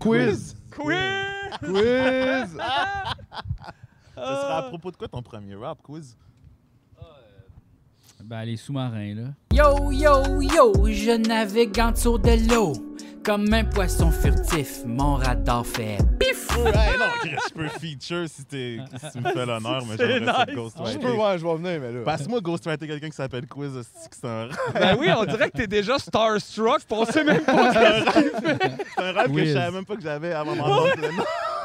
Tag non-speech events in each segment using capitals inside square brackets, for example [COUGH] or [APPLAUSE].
Quiz! Quiz! Quiz! Ce serait à propos de quoi ton premier rap quiz? Ben, les sous-marins, là. Yo, yo, yo, je navigue en dessous de l'eau. Comme un poisson furtif, mon radar fait pif! Hey, non, Chris, je peux feature si, t'es- si tu me fais l'honneur, mais j'aimerais ça de Je peux, Ghostwriter. ouais, je vais venir, mais là. Passe-moi Ghostwriter quelqu'un qui s'appelle Quiz, hostie, que c'est un rap, Ben oui, on dirait que t'es déjà starstruck, pis on sait même pas. c'est un rap que je Quiz. savais même pas que j'avais avant mon nom.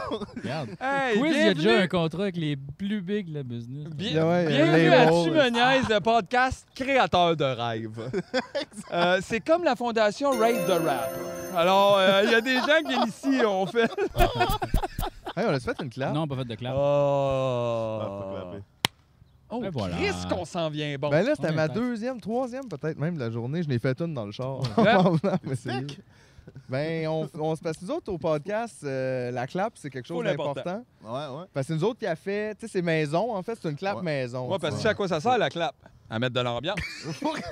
Regarde. [LAUGHS] Hey, Quiz, il y a bienvenue, déjà un contrat avec les plus bigs de la business. Ben, bi- Yeah, ouais, bienvenue les à walls. Tumoniaise, le podcast créateur de [LAUGHS] rêves. Euh, c'est comme la fondation Rave the Rap. Alors, euh, il y a des gens qui viennent ici, on fait. Hey, on a fait une clap? Non, pas fait de clap. Ah. Oh! Oh, voilà. Risque qu'on s'en vient bon. Ben là, c'était on est ma tête. deuxième, troisième peut-être même de la journée. Je n'ai fait une dans le char. [LAUGHS] Ouais. En venant, mais c'est- ben, on, on se passe nous autres au podcast, euh, la clap, c'est quelque Faut chose l'important. d'important. Ouais, ouais. Parce que c'est nous autres qui a fait, tu sais, c'est maison, en fait, c'est une clap Ouais. maison. Ouais, parce que tu tu sais. sais à quoi ça sert la clap? À mettre de [LAUGHS] l'ambiance.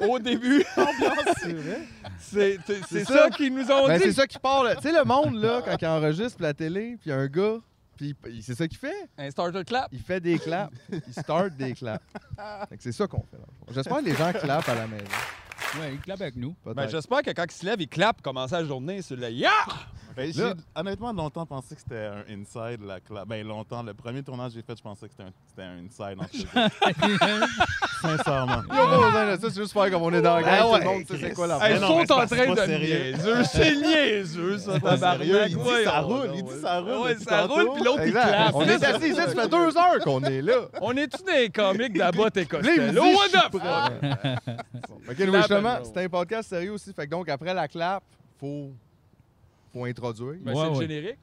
Au début, C'est vrai. c'est c'est- c'est ça. ça qu'ils nous ont Ben, c'est dit. ça qui part, là. Tu sais, le monde, là, quand il enregistre la télé, puis il y a un gars, puis il- c'est ça qu'il fait. Un starter clap. Il fait des claps, il start des claps. Fait que C'est ça qu'on fait. dans le fond. J'espère que les gens clapent à la maison. Ouais, il clap avec nous. peut-être. Ben, j'espère que quand il se lève, il clap, commence la journée sur le ya! Ben, Là- j'ai honnêtement longtemps pensé que c'était un inside, la clap. Ben, longtemps, le premier tournage que j'ai fait, je pensais que c'était un, c'était un inside. en fait. Sincèrement. Il y a pas besoin de Ah! Ben, ça, c'est juste faire comme on est dans la gang, tout le monde sait c'est quoi la Ben Ah Hey, fin. Ils non, mais sont c'est en parce que c'est train pas de sérieux. [LAUGHS] niaiseux. C'est niaiseux, ça, Pas tabarnak. sérieux, il dit ça Voyons roule, il donc. dit ça roule. Ouais, depuis ça roule, tantôt. puis l'autre, il Exact. clappe. On C'est est ça. assis ici, ça fait deux heures qu'on [LAUGHS] est là. On est-tu dans les comiques d'Abbott et Là, il me Costello? dit, What je the suis prêt. fuck? Ah. Bon, fait que, anyway, justement, c'est un podcast sérieux aussi. Fait que donc, après la clap, faut, faut introduire. Ben, Ouais, c'est le ouais. générique.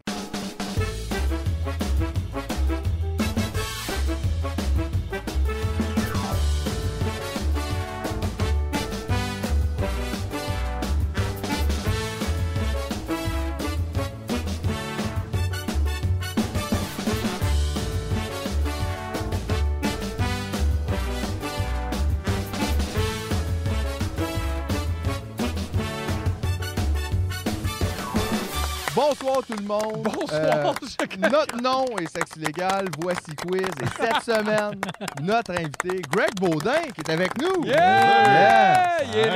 Bonsoir tout le monde. Euh, Bonsoir, je- notre nom est Sexe Illégal, voici Quiz. Et cette semaine, notre invité, Greg Baudin, qui est avec Yeah! Il nous. est là. Hey. Il est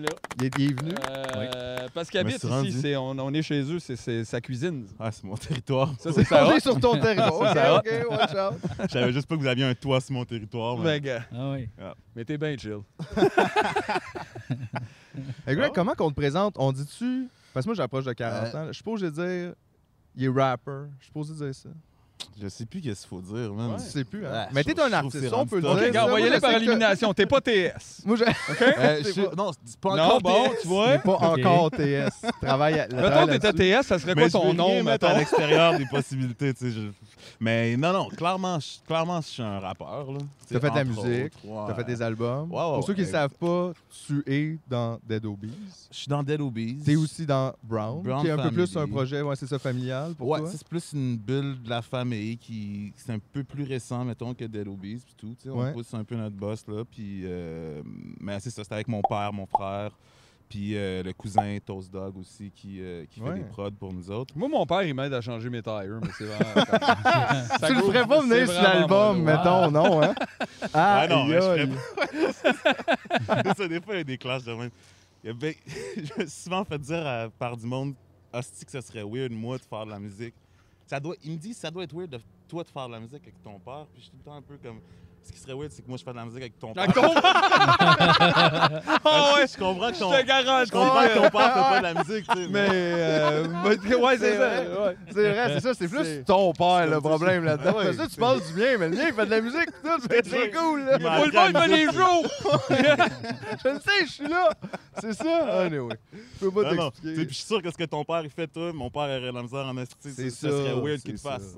là. Il, est, il est venu. Euh, Parce qu'il Je me habite suis rendu. ici, c'est- on, on est chez eux, c'est- c'est sa cuisine. Ah, c'est mon territoire. Ça, c'est [LAUGHS] On ça. est sur ton territoire. Ça OK, OK, watch out. Je savais juste pas que vous aviez un toit sur mon territoire. mais- Ben, gars, Ah oui. mais t'es bien chill. Hey, Ah. Greg, comment qu'on te présente? On dit-tu... Parce que moi, j'approche de 40 Euh. ans. là. Je suis pas obligé de dire... Il est rapper. Je suis pas obligé de dire ça. Je sais plus qu'est-ce qu'il faut dire, man. Tu sais plus, hein? Ouais, Mais je- t'es un je trouve que artiste, c'est ça, on peut le rendu dire. tough. OK, gars, ça. on va y Moi, aller je par sais que- élimination. T'es pas TS. Moi, je... [LAUGHS] Euh, C'est je- pas- Non, c'est pas Non, encore bon, TS. tu [LAUGHS] Il est vois. [LAUGHS] pas Ok. encore TS. Travaille à... le Mettons travail que là-dessus. t'étais TS, ça serait Mais quoi je ton veux rien nom, mettre à mettons? l'extérieur [LAUGHS] des possibilités, tu sais. je- Mais non, non, clairement, je, clairement, je suis un rappeur, là. Tu sais, fait de la entre musique, autres, ouais. T'as fait des albums. Ouais, ouais, Pour ceux qui ne ouais. savent pas, tu es dans Dead Obies. Je suis dans Dead Obies. T'es aussi dans Brown, Brown qui est un peu plus un Family. projet, ouais, c'est ça, familial pour Ouais, toi. ça, c'est plus une bulle de la famille qui c'est un peu plus récent mettons que Dead Obies puis tout, tu sais, on Ouais. pousse un peu notre boss là puis euh, mais c'est ça, c'était avec mon père, mon frère, puis euh, le cousin Toast Dog aussi qui, euh, qui Ouais. fait des prods pour nous autres. Moi, mon père, il m'aide à changer mes tires, mais c'est [LAUGHS] vraiment. Tu le ferais pas venir C'est sur vraiment l'album, pas mettons, non, hein? Ah, Ouais, non, mais je aïe, ferais aïe. [LAUGHS] ça des fois il y a des clashs de même. Il y a ben- [LAUGHS] je me suis souvent fait dire à- par du monde hostie que ce serait weird moi de faire de la musique. Ça doit il me dit ça doit être weird de toi de faire de la musique avec ton père, puis je suis tout le temps un peu comme Ce qui serait weird, c'est que moi, je fais de la musique avec ton père. Avec ton- [LAUGHS] Ah ouais, Je comprends que ton, je te garantis. je comprends que ton père fait pas de la musique, tu sais. Mais. [LAUGHS] euh, ouais, c'est ça. ouais. c'est vrai, c'est ça, c'est plus C'est- ton père le problème là-dedans. Ouais. Parce que tu parles du bien, mais le mien, il fait de la musique, pis tout, c'est- c'est cool, là. Mais- Faut le voir, il fait les jours. Je le sais, je suis là. C'est ça. Anyway. Je peux pas Non, non. Tu sais, puis t'expliquer. je suis sûr que ce que ton père il fait, toi, mon père aurait de la misère en esti. C'est Ça ça ça, serait weird c'est qu'il le [LAUGHS] ça. fasse.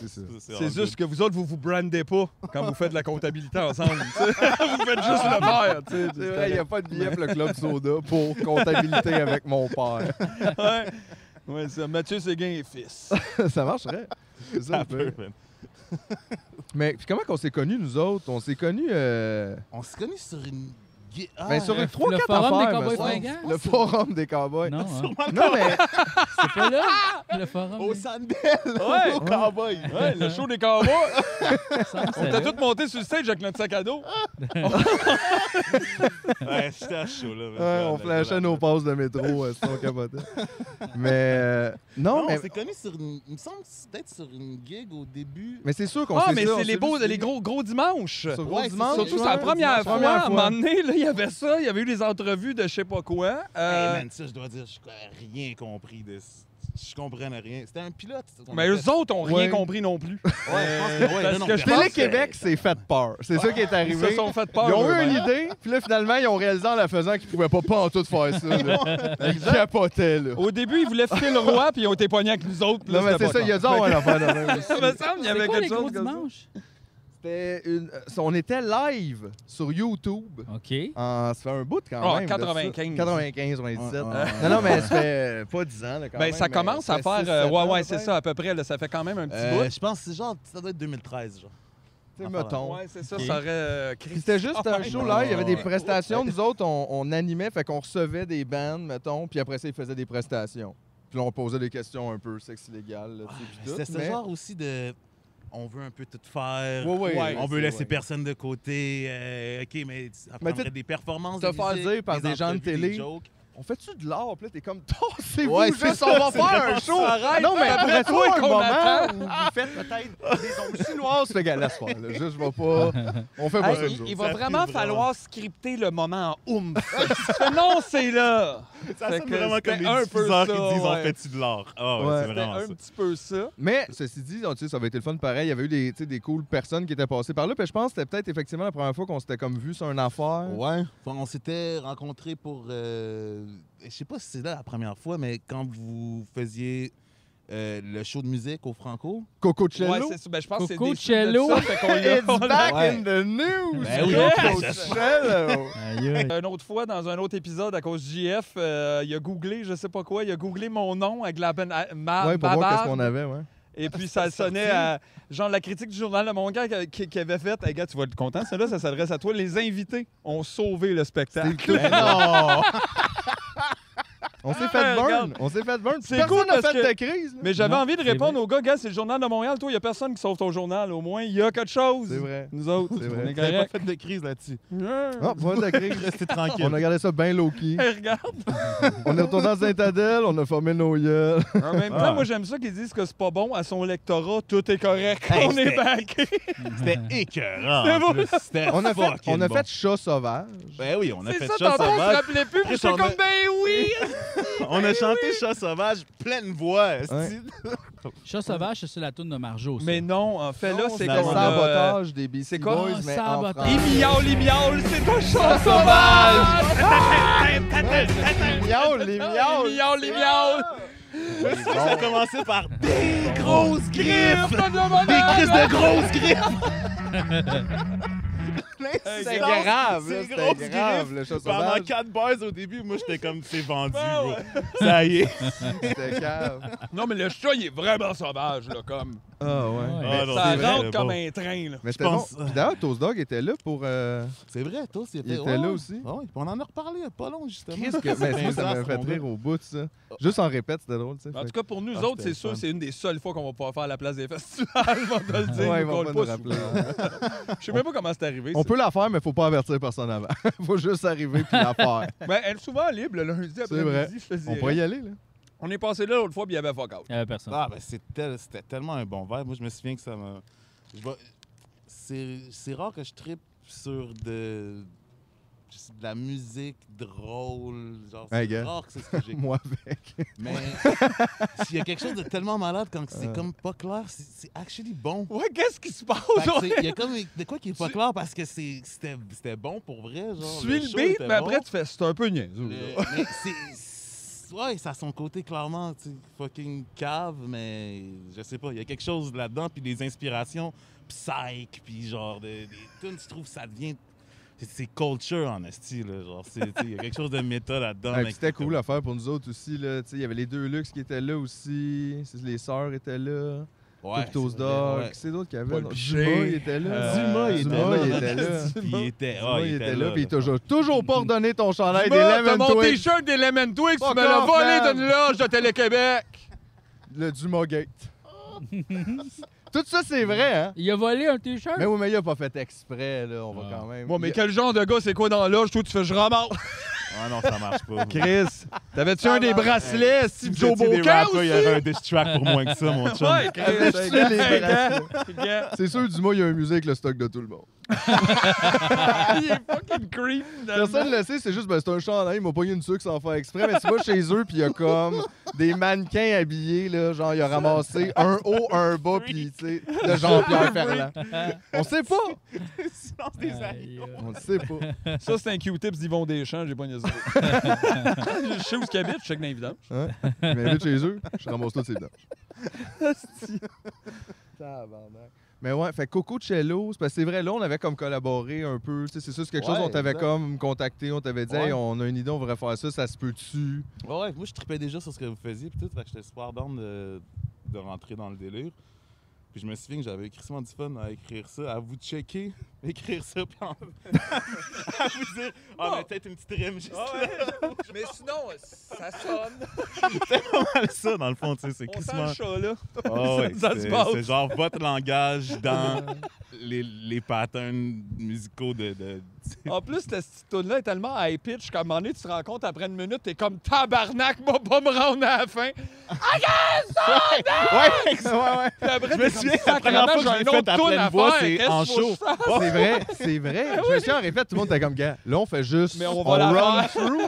C'est ça. C'est juste que vous autres, vous vous brandez pas quand vous faites de la comptabilité ensemble. tu sais. vous faites juste le faire. tu sais. Ah! C'est vrai, il n'y a pas de billet pour le club soda pour comptabilité avec mon père. [LAUGHS] Ouais. Ouais, c'est ça. Mathieu Séguin et fils. ça marcherait. C'est [LAUGHS] ça un un peu, peu. man. Mais puis comment qu'on s'est connus, nous autres? On s'est connus... Euh... On se connaît sur une. gui- Ah, ben, sur euh, les 3-4 le affaires, forum des me cowboys semble. fringants? Le forum des cowboys. [LAUGHS] Non, hein. Non, mais c'est pas là. Le forum. Au des- sandel, Ouais. au cowboy. Ouais, le show des cowboys. [LAUGHS] Ah, ça, On c'est était là. tous montés sur le stage avec notre sac à dos. Ouais, j'étais à chaud, là. man. hein, on Regarde, flashait regarde. nos passes de métro, euh, on [LAUGHS] capotait. Mais euh, non, Non, mais, on s'est connus sur une. Il me semble que c'est peut-être sur une gig au début. mais c'est sûr qu'on Ah, s'est mais ça, on c'est les s'est beaux, juste les dit- gros, gros dimanches. Sur gros Ouais, c'est dimanche. ça. Surtout, c'est la ouais, première dimanche, fois. première À un moment donné, là, il y avait ça, il y avait eu les entrevues de je sais pas quoi. Euh, Hey, man, ça, je dois dire, je n'ai rien compris de ça. Je comprenais rien. C'était un pilote. c'est ce qu'on mais a eux fait. autres ont Ouais. rien compris non plus. Ouais, je pense que ouais, parce non, non, que je personne. Télé-Québec s'est fait peur. C'est ça qui est Ils arrivé. se sont fait peur. Ils ont eu eux-mêmes. une idée, puis là, finalement, ils ont réalisé en la faisant qu'ils pouvaient pas pantoute faire [LAUGHS] ça. là. Ils capotaient, là. Au début, ils voulaient filer le roi, puis ils ont été pognés avec nous autres. puis là, Non, mais c'était c'est pas ça, il a dit, on va la faire de [LAUGHS] même. Ça me semble, il y C'est avait quoi les quelque gros chose comme ça. dimanches? C'était une... euh, On était live sur YouTube. OK. En... Ça fait un bout quand Ah, même. de 95. ça. 95, 97. Ouais, ouais, Non, non, mais ça fait euh, pas 10 ans, là, quand Ben, même, ça mais commence à fait faire. six, euh, sept ouais, ans, ouais, c'est peut-être. ça, à peu près. là, ça fait quand même un petit Euh, bout. je pense que c'est genre, ça doit être 2013, genre. Tu sais, meton. Ouais, c'est ça, Ok. ça aurait. euh, Puis Christ- C'était juste Ah, [LAUGHS] un ouais. show live, il y avait des Ouais. [LAUGHS] prestations, nous autres on, on animait, fait qu'on recevait des bandes, mettons, puis après ça ils faisaient des prestations. Puis là on posait des questions un peu sexe illégal, là, tu sais, puis tout, C'était ce mais- genre aussi de. On veut un peu tout faire. Ouais, ouais, on veut c'est- laisser ouais. personne de côté. euh, OK, mais Mais mais tu sais, des performances. te de faire musique, dire par des gens de entrevues, télé, des jokes. On fait-tu de l'art? Puis là t'es comme, [LAUGHS] c'est Ouais, vous c'est juste, ça, on va c'est faire un vraiment show! ça, arrête. non mais Ben, Après après toi, toi, un qu'on attend. moment où vous faites peut-être des ondes chinoises, fait qu'à laisse faire, là, juste je [LAUGHS] vais pas... On fait pas Hey, ça nous il, autres. il va Ça vraiment pue vraiment. falloir scripter le moment en [LAUGHS] oum. non, c'est là. Ça Fait sonne que vraiment c'était comme les un peu diffuseurs qui ça, disent ouais. on fait-tu de l'art. Ah ouais, Ouais. c'est C'était vraiment un ça. petit peu ça. Mais ceci dit, tu sais, ça avait été le fun pareil. Il y avait eu des, tu sais, des cool personnes qui étaient passées par là. Puis je pense que c'était peut-être effectivement la première fois qu'on s'était comme vu sur une affaire. Ouais. on s'était rencontrés pour. euh, je sais pas si c'est là la première fois, mais quand vous faisiez euh, le show de musique au Franco. Coco Ouais, Cello. c'est ça. Ben, je pense que c'est des Coco suites de Cello. ça, fait qu'on l'a- It's [LAUGHS] on l'a- back Ouais. in the news! Ben oui, hein, Coco [LAUGHS] ben, Cello. Aïe, aïe. Une autre fois, dans un autre épisode, à cause de JF, euh, il a googlé, je sais pas quoi, il a googlé mon nom avec la ben- à- ma Ouais, pour voir babarde, qu'est-ce qu'on avait, ouais. Et puis ça sonnait à genre la critique du journal de mon gars qui, qui- qui avait fait Hey gars, tu vas être content, celle-là, ça s'adresse à toi. Les invités ont sauvé le spectacle. Mais Ben non! [LAUGHS] On s'est fait Ouais, burn! Ah, regarde. On s'est fait burn! C'est Personne cool n'a parce fait que- de crise! là. Mais j'avais Non, envie de c'est répondre vrai. au gars, gars, c'est le journal de Montréal, toi, il n'y a personne qui sauve ton journal. Au moins, il y a quelque chose. C'est vrai. Nous [LAUGHS] autres, C'est on vrai. Vous est avez correct. pas fait de crise là-dessus. Oh, pas de [LAUGHS] crise. Restez tranquille. On a gardé ça bien low-key. Hey, regarde. On est retourné en Saint-Adèle, on a formé nos yeux. En même temps, moi, j'aime ça qu'ils disent que c'est pas bon à son lectorat, tout est correct. Hey, on est c'était- backé. C'était écœurant. C'est en beau. plus. C'était On a fait, fucking on a bon. fait chat sauvage. Ben oui, on a [LAUGHS] C'est fait ça, Chat tantôt, on se Sauvage. rappelait plus, puis Chris, j'étais on a- comme, ben oui! On a chanté Chat Sauvage pleine voix. esti. Ouais. Chat sauvage, c'est sur la toune de Marjo. ça. Mais non, en fait, là, c'est euh, le non, qu'on a- sabotage des BC c'est quoi? Boys, Ah, mais en sabotage. Il français. miaule, il miaule, c'est un chat sauvage! Les miaules, les Les miaules! miaules, les miaules! Je sais que ça commençait par des grosses griffes. Griffes de bonheur! Ah, Des crises de grosses griffes. [LAUGHS] C'est grave, là, C'est c'était grosses grave, griffes. le Ah, chat Pendant sauvage. quatre bars au début, moi, j'étais comme, c'est vendu, Ben bro. ouais. Ça y [LAUGHS] est. C'était grave. Non, mais le chat, il est vraiment sauvage, là, comme. Ah ouais. Ouais. Ah, non, ça c'est vrai, rentre le comme bon. un train, là. Mais c'était pense- bon. Puis D'ailleurs, Toast Dog était là pour. euh, C'est vrai, toi, c'était Il était là aussi. Ah oui, puis on en a reparlé il y a pas long, justement. [LAUGHS] Qu'est-ce que. Mais moi, ça m'a fait rire au bout, ça. Juste en répète, c'était drôle, tu sais. En tout cas, pour nous Ah, autres, c'était c'est sûr, fun. c'est une des seules fois qu'on va pouvoir faire la place des festivals, [LAUGHS] on va te le dire. Ah Ouais, ils nous vont colle pas nous pas rappeler. souvent. Je sais même pas comment c'est arrivé. On ça. peut la faire, mais faut pas avertir personne avant. [LAUGHS] faut juste arriver puis la faire. Ben, elle est souvent libre le lundi vrai. après-midi, je te On dirais. pourrait y aller, là. On est passé là l'autre fois, puis il y avait fuck out. Il y avait personne. Ah, ben c'est tel- c'était tellement un bon verre. Moi, je me souviens que ça m'a. je vais- c'est c'est rare que je tripe sur de, je sais, de la musique drôle. Genre, Hey, c'est gars. rare que c'est ce que j'écoute. Moi avec. Mais [LAUGHS] il y a quelque chose de tellement malade quand c'est Euh. Ouais. comme pas clair, c'est c'est actually [LAUGHS] bon. Ouais, qu'est-ce qui se passe? Fait que c'est- ouais? Il y a comme de quoi qui est pas clair parce que c'est- c'était c'était bon pour vrai. Tu Genre, suis le show beat, était mais après, bon. tu fais. C'est un peu niaiseux. Le- là. mais c'est- c'est. Ouais, ça a son côté clairement, tu sais, fucking cave, mais je sais pas, il y a quelque chose là-dedans, puis des inspirations psych, puis genre, de- des tunes, tu trouves, ça devient. c'est- C'est culture en esti, là. Genre, c'est- tu sais, il y a quelque chose de méta là-dedans. Ouais, mais euh, puis C'était qui- cool à faire pour nous autres aussi. là. Tu sais, Il y avait les deux Lux qui étaient là aussi. C'est- Les sœurs étaient là. hein. Ouais, Cryptos c'est vrai, Dog. ouais. Qui c'est d'autres qui avaient? Paul non? Piché. Dumas, il était là. Euh, Ah, Dumas, il Dumas, était là. il était là. Puis [LAUGHS] il était, Dumas, ah, il était là. Puis il là. a toujours, toujours pas redonné ton chandail des Dumas, T'as Lemon mon Twix. t-shirt des Lemon Twigs, tu Fuck me l'as off, volé man. d'une loge de Télé-Québec. Le [LAUGHS] Dumas Gate. Tout ça, c'est vrai, hein? Il a volé un t-shirt? Mais oui, mais il a pas fait exprès, là. On va Ah. quand même. Bon, mais Il- quel genre de gars, c'est quoi dans la loge? Toi, tu fais, je ramasse. Ah non, ça marche [LAUGHS] pas. Chris, t'avais-tu un des bracelets, Si Steve Joe vous étiez des Boca rappers, aussi? Il y avait un diss track pour moins que ça, mon chum. Ouais, Chris, [LAUGHS] Avec c'est les vrai. bracelets. Yeah. C'est sûr, Dumas, il y a un musée avec le stock de tout le monde. Ah, Il est fucking creep. Personne ne le sait, c'est juste, ben, c'est un chandail, il m'a pogné une sucre sans faire exprès, mais tu vas chez eux, puis il y a comme des mannequins habillés, là, genre, il a ramassé un haut, un bas, puis, tu sais, de Jean-Pierre Ferland. On sait pas! Silence des années. Aïe, euh, On le sait pas. Ça, c'est un Q-tips d'Yvon Deschamps, j'ai pas niaisé. [LAUGHS] Je sais où ce qu'il habite, je sais que dans les vidanges. Hein? Je m'invite chez eux, je ramasse toutes ces vidanges. Tabarnak. Mais ouais, fait Coco Cello, c'est parce que c'est vrai, là, on avait comme collaboré un peu. tu sais, C'est sûr, c'est quelque chose, Ouais, on t'avait exact. comme contacté, on t'avait dit, Ouais. Hey, on a une idée, on voudrait faire ça, ça se peut-tu? Ouais, ouais, moi je tripais déjà sur ce que vous faisiez, puis tout, fait que j'étais super down de, de rentrer dans le délire. Puis je me souviens que j'avais crissement du fun à écrire ça, à vous checker, [LAUGHS] écrire ça, puis en- [LAUGHS] à vous dire, ah, mais peut-être une petite rime juste là. Ah Mais sinon, ça sonne. [LAUGHS] ça, dans le fond, tu sais, c'est crissement. chat, là. Ah [LAUGHS] ouais, Ça se c'est- passe. C'est genre votre langage dans les, les patterns musicaux de. de- En plus, cette petite toune-là est tellement high pitch qu'à un moment donné, tu te rends compte après une minute, t'es comme tabarnak, moi, pas me rendre à la fin. Ouais, exact. ouais, ouais. Puis après, Je me t'es comme, souviens, la première Ah! Sacrément, fois que j'ai je l'ai une autre faite toune après à une voix, faire, c'est qu'est-ce en que show. faut que je fasse? C'est vrai, [LAUGHS] c'est vrai. Je me suis en répète, tout le monde était comme, gars, là, on fait juste. Mais on on, va la run faire. through.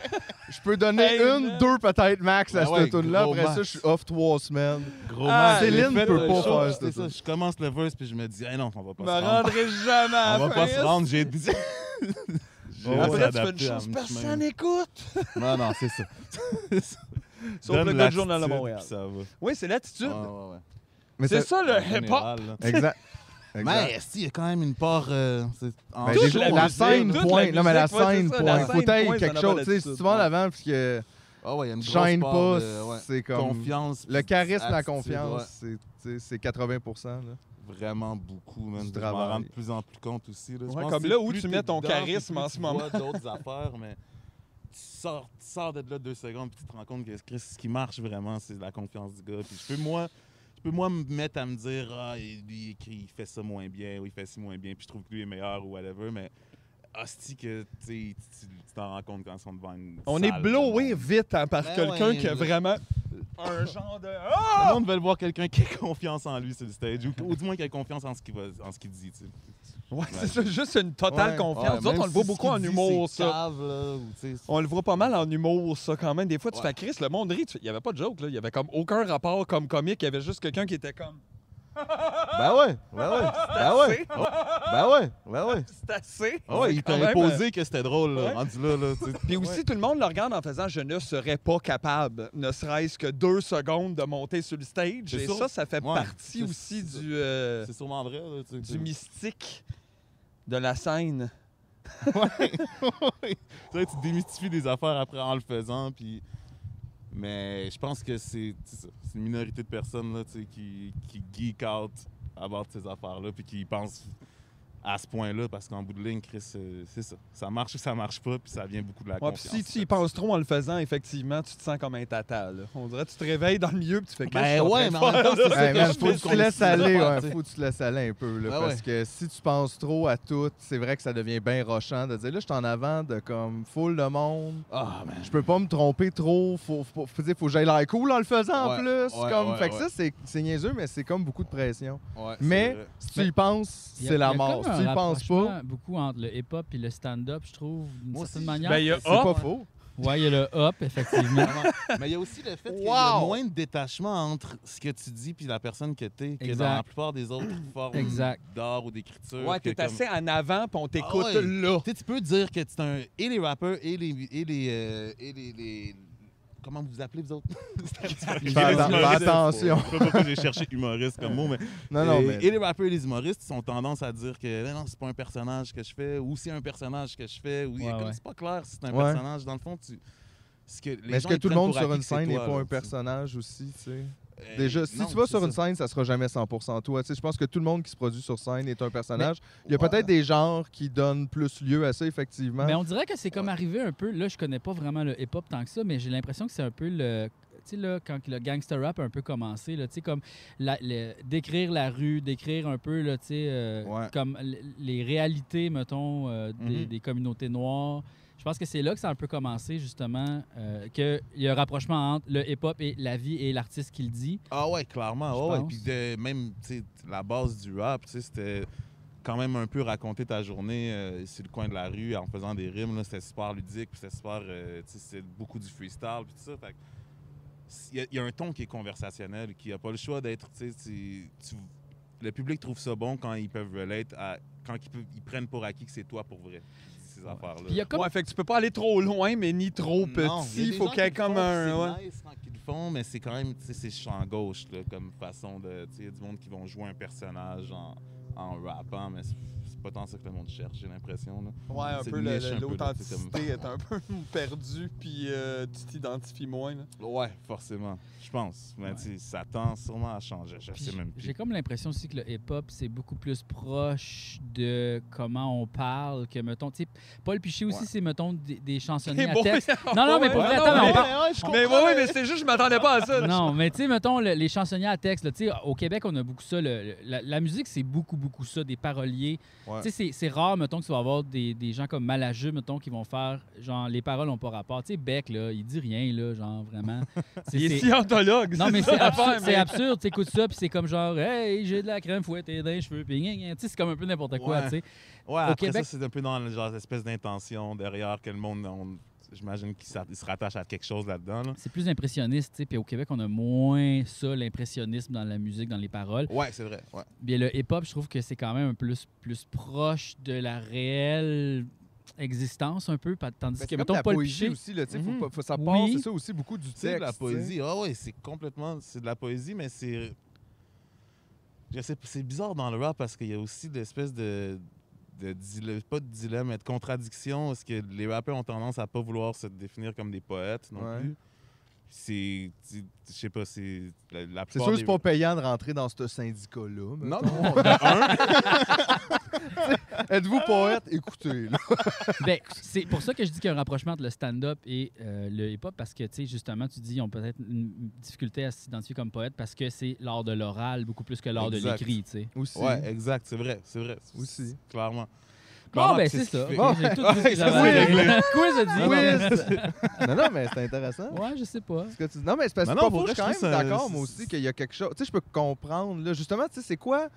Je peux donner Hey, une, man. deux peut-être max à Ben Ah ouais, cette tune-là. gros Après ça, max. je suis off trois semaines. Gros Ah, man, j'ai Céline fait peut le pas show, faire c'était ça, toi. Je commence le verse, puis je me dis, hey non, on va pas Je me se rendre. rendrai jamais à On la va pas se fin. rendre, j'ai [LAUGHS] dit. J'ai Après, Après, tu adapté fais une à chose, mon personne chemin. n'écoute. Non, non, c'est ça. [LAUGHS] Sauf Donne le gars du Journal de l'attitude, Montréal. puis Ça Ah. va. Oui, c'est l'attitude. Ouais, ouais, ouais. Mais C'est ça, le En hip-hop. général, là. [LAUGHS] Exact. Mais exact. est-ce qu'il y a quand même une part. euh, c'est- en Ben, Toute déjà, la la, musique, scène, toute point. la non, mais la musique, ouais, scène, c'est ça, la point. Faut scène, t'ailles point, ça quelque n'a chose. pas Tu sais, d'attitude, si tu vas en ouais. avant, puis que Ah ouais, il y a une tu grosse chaînes part pas, de- ouais, c'est comme. Confiance. Ah, Le charisme, la attitude, confiance, c'est- tu sais, c'est 80 là. ouais. Vraiment beaucoup, man. Du Je m'en travail. rends de plus en plus compte aussi. Là. Je Ouais, pense comme que là c'est où plus t'es tu mets ton dedans, puis charisme plus en ce moment. Tu vois [LAUGHS] d'autres affaires, mais tu sors, tu sors de là deux secondes, puis tu te rends compte que Chris, ce qui marche vraiment, c'est la confiance du gars. Puis je peux, moi. Je peux, moi, me mettre à me dire, ah, il- lui, il écrit, il fait ça moins bien, ou il fait ci moins bien, puis je trouve que lui est meilleur, ou whatever, mais hostie que, tu sais, tu tu t'en rends compte quand ils sont devant une On est salle de blowé monde. vite hein, par Ben quelqu'un ouais, qui a le- vraiment un genre de. Tout Ah! le monde veut voir quelqu'un qui a confiance en lui sur le stage, ou, ou du moins qui a confiance en ce qu'il va- en ce qu'il dit. tu sais. Ouais, c'est ça, juste une totale Ouais, confiance. Ouais, Nous autres, même on le voit si beaucoup ce en qu'il dit, humour, c'est ça. cave, là, ou, tu sais, c'est- On le voit pas mal en humour, ça, quand même. Des fois, tu Ouais. fais Chris, le monde rit. Tu fais, Il y avait pas de joke, là. Il y avait comme aucun rapport comme comique. Il y avait juste quelqu'un qui était comme. Ah! Ben ouais, ben ouais, ben [LAUGHS] ouais, ben ouais, ben ouais. C'est assez. Ah ouais, il Quand t'a même, euh, imposé que c'était drôle, là, ouais. rendu là. là tu sais. Puis aussi, tout le monde le regarde en faisant Je ne serais pas capable, ne serait-ce que deux secondes de monter sur le stage. C'est Et sûr. ça, ça fait Ouais. partie C'est- aussi c'est- du, euh, C'est sûrement vrai. Là, tu sais. du mystique de la scène. [LAUGHS] Tu sais, tu démystifies des affaires après en le faisant. Puis... Mais je pense que c'est tu sais ça, c'est une minorité de personnes là, tu sais, qui, qui geek out à bord de ces affaires-là, puis qui pensent à ce point-là, parce qu'en bout de ligne, Chris, euh, c'est ça. Ça marche ou ça marche pas, puis ça vient beaucoup de la Ouais, puis confiance. si tu y penses trop en le faisant, effectivement, tu te sens comme un tata. là. On dirait que tu te réveilles dans le milieu puis tu fais quelque Ben chose. ouais, mais en même temps, c'est ça Hey, que man, je faut fais, que tu qu'on te le laisses sait aller, pas, ouais, tu sais. faut que tu te laisses aller un peu. Là, Ben parce ouais. que si tu penses trop à tout, c'est vrai que ça devient bien rochant de dire là, je suis en avant de comme full de monde. Ah, man. Je peux pas me tromper trop. Faut, faut, faut, dire, faut que j'aille l'air cool en le faisant en Ouais, plus. ouais, comme, ouais, fait que ouais. ça, c'est- c'est niaiseux, mais c'est comme beaucoup de pression. Ouais, c'est Mais vrai. si tu Ben, y penses, Il y a- c'est il y la a mort. comme Si tu un y penses pas, rapprochement beaucoup entre le hip-hop et le stand-up, je trouve, d'une Moi certaine aussi. manière. Ben, il y a c'est hop, pas Ah! faux. Ouais, il y a le hop, effectivement. Mais il y a aussi le fait qu'il y a Wow! moins de détachement entre ce que tu dis puis la personne que t'es que Exact. dans la plupart des [CLEARS THROAT] autres formes Exact. d'art ou d'écriture. Ouais, que t'es comme- assez en avant, puis on t'écoute Ah ouais. là. Tu sais, tu peux dire que c'est un. Et les rappeurs et les. Et les, euh, et les, les- Comment vous vous appelez, vous autres? [LAUGHS] C'est un petit peu compliqué. Fais atten- fais attention. Je sais pas pourquoi j'ai cherché humoriste comme mot, mais. Non, non, et, mais. et les rappeurs et les humoristes ont tendance à dire que non, non, c'est pas un personnage que je fais, ou c'est un personnage que je fais, ou Ouais, comme ouais. c'est pas clair si c'est un Ouais. personnage. Dans le fond, tu. ce que les Mais est-ce gens, que ils tout le prennent monde pour sur acquis une que c'est scène n'est toi, pas là, un tu sais. personnage aussi, tu sais? Euh, Déjà, si non, tu vas c'est sur une ça. scène, ça sera jamais 100% toi. Tu sais, je pense que tout le monde qui se produit sur scène est un personnage. Il y a Ouais. peut-être des genres qui donnent plus lieu à ça, effectivement. Mais on dirait que c'est comme arrivé un peu. Là, je connais pas vraiment le hip-hop tant que ça, mais j'ai l'impression que c'est un peu le. Tu sais, là, quand le gangster rap a un peu commencé, là, tu sais, comme la- le- décrire la rue, décrire un peu, là, tu sais, euh, Ouais. comme l- les réalités, mettons, euh, des, Mhm. des communautés noires. Je pense que c'est là que ça a un peu commencé, justement, qu'il y a un rapprochement entre le hip-hop et la vie et l'artiste qui le dit. Ah ouais, Je clairement. ouais, ouais. pense. Puis de- même, tu sais, la base du rap, tu sais, c'était quand même un peu raconter ta journée euh, sur le coin de la rue en faisant des rimes. là. C'était super ludique, puis c'était super, euh, tu sais, c'était beaucoup du freestyle, puis tout ça. Fait que s- il y a- il y, a un ton qui est conversationnel, qui a pas le choix d'être, tu sais, tu- tu- le public trouve ça bon quand ils peuvent relate, à- quand ils, peuvent- ils prennent pour acquis que c'est toi pour vrai, ces affaires-là. Puis il y a comme. Ouais, fait que tu peux pas aller trop loin, mais ni trop Non, petit. y a Il des faut gens qu'il y ait qui le comme font, un. ouais. puis C'est nice quand ils le font, mais c'est quand même, tu sais, c'est champ gauche, là, comme façon de. Tu sais, il y a du monde qui vont jouer un personnage en, en rappant, mais c'est c'est pas tant ça que le monde cherche, j'ai l'impression. là. Ouais, un C'est peu une le- niche, un le- peu, là, c'est comme- l'authenticité est un peu [LAUGHS] perdue, puis euh, tu t'identifies moins. là. Ouais, forcément, je pense. Mais Ouais. tu sais, ça tend sûrement à changer, je Puis sais même J'ai plus. comme l'impression aussi que le hip-hop, c'est beaucoup plus proche de comment on parle que, mettons, tu sais, Paul Piché aussi, Ouais. c'est, mettons, des, des [LAUGHS] chansonniers Et à bon, texte. Non, non, mais pour vrai, attends, mais on parle- Mais ouais, ouais, mais c'est juste, je m'attendais pas à ça. Non, mais tu sais, mettons, le- les chansonniers à texte, là, tu sais, au Québec, on a beaucoup ça. le- le- la, la musique, c'est beaucoup, beaucoup ça, des paroliers. Ouais. Tu sais, c'est- c'est rare, mettons, que tu vas avoir des, des gens comme Malajeux, mettons, qui vont faire, genre, les paroles n'ont pas rapport. Tu sais, Beck, là, il dit rien, là, genre, vraiment. Tu sais, Il est c'est- scientologue. [LAUGHS] Non, mais ça c'est absurde. l'affaire, C'est mais- absurde. T'écoutes ça, puis c'est comme genre, hey, j'ai de la crème fouettée dans les cheveux, puis gna, gna. Tu sais, c'est comme un peu n'importe quoi, Ouais. tu sais. Ouais, après Québec- ça, c'est un peu dans le genre espèce d'intention derrière que le monde. on- J'imagine qu'il s'a- il se rattache à quelque chose là-dedans. là. C'est plus impressionniste, tu sais. Puis au Québec, on a moins ça, l'impressionnisme dans la musique, dans les paroles. Ouais, c'est vrai. Ouais. Bien, le hip-hop, je trouve que c'est quand même un plus, plus proche de la réelle existence, un peu. pa- Tandis Mais que, Ben, c'est comme mettons, la Paul poésie Piché. aussi, là, tu sais, faut Mhm. pas- faut- ça Oui. part, c'est ça aussi, beaucoup du C'est texte. de la tu sais. poésie. Ah ouais, c'est complètement. C'est de la poésie, mais c'est. Je sais, pas, c'est bizarre dans le rap parce qu'il y a aussi l'espèce de. de dile- pas de dilemme, mais de contradiction. Est-ce que les rappeurs ont tendance à pas vouloir se définir comme des poètes non Ouais. plus? C'est. tu- Je sais pas, c'est. La, la C'est plupart sûr que des- c'est pas payant de rentrer dans ce syndicat-là. mais Non, non, de un. [LAUGHS] Êtes-vous poète? Écoutez, là. Ben, c'est pour ça que je dis qu'il y a un rapprochement entre le stand-up et euh, le hip-hop, parce que, tu sais, justement, tu dis, ils ont peut-être une difficulté à s'identifier comme poète parce que c'est l'art de l'oral beaucoup plus que l'art de Exact. l'écrit, tu sais. Aussi. Ouais, exact, c'est vrai, c'est vrai. Aussi. Clairement. Bon, Clairement, ben puis c'est ce qui ça. fait- Bon, J'ai tout dit ce que j'avais c'est à dire. réglé. Quiz a dit. Quiz. [LAUGHS] non, non, mais c'est intéressant. Ouais, je sais pas. Ce que tu dis. Non, mais c'est parce que Non, c'est pas non, pour faux, vrai, je suis quand je trouve même ça- d'accord, c'est- moi aussi, qu'il y a quelque chose. Tu sais, je peux comprendre. Là, justement, tu sais, c'est quoi,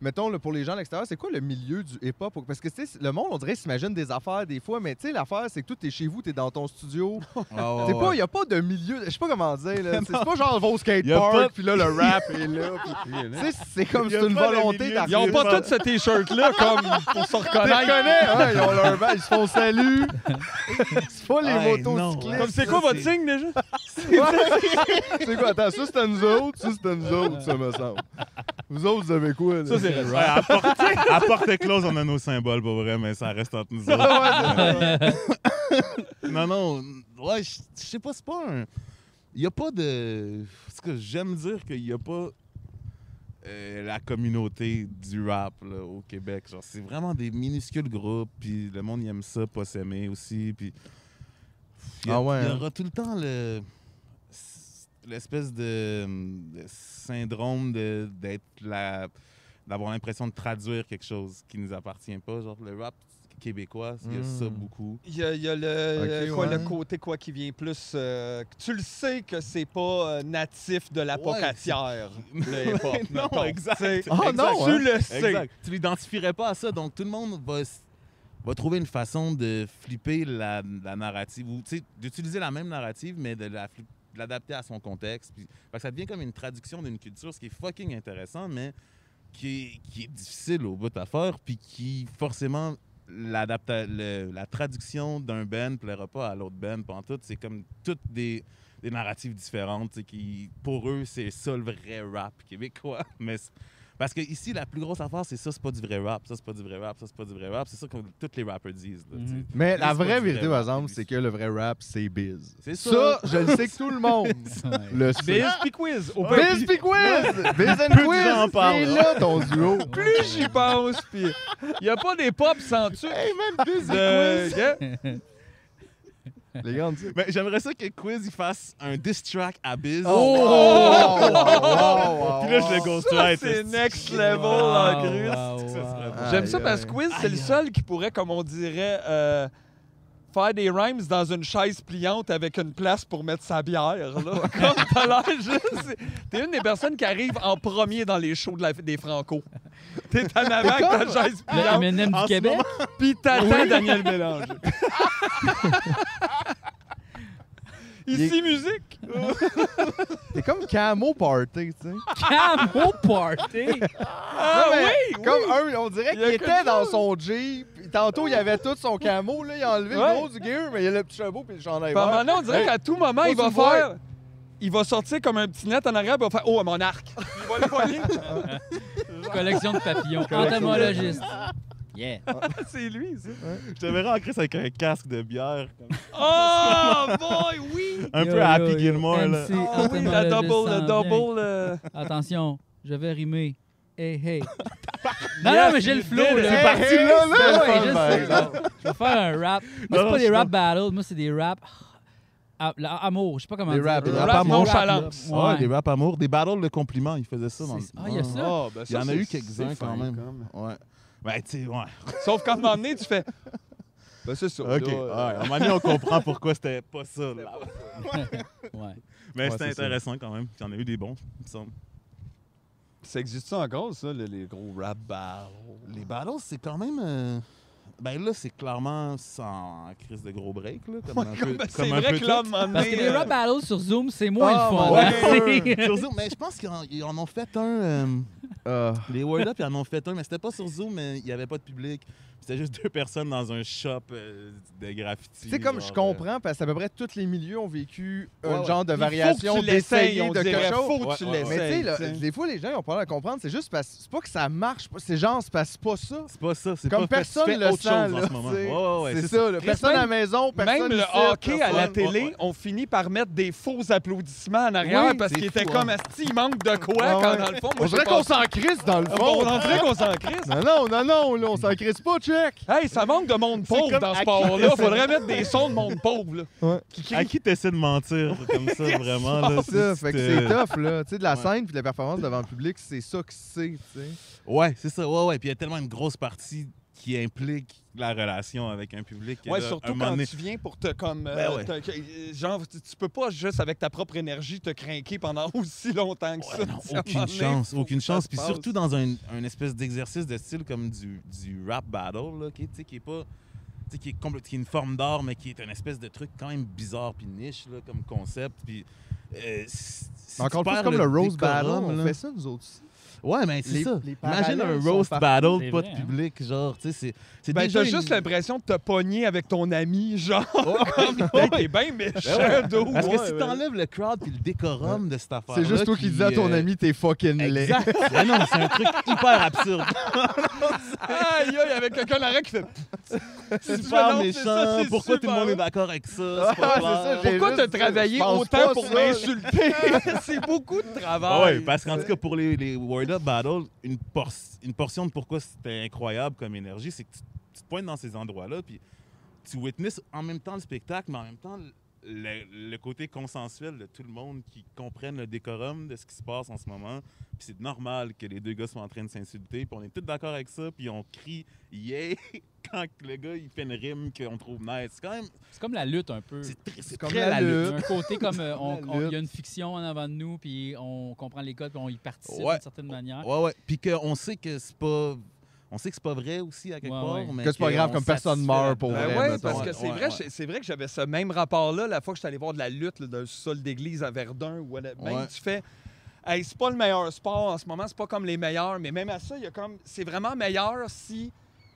mettons, là, pour les gens à l'extérieur, c'est quoi le milieu du hip-hop? Parce que, tu sais, le monde, on dirait, s'imagine des affaires des fois, mais tu sais, l'affaire, c'est que tout est chez vous, t'es dans ton studio. Ah ouais, C'est ouais. pas, il n'y a pas de milieu. Je sais pas comment dire, [LAUGHS] là. C'est c'est pas genre, on va Y a au pas- skatepark, puis là, le rap [LAUGHS] est là. puis- Tu sais, c'est comme, Y a c'est une pas de volonté milieu. d'arriver. Ils ont pas tous ce t-shirt-là [LAUGHS] comme pour se Ils les reconnaître. connaissent, ouais, ils ont [LAUGHS] leur bail, ils se font salut. C'est pas les Ouais, motocyclistes. non, Comme c'est quoi votre signe déjà? [LAUGHS] C'est quoi? Attends, ça c'était nous autres, ça c'était nous autres, ça me semble. Vous autres, vous avez quoi? Là? Ça, c'est Ouais, à, porte, à porte close, on a nos symboles, pour vrai, mais ça reste entre nous autres. [LAUGHS] non, non. Ouais, je je sais pas, c'est pas un. Il n'y a pas de. Parce que j'aime dire qu'il n'y a pas. euh, la communauté du rap là, au Québec. Genre, c'est vraiment des minuscules groupes, puis le monde il aime ça, pas s'aimer aussi. Puis il y, a- Ah ouais, il y hein? aura tout le temps le l'espèce de, de syndrome de- d'être la d'avoir l'impression de traduire quelque chose qui nous appartient pas. Genre le rap québécois, il y a ça Mm. beaucoup. Il y a, il y a le, Ok, euh, quoi, le ouais. côté quoi qui vient plus. euh, tu le sais que c'est pas euh, natif de la Ouais, pocatière. le hip-hop, Ouais, [LAUGHS] non, mettons. exact. Tu sais, Ah, non, Tu hein? le sais. Exact. Tu l'identifierais pas à ça. Donc, tout le monde va, s- va trouver une façon de flipper la, la narrative ou tu sais, d'utiliser la même narrative, mais de la flip- de l'adapter à son contexte. Puis, fait que ça devient comme une traduction d'une culture, ce qui est fucking intéressant, mais qui est, qui est difficile au bout à faire, puis qui forcément l'adapta- le- la traduction d'un band plaira pas à l'autre band pantoute. C'est comme toutes des, des narratives différentes tu sais, qui, pour eux, c'est ça le vrai rap québécois. [LAUGHS] Mais c'est- parce que ici, la plus grosse affaire, c'est ça, c'est pas du vrai rap, ça, c'est pas du vrai rap, ça, c'est pas du vrai rap. C'est ça que tous les rappers disent. là, tu sais. Mhm. Mais la c'est pas vraie du vérité, vrai par rap, exemple, c'est c'est que le vrai rap, c'est biz. C'est Ça, ça. je le sais que tout [LAUGHS] le monde le sait. Biz puis quiz. Au pire, Biz pis quiz! Biz and Plus quiz! j'en parle. C'est là ton duo. plus j'y pense, puis il y a pas des pop sans dessus. Hey, man, biz de- Yeah. Les gars, on dit... Mais j'aimerais ça que Quiz il fasse un diss track à Biz. Oh! Puis là, je le Ça, ghostwrite. c'est next level en Wow, Christ. wow, Ça serait wow. bon. J'aime Aïe, ça parce aïe. que Quiz, c'est le Aïe, seul qui pourrait, comme on dirait, euh, faire des rhymes dans une chaise pliante avec une place pour mettre sa bière. Là. Comme t'as l'air juste. T'es une des personnes qui arrive en premier dans les shows de la- des Franco. T'es en avant avec ta chaise Le [LAUGHS] pliante, M&M en du ce Québec? [LAUGHS] puis t'attends Daniel Mélange. [LAUGHS] Ici, musique. T'es comme Camo Party, tu sais. Camo Party! Ah Non, mais oui! oui. Comme un, on dirait Il y a qu'il quelque était dans son Jeep. puis Tantôt, il avait tout son camo. Là, il a enlevé Ouais. le gros du gear, mais il a le petit chapeau puis le chandail Puis à un moment vert. [LAUGHS] donné, on dirait Hey, qu'à tout moment, il faut va se voir. faire. Il va sortir comme un petit net en arrière, puis il va faire Oh, mon arc! Il va le pogner. Collection de papillons. Collection de- Entomologiste. Yeah. C'est lui, ça. Je te verrais en Chris avec un casque de bière. comme- Oh, boy, oui! Un Yo, peu yo, Happy yo. Gilmore, là. MC. Ah oui, la entomologiste double, la s'en double. euh, Attention, je vais rimer. Hey, hey. non, non, mais j'ai le flow, hey, là. hey, parti là, ouais, là, c'était le fun, je par sais. exemple. Je vais faire un rap. Moi, Non, c'est pas non, des je rap battles. Moi, c'est des rap... ah, la- amour, je sais pas comment Des dire. rap- rap nonchalance. nonchalance. Ouais, des rap amour, des battles de compliments, il faisait ça. Dans le- C'est- ah, il y a ça? Ah, ben Il y en a c'est- eu quelques-uns c'est quand fin, même. Ouais. Ben, tu sais, ouais. Sauf qu'à un moment donné, tu fais. Ben, c'est ça. OK. là, Ouais, euh, à un moment donné, on comprend pourquoi c'était pas ça. là. Ouais. Mais Ouais, c'était c'est ça. intéressant quand même. Il y en a eu des bons, il me semble. Ça existe encore, ça, les, les gros rap battles? Les battles, c'est quand même. euh, Ben là, c'est clairement sans crise de gros break. Là, comme un peu, Ben, comme C'est un vrai peu que là, à un moment donné, Parce que les euh, rap battles sur Zoom, c'est moins le fun. tout. hein. Ouais. [LAUGHS] C'est- Sur Zoom, mais je pense qu'ils en, ils en ont fait un. euh, Ah. les Word Up, ils en ont fait un, mais c'était pas sur Zoom, mais il n'y avait pas de public. C'était juste deux personnes dans un shop euh, de graffiti. Tu sais, comme genre, je euh, comprends, parce qu'à peu près tous les milieux ont vécu un Ouais, ouais. genre de il faut que tu variation l'essayes, d'essayer on de dirait, quelque chose. Faut que tu Ouais, ouais, Mais tu sais, l'essayes. là, tu sais. des fois, les gens ils ont pas l'air de comprendre. C'est juste parce c'est pas que ça marche. pas- C'est genre, c'est parce que c'est pas ça. C'est pas ça. C'est Comme pas fait, tu personne fais le autre sent, chose là, en ce moment. tu sais. Ouais, ouais, c'est ça. là. Personne à la maison, personne Même ici, le hockey à la personne. télé, Ouais, ouais. on finit par mettre des faux applaudissements en arrière Oui, parce c'est qu'il était fou, comme hein. Asti, il manque de quoi Ouais, quand ouais. dans le fond. On Moi, j'ai dirait pas- qu'on s'en crisse dans le fond. On en dirait qu'on s'en crisse. Non, non, non, non, là, on s'en crisse pas, check. Hey, ça manque de monde pauvre comme dans ce à sport-là. Faudrait mettre des sons de monde pauvre. Là. À qui t'essaies de mentir comme [LAUGHS] ça, vraiment? là, Ah, C'est ça, fait que c'est euh, tough, là. Tu sais, de la Ouais. scène puis de la performance devant le public, c'est ça que c'est, tu sais. Ouais, c'est ça. Ouais, ouais. Puis il y a tellement une grosse partie qui implique la relation avec un public. que Ouais, là, un surtout moment quand donné- tu viens pour te comme. euh, Ben ouais. te- que- genre, tu, tu peux pas juste avec ta propre énergie te craquer pendant [LAUGHS] aussi longtemps que ça. Ouais, non, Tu sais, à un moment aucune donné, chance, faut aucune que ça chance. se Puis passe. surtout dans un, un espèce d'exercice de style comme du, du rap battle, là, qui, est- tu sais, qui est pas. tu sais, Qui est, compl- qui est une forme d'art, mais qui est un espèce de truc quand même bizarre puis niche là, comme concept. Puis, euh, si- si tu Encore plus perds comme le Rose Battle, décorum, on là- fait ça, nous autres aussi. Ouais, mais c'est Les- ça. les parallèles Imagine un sont roast partout. battle, C'est pas vrai, de hein. public, genre, tu sais, c'est- c'est Ben, déjà t'as juste une- l'impression de te pogner avec ton ami, [LAUGHS] genre. comme, hey, t'es bien méchant, [LAUGHS] Ben dude. Parce que Ouais, si ouais. t'enlèves le crowd puis le décorum de cette affaire C'est juste toi qui euh, disais à ton ami, t'es fucking laid. Exact. [LAUGHS] Ben non, c'est un truc hyper absurde. Aïe, aïe, avec quelqu'un l'arrêt qui fait. super non, c'est ça, méchant. c'est Pourquoi tout le super. monde est d'accord avec ça? [LAUGHS] C'est pas Ouais, clair. c'est ça, j'ai- Pourquoi juste t'as dit, travaillé je pense autant pas pour ça. m'insulter? [LAUGHS] c'est beaucoup de Ah travail. ouais, parce qu'en tout cas, pour les, les Word Up Battle, une, por- une portion de pourquoi c'était incroyable comme énergie, c'est que tu, tu te pointes dans ces endroits-là, puis tu witnesses en même temps le spectacle, mais en même temps le, le côté consensuel de tout le monde qui comprenne le décorum de ce qui se passe en ce moment. Puis c'est normal que les deux gars soient en train de s'insulter, puis on est tous d'accord avec ça, puis on crie yeah [LAUGHS] quand le gars il fait une rime qu'on trouve nice. C'est quand même. C'est comme la lutte un peu. C'est tr- c'est comme très la la Il y lutte. a un côté comme [LAUGHS] euh, on- La on- il y a lutte. une fiction en avant de nous, puis on comprend les codes, puis on y participe Ouais. d'une certaine manière. Ouais, ouais. Puis qu'on sait que c'est pas. On sait que c'est pas vrai aussi à quelque Ouais, part. ouais. Mais Que c'est pas grave, on comme personne satisfait meurt pour là-dedans. Ben vrai, ouais, mettons. parce que Ouais, c'est ouais, vrai, ouais. j'ai- c'est vrai que j'avais ce même rapport-là la fois que j'étais allé voir de la lutte là, d'un sol d'église à Verdun ou même Ouais. tu fais Hey, c'est pas le meilleur sport en ce moment, c'est pas comme les meilleurs, mais même à ça, il y a comme c'est vraiment meilleur si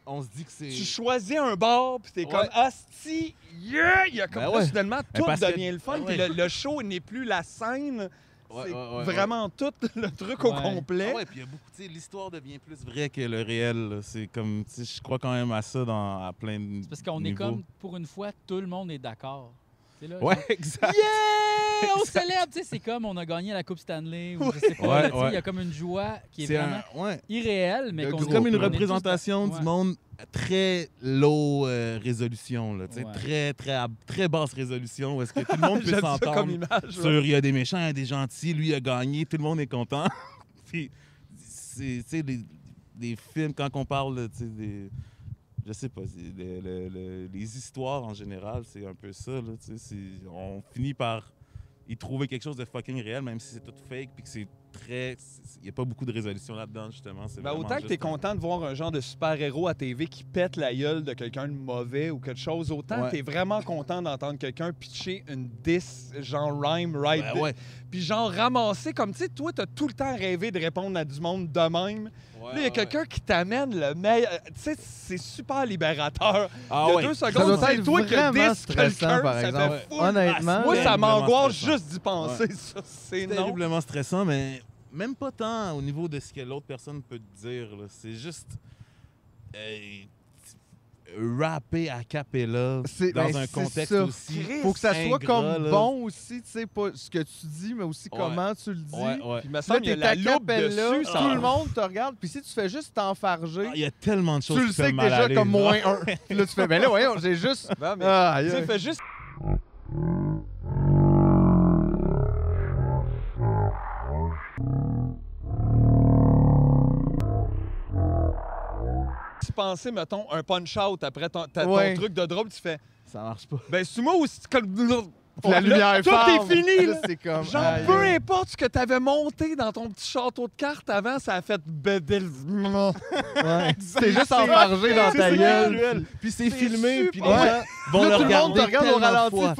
On se dit que c'est. tu choisis un bar puis t'es Ouais. comme Asti, yeah! Il y a comme Ben là, ouais. soudainement Ben tout parce que- devient le fun, ben puis ouais. le, le show n'est plus la scène. Ouais, ouais, c'est ouais, ouais. vraiment tout [LAUGHS] le truc au Ouais. complet. Ah ouais, puis il y a beaucoup. Tu sais, l'histoire devient plus vraie que le réel. là. C'est comme. Tu sais, je crois quand même à ça dans, à plein de. C'est parce qu'on est niveaux. comme, pour une fois, tout le monde est d'accord. C'est là, Ouais, [LAUGHS] exact. Yeah! On célèbre! Tu sais, c'est comme on a gagné la Coupe Stanley ou je sais pas. là, Ouais, tu sais, ouais. Il y a comme une joie qui est, C'est vraiment un- ouais. irréelle, mais Le qu'on C'est gros. comme une on est tous- représentation ouais. du monde à très low euh, résolution, là, tu sais, Ouais. très, très, à- très basse résolution, où est-ce que tout le [LAUGHS] monde peut J'aime ça comme s'entendre. image. ouais. Sûr, il y a des méchants, il y a des gentils. Lui, il a gagné. Tout le monde est content. [LAUGHS] Puis, c'est, tu sais, des, des films, quand on parle, tu sais, des. Je sais pas, c'est le- le- le- les histoires en général, c'est un peu ça, là, tu sais. c'est- On finit par y trouver quelque chose de fucking réel, même si c'est tout fake, puis que c'est très. Il n'y a pas beaucoup de résolution là-dedans, justement. C'est Ben, vraiment autant que juste t'es un- content de voir un genre de super-héros à TV qui pète la gueule de quelqu'un de mauvais ou quelque chose, autant Ouais. t'es vraiment content d'entendre quelqu'un pitcher une 10 genre rhyme right. Ben ouais. Puis genre ramasser comme, tu sais, toi, t'as tout le temps rêvé de répondre à du monde de même. Là, il y a quelqu'un qui t'amène le meilleur. euh, Tu sais, c'est super libérateur. Ah il y a ouais. deux Ça secondes, doit c'est être toi qui vraiment dis quelqu'un, stressant, par ça exemple. fait fou. Honnêtement, Moi, ça Terriblement m'angoisse Ah, stressant. juste d'y penser, ça. C'est C'est non. terriblement stressant, mais même pas tant au niveau de ce que l'autre personne peut te dire. là. C'est juste euh, rapper à cappella C'est- dans ben, un c'est contexte ça. aussi. faut que ça soit ingrat, comme là. bon aussi, tu sais, pas ce que tu dis, mais aussi Ouais. comment tu le dis. Ouais, ouais. Puis il me Là, semble qu'il y a t'es la à loupe Capella, dessus. ça- tout le monde te regarde, puis si tu fais juste t'enfarger, Ah, Il y a tellement de choses tu le qui peuvent sais que mal déjà aller, comme là. [LAUGHS] moins un. Puis là, tu fais, ben là, voyons, j'ai juste. Ben, mais- Ah, aïe, Tu sais, aïe. fais juste. Tu pensais, mettons, un punch-out après ton, ta- ton Ouais. truc de drop, tu fais Ça marche pas. Ben, sous moi ou si tu- comme. Puis la lumière Tout fort. est fini, Là, là. C'est comme. Genre, aïe, peu aïe. importe ce que t'avais monté dans ton petit château de cartes avant, ça a fait ben, bedel. Ouais. T'es juste enfargé dans ta C'est gueule. cruel. Puis c'est C'est filmé, puis les super. gens vont Là, le tout le monde regarder te regarde au tellement de ralenti. fois.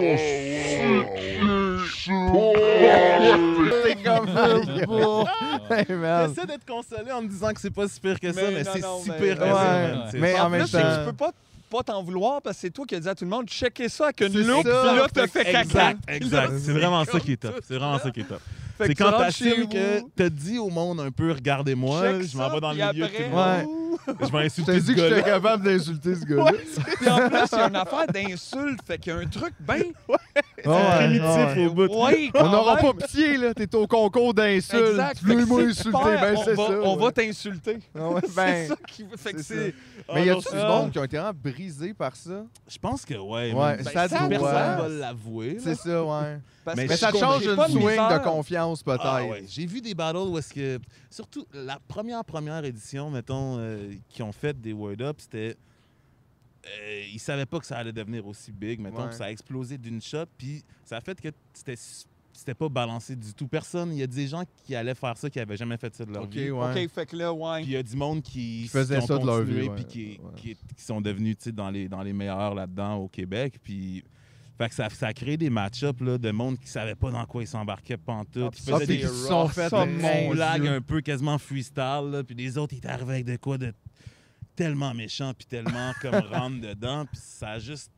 C'est comme. Hey, man. J'essaie d'être consolé en me disant que c'est pas si pire que ça, Mais mais, non, c'est non, super mais- pire que Ouais, ça. man. C'est- mais en Là, même c'est que tu temps. peux pas pas t'en vouloir parce que c'est toi qui as dit à tout le monde checkez ça avec une C'est loupe, puis ça. là t'as fait caca. Exact, exact. C'est vraiment ça qui est top. C'est vraiment ça qui est top. Fait que C'est tu quand rentres chez t'assumes vous. que t'as dit au monde un peu, regardez-moi, Check je m'en ça, vais dans le puis milieu de tout le [LAUGHS] après, monde. ouh. Je vais Je insulter t'ai dit ce que j'étais gars-là. capable d'insulter ce gars-là. [LAUGHS] Puis en plus, il y a une affaire d'insulte. Fait qu'il y a un truc [LAUGHS] bien. Ah Ouais, ouais. Primitif au bout. Ouais, On n'aura n'aura pas pitié, là. T'es au concours d'insultes. Exact. Tu veux Fait que moi c'est insulter, super, ben on c'est va- ça. On ouais. va t'insulter. Ah [LAUGHS] ouais, C'est ben, ça qui fait que c'est c'est. Mais y Ah, a non, tout c'est- du monde qui ont été vraiment brisés par ça? Je pense que ouais. Ouais, man. ça Ben, doit. personne va l'avouer. là. C'est ça, ouais. Parce Mais Mais que ça je te change comprends une pas swing misère. de confiance, peut-être. Ah ouais, J'ai vu des battles où est-ce que. Surtout la première, première édition, mettons, euh, qui ont fait des Word Up, c'était. euh, ils savaient pas que ça allait devenir aussi big, mettons, Ouais. puis ça a explosé d'une shot, puis ça a fait que c'était c'était pas balancé du tout. Personne, il y a des gens qui allaient faire ça qui avaient jamais fait ça de leur Ok, vie. ouais. Ok, fait que là, Puis ouais. il y a du monde qui, Qui faisait qui ont ça de leur continué, vie, ouais. puis qui, Ouais. qui, qui sont devenus tu sais, dans les, dans les meilleurs là-dedans au Québec. Puis fait que ça, ça a créé des match-ups là, de monde qui savait pas dans quoi ils s'embarquaient pantoute. Ah, Ils puis ça, Ah, faisaient c'est puis des qui se sont fait ça, des mon mon blagues Dieu. un peu quasiment freestyle. là, Puis les autres, ils étaient arrivés avec de quoi de tellement méchant puis tellement comme [LAUGHS] rentre dedans. Puis ça a juste...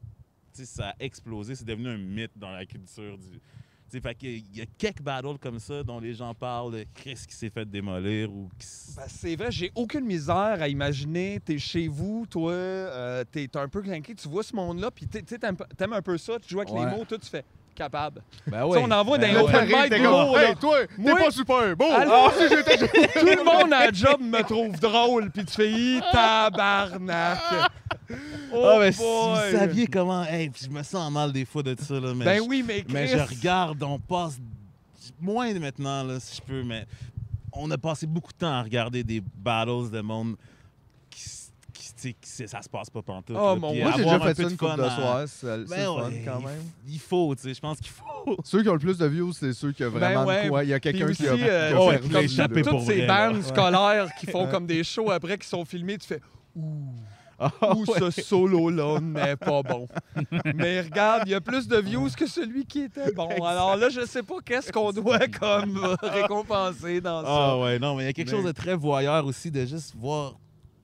tu sais, Ça a explosé. C'est devenu un mythe dans la culture du, sais, fait qu'il y a- il y a quelques battles comme ça dont les gens parlent, Chris qui s'est fait démolir ou qui s- Ben, c'est vrai, j'ai aucune misère à imaginer. T'es chez vous, toi, euh, t'es t'es un peu clinqué, tu vois ce monde-là, puis t'es- t'sais, t'aimes t'aimes un peu ça, tu joues avec Ouais. les mots, toi, tu fais capable. Ben Tu sais, on envoie Ben dans ouais. l'open mic T'es lourd, comme, là. hey, toi, t'es Moi- pas super beau. Allô? Ah, si j'étais Tout le monde à la job me trouve drôle, puis tu fais Hi, tabarnak. [LAUGHS] Oh, Ah, mais si boy. vous saviez comment. Hey, puis je me sens mal des fois de ça, là. Mais, Ben je, oui, mais Chris, mais je regarde, on passe. Moins maintenant, là, si je peux, mais on a passé beaucoup de temps à regarder des battles de monde qui. s- qui, tu sais, qui s- ça se passe pas pantoute. Oh, là, mon- puis Moi, j'ai avoir déjà un fait peu ça une fun couple de à- soir. C'est Ben c'est le fun ouais, quand même. Il, il faut, tu sais, je pense qu'il faut. Ceux qui ont le plus de views, c'est ceux qui ont Ben vraiment ouais, de quoi. Il y a quelqu'un puis qui a, aussi, qui a euh, perdu, ouais, là. qui l'a échappé. toutes pour ces vrai, bandes là. scolaires qui font comme des shows après qui sont filmés, tu fais Ouh, ce solo-là n'est pas bon. [LAUGHS] Mais regarde, il y a plus de views que celui qui était bon. Alors là, je sais pas qu'est-ce qu'on doit comme [LAUGHS] récompenser dans ça. Ah ouais, non, mais il y a quelque Mais- chose de très voyeur aussi de juste voir,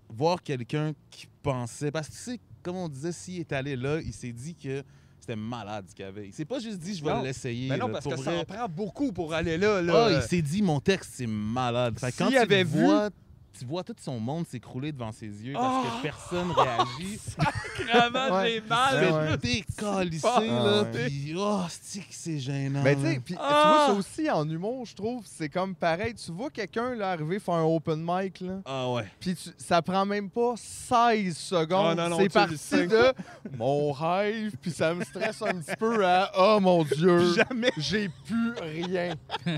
voir quelqu'un qui pensait. Parce que tu sais, comme on disait, s'il est allé là, il s'est dit que c'était malade ce qu'il avait. Il s'est pas juste dit, je Non. vais l'essayer. Mais non, là, parce pour que ça vrai. en prend beaucoup pour aller là. là. Ah, il s'est dit, mon texte, c'est malade. Fait que quand S'il tu avait le vu- vois, tu vois tout son monde s'écrouler devant ses yeux parce Ah! que personne [LAUGHS] réagit. Sacrément, Ouais. j'ai mal. Ouais, Mais ouais. décalissé, Ah, là. ouais. Puis, oh, c'est que c'est gênant. Mais Ben, tu là. sais, puis tu vois, Ah! ça aussi, en humour, je trouve, c'est comme pareil. Tu vois quelqu'un là, arriver faire un open mic, là, Ah ouais. puis tu- ça prend même pas 16 Ah secondes. non, non, tu c'est le sais. parti de mon rêve, puis ça me stresse un petit peu à « Oh mon Dieu, Jamais. j'ai plus rien. »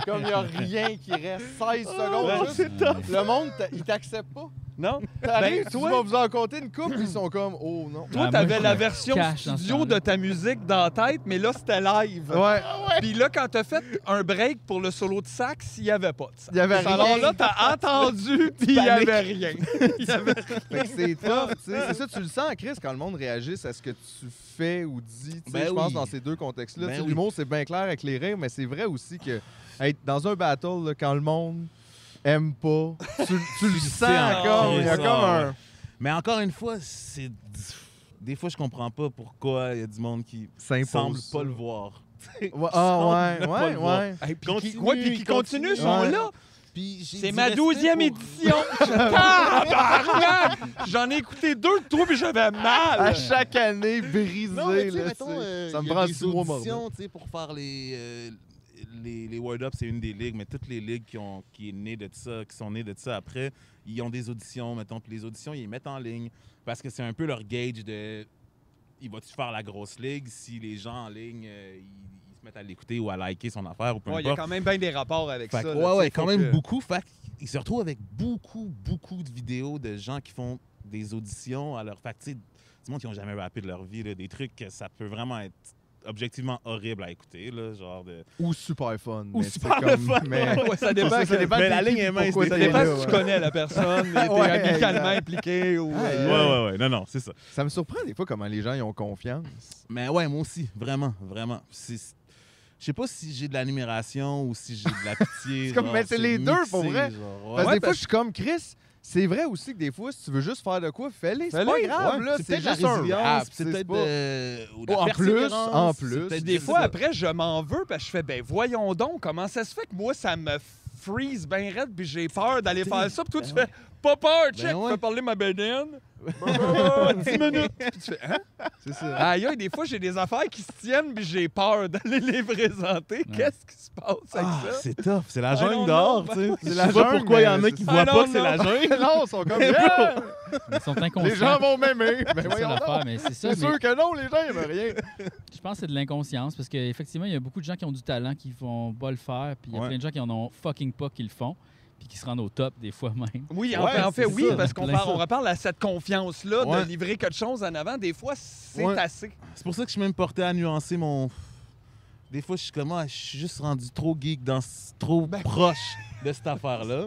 Comme il n'y a rien qui reste. 16 non, secondes, juste, le monde, t'a- il t'accepte pas. Non? T'arrives, Ben, tu toi- vas vous en compter une coupe, ils sont comme « Oh non. » Toi, Ah, moi, t'avais je la me version cache dans ce studio temps-là. de ta musique dans la tête, mais là, c'était live. Ouais. Puis là, quand t'as fait un break pour le solo de sax, il n'y avait pas de sax. Il y avait Alors rien. là, [LAUGHS] t'as entendu, puis il n'y avait rien. Il y avait Fait que c'est tough, tu sais. C'est ça, tu le sens, Chris, quand le monde réagisse à ce que tu fais ou dis. tu sais, Ben je pense oui. dans ces deux contextes-là. Ben Tu sais, oui. L'humour, c'est bien clair avec les rires, mais c'est vrai aussi que être dans un battle, là, quand le monde aime pas, tu, [LAUGHS] tu le sais sens en comme. Il y a Chris, comme ah un. ouais. Mais encore une fois, c'est. Des fois, je comprends pas pourquoi il y a du monde qui semble pas le voir. Ouais, ah, ouais, semble pas ouais, le voir. ouais. Hey, puis Continue, qui, ouais, puis qui continue, ils sont Ouais. là. Puis j'ai C'est du ma respect douzième pour- [LAUGHS] édition. Tabarnak! J'en ai écouté deux de trop, puis j'avais À Euh. mal. chaque année, brisé, Non, mais tu sais, là, mettons, tu sais. euh, Ça me il y a prend des six mois mort. auditions, tu sais, pour faire les, euh, les, les Word Up, c'est une des ligues, mais toutes les ligues qui, ont, qui, est née de ça, qui sont nées de ça après, ils ont des auditions, mettons, puis les auditions, ils les mettent en ligne parce que c'est un peu leur gauge de. Il va-tu faire la grosse ligue si les gens en ligne, euh, ils, ils se mettent à l'écouter ou à liker son affaire ou peu Ouais, il y a importe. quand même bien des rapports avec Fait ça. que, là, tu ouais, sais, ouais, faut quand même que- beaucoup. Fait qu'ils se retrouvent avec beaucoup, beaucoup de vidéos de gens qui font des auditions à leur. Fait que, tu sais, du monde qui n'ont jamais rappé de leur vie, là, des trucs que ça peut vraiment être objectivement horrible à écouter, là, genre de... Ou super fun. Ou mais c'est super comme- fun, mais- Ouais, ça dépend. Ça, ça que- dépend Mais la de qui, ligne est mince, pourquoi des Ça ça fois. vient dépend là, si tu ouais. connais la personne, et t'es Ouais, amicalement exact. impliqué ou. Ah, euh, Ouais, ouais, ouais, non, non, c'est ça. Ça me surprend des fois comment les gens ils ont confiance. Mais ouais, moi aussi, vraiment, vraiment. C'est- c'est- Je sais pas si j'ai de l'admiration ou si j'ai de la pitié. [LAUGHS] C'est comme- genre, mais c'est les deux, pour mixé, vrai. genre, ouais. Parce que Ouais, des fois, je suis comme Chris. C'est vrai aussi que des fois, si tu veux juste faire de quoi, fais-les. C'est pas Fais-les. grave, Ouais, là. c'est C'est peut-être la juste un rap. résilience, Ah, c'est tu sais, peut-être pas- euh, ou de la En plus, persévérance, en c'est plus. peut-être Des je fois, sais pas. après, je m'en veux parce que je fais, ben voyons donc, comment ça se fait que moi, ça me freeze ben raide puis j'ai peur d'aller faire ça. Puis toi, tu fais, pas peur, check, ben ouais. fais parler [LAUGHS] ma bédaine. 10 minutes. Puis tu fais, hein? C'est ça. Aïe, aïe, des fois, j'ai des affaires qui se tiennent puis j'ai peur d'aller les présenter. Qu'est-ce qui se passe avec Ah, ça? c'est tough, c'est la I don't know, jungle dehors, ben- tu sais. [LAUGHS] C'est Je la sais pas jungle, pourquoi il y en mais a qui c'est voient ça. pas I que c'est la don't jungle. [LAUGHS] non, ils sont comme. Mais Yeah, Ils sont inconscients. les gens vont m'aimer. [LAUGHS] C'est Ben Mais ça voyons donc. l'affaire, mais c'est ça. C'est mais- sûr que non, les gens ils aiment rien. Je pense que c'est de l'inconscience parce qu'effectivement, il y a beaucoup de gens qui ont du talent qui vont pas le faire, puis il y a Ouais. plein de gens qui en ont fucking pas qui le font, puis qui se rendent au top des fois [LAUGHS] même. Oui, en Ouais, fait, en fait, c'est oui, ça, parce qu'on plein parle- ça. on reparle à cette confiance-là Ouais. de livrer quelque chose en avant. Des fois, c'est Ouais. assez. C'est pour ça que je suis même porté à nuancer mon. Des fois, je suis comme, ah, je suis juste rendu trop geek, dans ce- trop Ben. [LAUGHS] proche de cette affaire-là.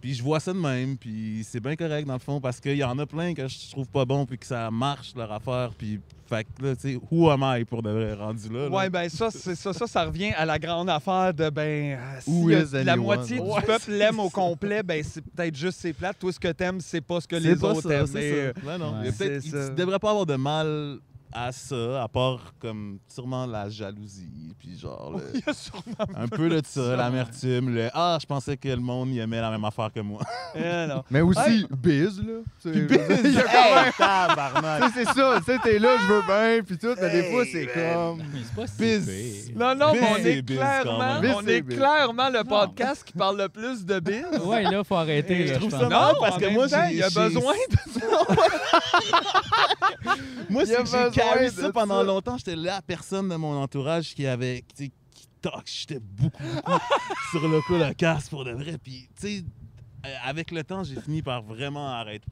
Puis je vois ça de même, puis c'est bien correct dans le fond, parce qu'il y en a plein que je trouve pas bon, puis que ça marche leur affaire, puis. Fait que là, tu sais, who am I pour de vrai rendu là? là? Ouais, ben ça, c'est ça, ça, ça revient à la grande affaire de ben euh, si Who euh, is la anyone? moitié Ouais, du peuple c'est l'aime au ça. complet, ben c'est peut-être juste c'est plate. Toi, ce que t'aimes, c'est pas ce que C'est les pas autres ça, [LAUGHS] aiment. c'est Et, euh, ça. Non, non. ouais. Il y a peut-être- C'est il- ça. tu devrais pas avoir de mal à ça, à part comme sûrement la jalousie, puis genre le- Il y a sûrement. un peu de ça, l'amertume, le ah, je pensais que le monde y aimait la même affaire que moi. [LAUGHS] Eh, non. Mais aussi, biz, là. Tu sais, [LAUGHS] [LAUGHS] il y a comme un- Hey, tabarnak. Tu sais, c'est ça, tu sais, t'es là, je veux bien, puis tout, mais des fois, Hey, c'est man. comme... Mais c'est pas si Biz. pire. Non, non, mais on Biz, est Biz, clairement, quand même. on Biz, est Biz. clairement le Non. podcast qui parle le plus de Biz. Ah Ouais, là, faut arrêter. Je là, trouve je ça pense. marrant Non, parce en que même moi, temps, j'ai- il y a j'ai- besoin Moi, Il y c'est a que j'ai besoin carré de ça pendant ça. longtemps. J'étais la personne de mon entourage qui avait. tu sais, qui toque. J'étais beaucoup, [LAUGHS] beaucoup sur le coup, la casse pour de vrai. Puis, tu sais, euh, avec le temps, j'ai fini par vraiment arrêter.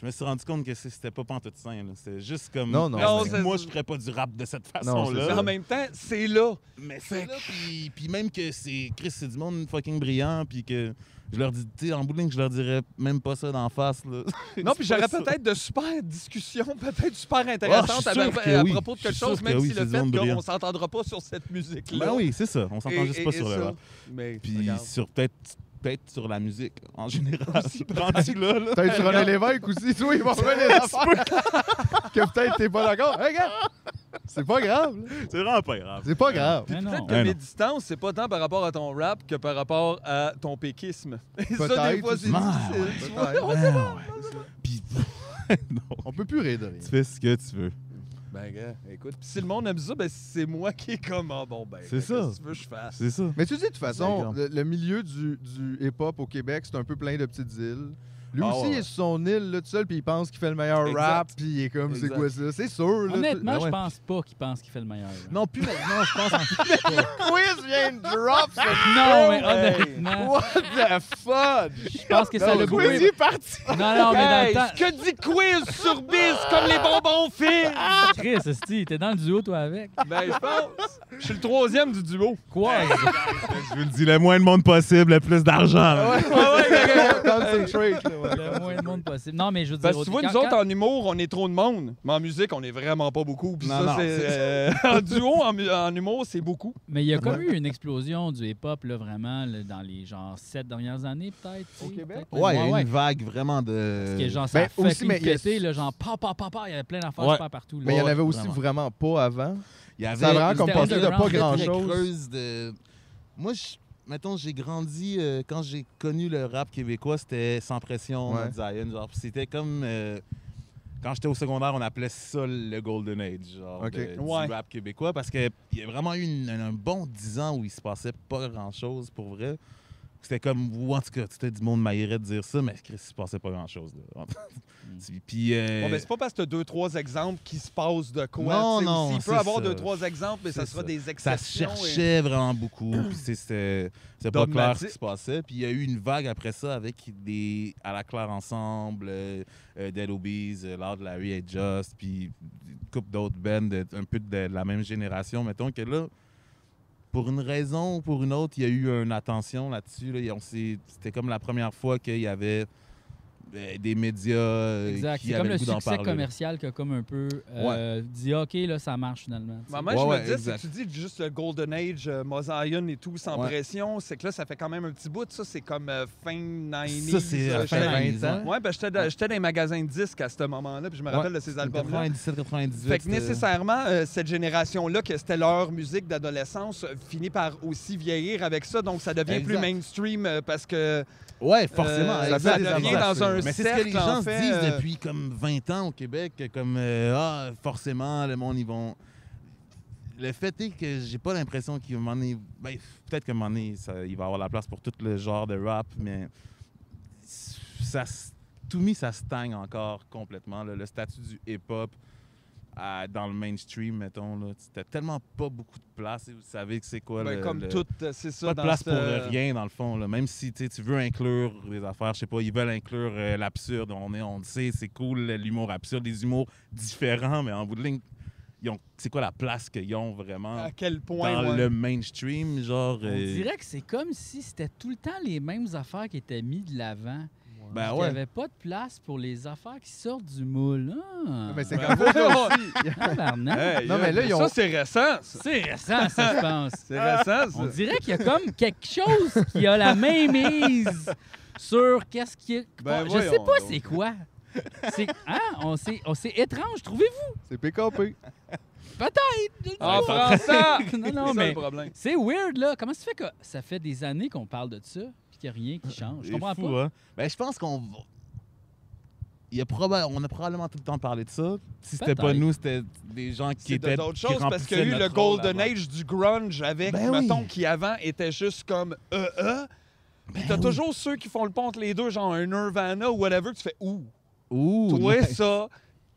Je me suis rendu compte que c'est- c'était pas pantoute sain. là. C'était juste comme. Non, non, Parce mais- que moi, je ferais pas du rap de cette c'est façon-là. ça. En même temps, [LAUGHS] c'est là. Mais c'est là, puis, puis même que c'est Chris, c'est du monde fucking brillant, puis que je leur dis, tu sais, en bout de ligne, je leur dirais même pas ça d'en face. Là. Non, puis C'est pas j'aurais ça. peut-être de super discussions, [LAUGHS] peut-être super Ah, je intéressantes suis sûr à, que à oui. propos de Je quelque suis chose, sûr même que oui, si c'est le du fait monde qu'on brillant. s'entendra pas sur cette musique-là. [LAUGHS] Ben oui, c'est ça. On s'entend Et- juste et- pas et sur le ça. rap. Mais Puis [LAUGHS] regarde. sur peut-être peut-être sur la musique [LAUGHS] en général. Rendu là, là. Peut-être René Lévesque aussi, tu vois, il va faire des affaires [LAUGHS] que peut-être t'es pas d'accord. Hey, Regarde, c'est pas grave, là. C'est vraiment pas grave. c'est pas grave. Mais Peut-être non. que Ouais, mes Ben non. distances, c'est pas tant par rapport à ton rap que par rapport à ton péquisme. [LAUGHS] Et ça, des Peut-être, fois, c'est ouais, difficile. Ah, ouais. tu vois. Ouais, Ben ouais. Puis non, On peut plus rire de rien. tu fais ce que tu veux. Ben, gars, écoute. Puis si le monde aime ça, ben, c'est moi qui est comme, ah, bon, ben, C'est qu'est-ce que ça. tu veux que je fasse? C'est ça. Mais tu sais, de toute façon, D'accord. le, le milieu du, du hip-hop au Québec, c'est un peu plein de petites îles. Lui Ah, aussi, ouais, il ouais. est sur son île, là, tout seul, puis il pense qu'il fait le meilleur Exact. rap, puis il est comme, c'est Exact. quoi ça? C'est sûr, là. Honnêtement, tu- je pense pas qu'il pense qu'il fait le meilleur. là. Non, [LAUGHS] plus maintenant, je pense en quiz vient de drop, ce- Non, mais honnêtement, What the fudge? je pense que ça Non, l'a le beaucoup. quiz, il est parti! Non, non, mais dans le Hey, temps. ce que dit quiz sur bis comme les bonbons filles? Chris, esti, t'es dans le duo, toi, avec. ben, je pense. Je suis le troisième du duo. Quoi? Je vous le dis, le moins de monde possible, le plus d'argent. là. Concentrate, là, ouais. Le moins de monde possible. Non, mais je veux dire. Parce que tu vois, quand- nous autres, quand- en humour, on est trop de monde. Mais en musique, on est vraiment pas beaucoup. Puis Non, ça, non, c'est, c'est ça. euh, [LAUGHS] en duo, en, mu- en humour, c'est beaucoup. Mais il y a comme eu une explosion du hip-hop, là, vraiment, là, dans les genre sept dernières années, peut-être. tu sais, Québec? peut-être, Ouais, il y a eu ouais. une vague vraiment de. Parce que genre, ça Ben, a aussi, fucking mais il y a- pété, là, genre, pa, pa, pa, pa, il y avait plein d'affaires Ouais. super partout. Là. Mais il y en avait aussi vraiment. vraiment pas avant. Il y avait Ça a vraiment comme C'était passé de pas underground, très, très grand-chose. creuse de- Moi, je- mettons, j'ai grandi euh, quand j'ai connu le rap québécois, c'était sans pression, Ouais. Not Zion, genre. puis C'était comme euh, quand j'étais au secondaire, on appelait ça le Golden Age, genre, Ok. de- Ouais. du rap québécois, parce que il y a vraiment eu une- un, un bon 10 ans où il se passait pas grand-chose pour vrai. C'était comme, ou en tout cas, c'était du monde maillerait de dire ça, mais Chris, il se passait pas grand-chose. là. [LAUGHS] Mm. Puis. euh, Bon, ben, c'est pas parce que t'as deux, trois exemples qui se passent de quoi. Non, tu sais, non, aussi. Il c'est peut avoir ça. deux, trois exemples, mais ça C'est sera ça. des ça exceptions. et- cherchait vraiment beaucoup. puis c'est- C'était c'était pas clair Dogmatique. ce qui se passait. Puis il y a eu une vague après ça avec des À la Claire Ensemble, euh, euh, Dead Obies, euh, Loud Larry et Just, puis une couple d'autres bands de- un peu de la même génération, mettons, que là, pour une raison ou pour une autre, il y a eu une attention là-dessus. là, et on s'est- C'était comme la première fois qu'il y avait euh, des médias euh, Exact. qui C'est avaient comme le le goût d'en succès parler. commercial qui a comme un peu euh, dit OK, là, ça marche finalement. tu sais. Ma mère, Ouais, ouais, je me disais, exact. si tu dis juste le Golden Age, euh, Mosaïon et tout, sans Ouais. pression, c'est que là, ça fait quand même un petit bout. Ça, c'est comme euh, fin 90s. Ça, c'est euh, la fin j'étais- 90 ans. Ouais, ben, j'étais dans- j'étais dans les magasins de disques à ce moment-là, puis je me rappelle de ces albums-là. 97-98. Fait que nécessairement, euh, cette génération-là, que c'était leur musique d'adolescence, euh, finit par aussi vieillir avec ça. Donc, ça devient plus Exact. mainstream euh, parce que. Ouais, forcément. Euh, exact. ça devient dans un Mais c'est ce que les cercle, en gens se fait, disent euh, depuis comme 20 ans au Québec, que comme euh, ah forcément le monde ils vont. Le fait est que j'ai pas l'impression qu'il m'en est. Ben, peut-être que m'en est, ça, il va avoir la place pour tout le genre de rap, mais ça, s- to me, ça stagne encore complètement. là. Le statut du hip-hop à- dans le mainstream, mettons, là, t'as tellement pas beaucoup de place. et Vous savez que c'est quoi ben, le- comme le- tout, euh, c'est ça. pas de dans place ce- euh, pour rien, dans le fond. là. Même si tu sais, tu veux inclure des affaires, je sais pas, ils veulent inclure euh, l'absurde. On, est, on le sait, c'est cool, l'humour absurde, des humours différents, mais en bout de ligne, ils ont- c'est quoi la place qu'ils ont vraiment À quel point. dans ouais. le mainstream? Genre, On euh, dirait que c'est comme si c'était tout le temps les mêmes affaires qui étaient mises de l'avant. Ah ben Il n'y ouais. avait pas de place pour les affaires qui sortent du moule. Ah. Mais c'est Ben, comme [LAUGHS] ouais. ça aussi. [LAUGHS] Tabarnak. Hey, Non, mais là, ils ont- Ça, c'est récent. ça. C'est récent, ça, je pense. C'est Ah, récent, ça. On dirait qu'il y a comme quelque chose qui a la mainmise sur qu'est-ce qui est. Ben je sais voyons pas donc. c'est quoi. C'est, hein? On s'est, on s'est étrange, trouvez-vous? C'est PKP. Peut-être! je ne sais En pas. français! Non, non, C'est ça, mais- le problème. C'est weird, là. Comment ça fait que ça fait des années qu'on parle de ça, puis qu'il n'y a rien qui change? Je C'est comprends fou, pas. hein? Ben, je pense qu'on va- Il y a proba- On a probablement tout le temps parlé de ça. Si c'était pas Peut-être. nous, c'était des gens qui C'est de- étaient. d'autres qui choses parce qu'il y a eu remplissaient le notre rôle Golden avant. Age du grunge avec, Ben oui. mettons, qui avant était juste comme euh, euh. Puis t'as Ben oui. toujours ceux qui font le pont entre les deux, genre un Nirvana ou whatever, que tu fais ouh, Ouh! toi nice. ça,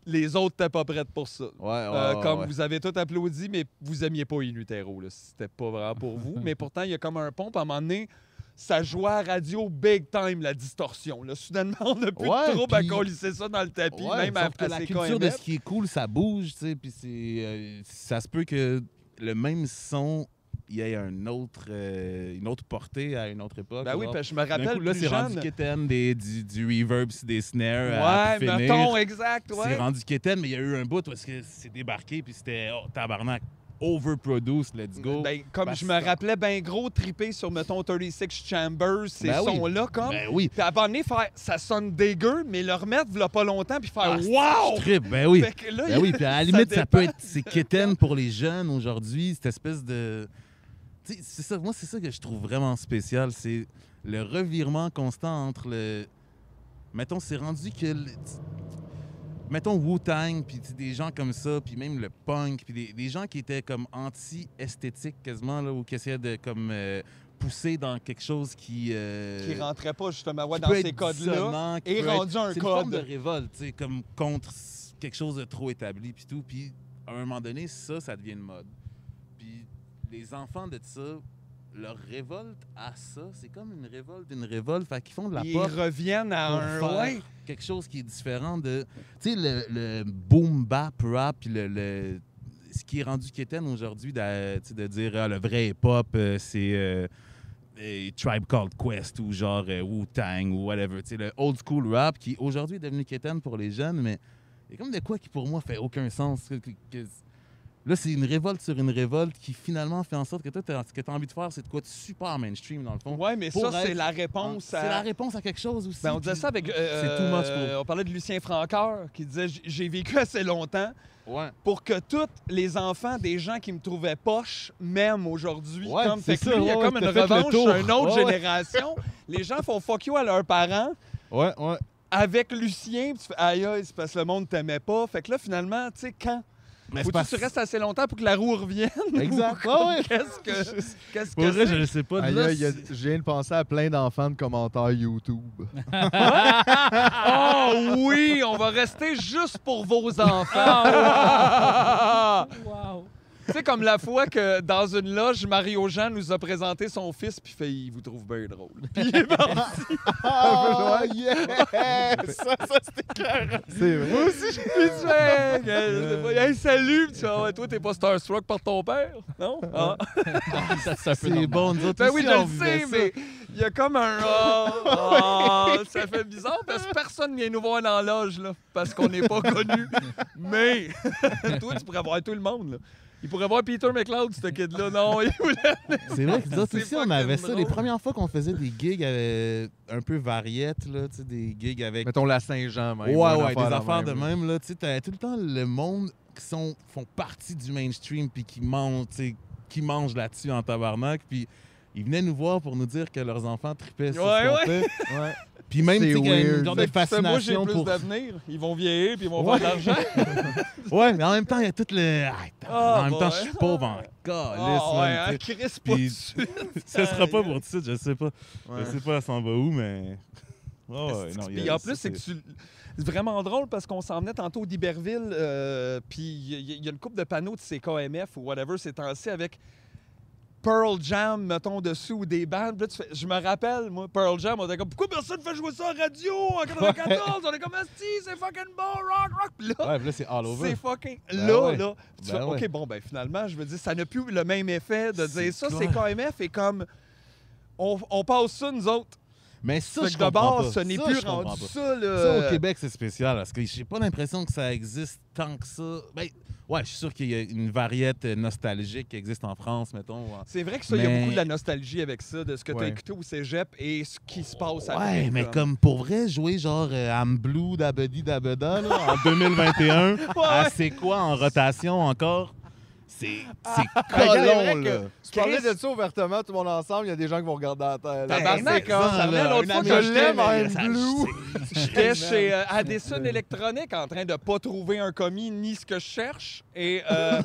les autres t'es pas prêtes pour ça. Ouais, ouais, Euh, ouais, comme ouais. vous avez tout applaudi, mais vous aimiez pas In Utero, là. C'était pas vraiment pour [LAUGHS] vous. mais pourtant, il y a comme un pont, puis à un moment donné, ça joue à la radio big time, la distorsion. Là. Soudainement, on n'a plus Ouais, de trouble puis- à colisser ça dans le tapis, Ouais, même sauf après que la ces culture de KMF. ce qui est cool, ça bouge, tu sais, puis c'est, euh, ça se peut que le même son, il y ait un autre, euh, une autre portée à une autre époque. Ben oui, genre. parce que je me D'un rappelle coup, là, plus c'est rendu jeune. quétaine des, du, du reverb, puis des snares à Ouais, plus finir. mettons, exact, ouais. C'est rendu quétaine, mais il y a eu un bout où est-ce que c'est débarqué, puis c'était oh, tabarnak, overproduce, let's go. Ben, comme Ben, je me ça- rappelais ben gros triper sur, mettons, 36 Chambers, ces Ben oui. sons-là, comme. Ben oui. Puis à un moment donné, faire, ça sonne dégueu, mais le remettre, v'là pas longtemps, puis Ah, faire Wow! Je trippe, ben oui. Fait que là, Ben oui, puis à [LAUGHS] la limite, ça, dépend. peut être. C'est quétaine pour les jeunes aujourd'hui, cette espèce de. Tu sais, c'est ça, moi, c'est ça que je trouve vraiment spécial. C'est le revirement constant entre le. Mettons, c'est rendu que. le- Mettons Wu-Tang, puis tu sais, des gens comme ça, puis même le punk, puis des, des gens qui étaient comme anti-esthétiques quasiment, là, ou qui essayaient de comme, euh, pousser dans quelque chose qui. euh, Qui rentrait pas justement ouais, qui dans peut ces être codes-là. dissonant, qui Et peut être- rendu un C'est une forme de code. révolte, tu sais, comme contre s- quelque chose de trop établi, puis tout. Puis à un moment donné, ça, ça devient une mode. Puis les enfants de ça, leur révolte à ça, c'est comme une révolte d'une révolte. Fait qu'ils font de la Ils pop reviennent à pour un. faire Ouais. quelque chose qui est différent de. Tu sais, le, le boom bap rap, puis le. le- ce qui est rendu quétaine aujourd'hui, de, tu sais, de dire ah, le vrai hip-hop, euh, c'est euh, euh, Tribe Called Quest ou genre euh, Wu-Tang ou whatever. Tu sais, le old school rap qui aujourd'hui est devenu quétaine pour les jeunes, mais il y a comme de quoi qui pour moi fait aucun sens. que- que- que- Là, c'est une révolte sur une révolte qui finalement fait en sorte que toi, t'as- ce que tu as envie de faire, c'est de quoi de super mainstream dans le fond. Ouais, mais Pour ça, c'est être- Ah, la réponse C'est la à. réponse à quelque chose aussi. Ben, on disait puis- ça avec. euh, C'est too much pour- euh, On parlait de Lucien Francoeur qui disait J- J'ai vécu assez longtemps Ouais. pour que tous les enfants des gens qui me trouvaient poche m'aiment aujourd'hui. Ouais, comme, c'est fait que ça, lui, il y a ouais, comme une t'as fait le revanche tour. sur une autre Ouais, ouais. génération. les gens font fuck you à leurs parents. Ouais, ouais. Avec Lucien, puis tu fais aïe aïe, c'est parce que le monde t'aimait pas. Fait que là, finalement, tu sais, quand Mais Faut c'est que tu restes assez longtemps pour que la roue revienne. [LAUGHS] Exact. Ou Ah ouais. Qu'est-ce que qu'est-ce [LAUGHS] Pour que vrai, c'est? je ne sais pas. Aïe, Là, aïe, il y a- c'est- je viens de penser à plein d'enfants de commentaires YouTube. Oh oui, on va rester juste [LAUGHS] pour vos enfants. Wow! tu sais comme la fois que dans une loge, Mario Jean nous a présenté son fils puis fait il vous trouve bien drôle. [LAUGHS] Oh, [LAUGHS] Ah, yes! ça, ça, c'était clair. C'est vrai. Moi aussi je lui fais hey salut, Puis tu fais, Ah ouais, toi t'es pas starstruck par ton père, non Ah. ça, c'est un peu C'est normal. bon, nous autres Ben oui, aussi, je on le vivait sais, ça. mais il y a comme un. [LAUGHS] Ah, ah, ça fait bizarre parce que personne vient nous voir dans la loge, là, parce qu'on n'est pas connus. Mais [LAUGHS] toi, tu pourrais voir tout le monde, là. Il pourrait voir Peter McLeod, ce kid-là. Non, il voulait. C'est vrai que [LAUGHS] nous autres C'est aussi, on fucking avait ça. Les drôle. premières fois qu'on faisait des gigs euh, un peu variettes, là, tu sais, des gigs avec. Mettons la Saint-Jean, même. ouais, ou une ouais, affaire des la affaires de même, là. Tu sais, t'avais tout le temps le monde qui sont, font partie du mainstream puis qui mangent, tu sais, qui mangent là-dessus en tabarnak. Puis ils venaient nous voir pour nous dire que leurs enfants tripaient sur Ouais, ce qu'on ouais. fait. Ouais. Puis même, C'est tu sais, qu'il y a weird. une genre de Tu fais, moi, j'ai fascination plus pour d'avenir. Ils vont vieillir, puis ils vont faire de l'argent. Ouais, mais en même temps, il y a tout le. Ah, attends, Ah, en même bah temps, ouais. je suis pauvre en calice. Ah, ouais, man, hein, tu sais. Chris, pas Puis- dessus. Ça sera pas pour tout de suite, je sais pas. Ouais. Je sais pas, elle s'en va où, [LAUGHS] mais. Ouais, ouais, non, il y a- Puis en plus, ça, c'est que tu. C'est vraiment drôle parce qu'on s'en venait tantôt d'Iberville, euh, puis il y, il y a une coupe de panneaux de CKMF ou whatever ces temps-ci avec Pearl Jam, mettons, dessus ou des bandes. Puis là, tu fais- je me rappelle, moi, Pearl Jam, on était comme, pourquoi personne fait jouer ça en radio en 94? On est comme, Asti, c'est fucking bon, rock, rock. Puis là, Ouais, puis là, c'est all over. c'est fucking. Ben là, ouais. là. Puis tu Ben fais, ouais. OK, bon, ben finalement, je veux dire, ça n'a plus le même effet de C'est dire ça, c'est clair. KMF et comme. On, on passe ça, nous autres. Mais ça, C'est je que de comprends bord, pas. ce n'est Ça, plus je comprends rendu euh, pas. Ça, là. Ça, au Québec, c'est spécial parce que j'ai pas l'impression que ça existe tant que ça. Ben, ouais, je suis sûr qu'il y a une variette euh, nostalgique qui existe en France, mettons. ou en- C'est vrai que ça, il y a Mais- beaucoup de la nostalgie avec ça, de ce que t'as Ouais. écouté au cégep et ce qui se passe après. Ouais, mais comme pour vrai, jouer [LAUGHS] genre euh, I'm Blue d'Abedi d'Abeda là, en 2021, à c'est quoi en rotation encore? C'est c'est Ah, [LAUGHS] Colon, vrai que là. Tu parlais Chris- de ça ouvertement, tout le monde ensemble, il y a des gens qui vont regarder à la terre. là. Tabarnak, c'est hein, ça, ça remet là, l'autre une fois que année, je l'aime, mais I'm ça- Blue. J'étais chez euh, Addison Electronic en train de pas trouver un commis ni ce que je cherche. Et [LAUGHS] euh,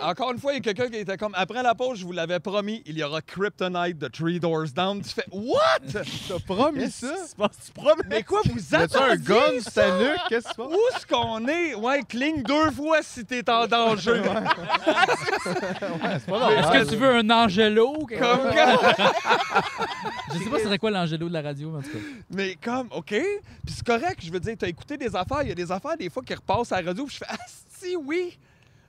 encore une fois, il y a quelqu'un qui était comme Après la pause, je vous l'avais promis, il y aura Kryptonite de Three Doors Down. Tu fais [LAUGHS] What T'as promis Qu'est-ce ça? qui se passe? Tu promets? Mais quoi, vous Y'a-tu un attendiez gun sur ta nuque? Qu'est-ce qui se passe? Où est-ce qu'on est Ouais, cligne deux fois si t'es en danger. C'est pas Est-ce normal, que tu là. veux un Angelo? comme Je quand- sais pas ce serait quoi l'Angelo de la radio, mais en tout cas. Mais comme, OK. Puis c'est correct, je veux dire, t'as écouté des affaires, il y a des affaires des fois qui repassent à la radio, puis je fais Ah, si, oui!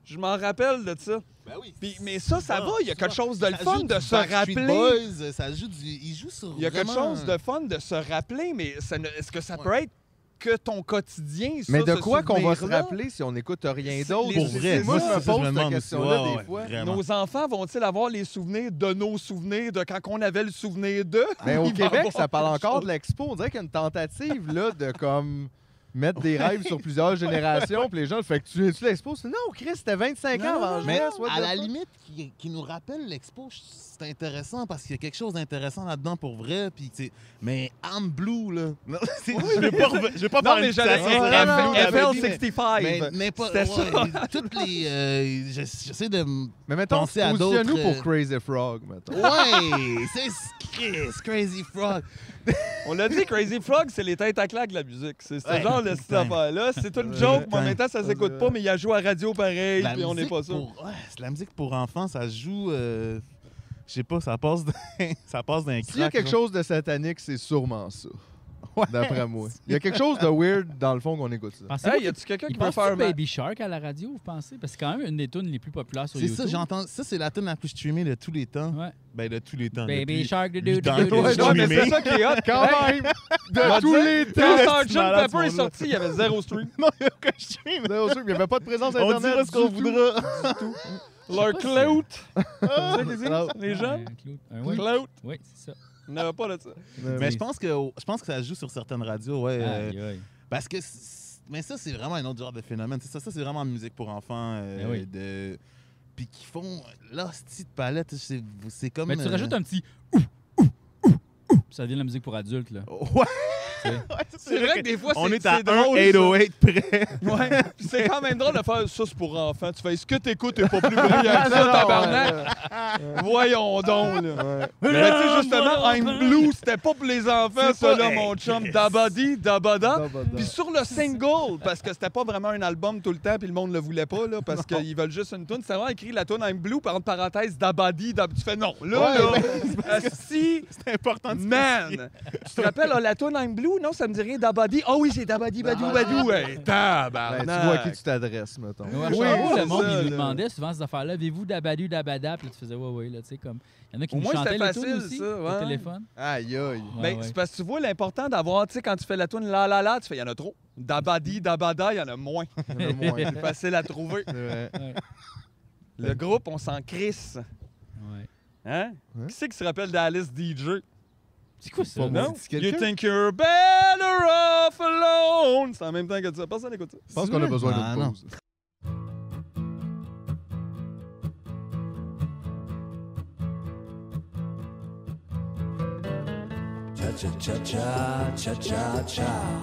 Je m'en rappelle de ça. Ben oui. Ah, Puis- mais ça, ça va, il y a quelque chose de le Ça fun joue de du se Backstreet rappeler. Boys, ça joue du... Ils jouent sur Il y a quelque vraiment- chose de fun de se rappeler, mais ça ne- est-ce que ça peut être que ton quotidien, ça, Mais de ce quoi qu'on va se souvenir-là? rappeler si on n'écoute rien C'est d'autre? les- Pour c'est- vrai, c'est- moi, moi, je c'est me ça, je pose me cette demande aussi. question-là Ouais, des ouais, fois. vraiment. Nos enfants vont-ils avoir les souvenirs de nos souvenirs de quand on avait le souvenir d'eux? [LAUGHS] Mais au Il va Québec, avoir ça parle quelque encore chose. de l'expo. On dirait qu'il y a une tentative là, de comme mettre des rêves sur [LAUGHS] plusieurs générations. Puis les gens, fait que tu es-tu l'expo? C'est, Non, Chris, c'était 25 ans avant Mais Jeunesse, what the à la fuck? limite, qui, qui nous rappelle l'expo, je- c'est intéressant parce qu'il y a quelque chose d'intéressant là-dedans pour vrai. Puis, tu sais, mais I'm Blue, là. [LAUGHS] Non, c'est- je vais pas, reve- je vais pas Non, faire mais une j'allais citation dire de F- Blue d'Abedi, mais- Mais, FL65. mais pas. C'était ça. ouais, toutes les. euh, je- J'essaie de. m- Mais mettons, Pensez à positionne-nous d'autres, pour Crazy Frog, mettons. [LAUGHS] Ouais! c'est ce- Chris, Crazy Frog. On l'a dit, Crazy Frog, c'est les têtes à claque de la musique. C'est ce Ouais, genre de cette putain. affaire-là. C'est une joke, mais en même temps, ça s'écoute pas, mais il a joué à radio pareil, La puis on n'est musique pas sûr. pour- ouais, c'est la musique pour enfants, ça joue. euh, je sais pas, ça passe d'un [LAUGHS] ça passe d'un S'il y a crack, quelque là. chose de satanique, c'est sûrement [LAUGHS] ça. Ouais. D'après moi. Il y a quelque chose de weird dans le fond qu'on écoute ça. Pensez-vous Hey, y a-tu quelqu'un qui Il va pense faire un ma- Baby Shark à la radio, vous pensez? Parce que c'est quand même une des tunes les plus populaires sur C'est YouTube. ça, j'entends. Ça, c'est la tune la plus streamée de tous les temps. Ouais. Ben, de tous les temps. Baby depuis- Shark, do huit do do ans. do do. Ouais, Non, mais streamer. c'est ça qui est hot. [LAUGHS] Quand Hey, même, de va tous dire, les temps. Quand T'es [LAUGHS] un petit Sgt. malade, Pepper ce est monde-là. sorti, il y avait zéro stream. Non, il y a aucun stream. Non, sûr, Il n'y avait pas de présence On Internet. dira ce qu'on du voudra. Leur clout. C'est ça qu'ils disent, Clout. les gens? Un clou- un Ah, ouais. Clout. Oui, c'est ça. Il n'y en avait pas de ça. tout. Mais- Mais je pense que je pense que ça joue sur certaines radios, ouais. euh, Aïe, aïe. parce que c'est- mais ça c'est vraiment un autre genre de phénomène. C'est Ça, ça c'est vraiment musique pour enfants euh, Ben oui. de puis qui font l'hostie de palette, c'est c'est comme Mais tu euh, rajoutes un petit ouf, ouf, ouf, ouf, ça devient de la musique pour adultes, là. [LAUGHS] Ouais. C'est- Ouais, ça, C'est vrai que des fois, on c'est- est à c'est drôle, ça. 808 près. [LAUGHS] Ouais. Puis c'est quand même drôle de faire ça, c'est pour enfants. Tu fais, est-ce que t'écoutes et pas plus [LAUGHS] brillant que ça, tabarnak? Voyons donc, là. Mais tu sais, justement, I'm Blue, c'était pas pour les enfants, C'est ça, pas- là, Hey, mon chum. Chris. Dabadi, Dabada. Dabada. Puis sur le single, parce que c'était pas vraiment un album tout le temps, puis le monde le voulait pas, là, parce qu'ils veulent juste une tune. C'est vraiment écrit la tune I'm Blue, par entre parenthèses, Dabadi, Dab... Tu fais non, là, là. Si, C'est important. de man. Tu te rappelles, ah, la tune I'm Blue? Non, ça me dit rien, Dabadi. Ah oui, c'est Dabadi, Badou, Badou. Hey, Ben, tabarnak. tu vois à qui tu t'adresses, mettons. Ouais, à Oui, Charlevoix, c'est le monde, ça, il nous là. demandait souvent ces affaires-là. Avez-vous dabadu dabada? Puis là, tu faisais, ouais, ouais, là, tu sais, comme. Il y en a qui Au nous moins, chantaient c'était les tunes facile, aussi, ça, ouais. au téléphone. Aïe, aïe. Ouais, Ben, ouais. c'est parce que tu vois l'important d'avoir, tu sais, quand tu fais la tune la la la, tu fais, il y en a trop. Dabadi, Dabada, il y en a moins. Il y en a moins. [LAUGHS] C'est facile à trouver. C'est vrai. Le groupe, on s'en crisse. Ouais. Hein? Hein? Qui c'est qui se rappelle d'Alice DJ? C'est quoi ça? Pas moi. là? Non? c'est You quelqu'un? think you're better off alone! C'est en même temps que ça. Personne n'écoute ça. Je pense qu'on a besoin Ah, d'une non. pause. Cha-cha-cha-cha, cha-cha-cha.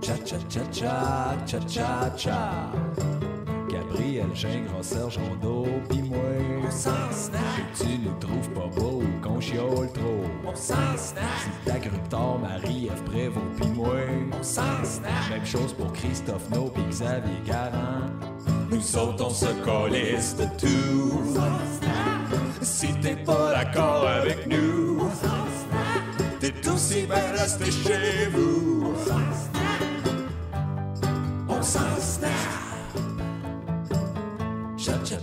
Cha-cha-cha-cha, cha-cha-cha. Gabriel Gingras, Serge Rondeau, pis moi. On s'en Si tu nous trouves pas beau ou qu'on chiole trop. On s'en Si ta grippe tard, Marie-Ève Prévost, pis moi. On s'en Même chose pour Christophe No pis Xavier Garand. Nous autres, on se colisse de tout. Si t'es pas d'accord avec nous. T'es aussi bien resté chez vous. On s'en snack. Cha cha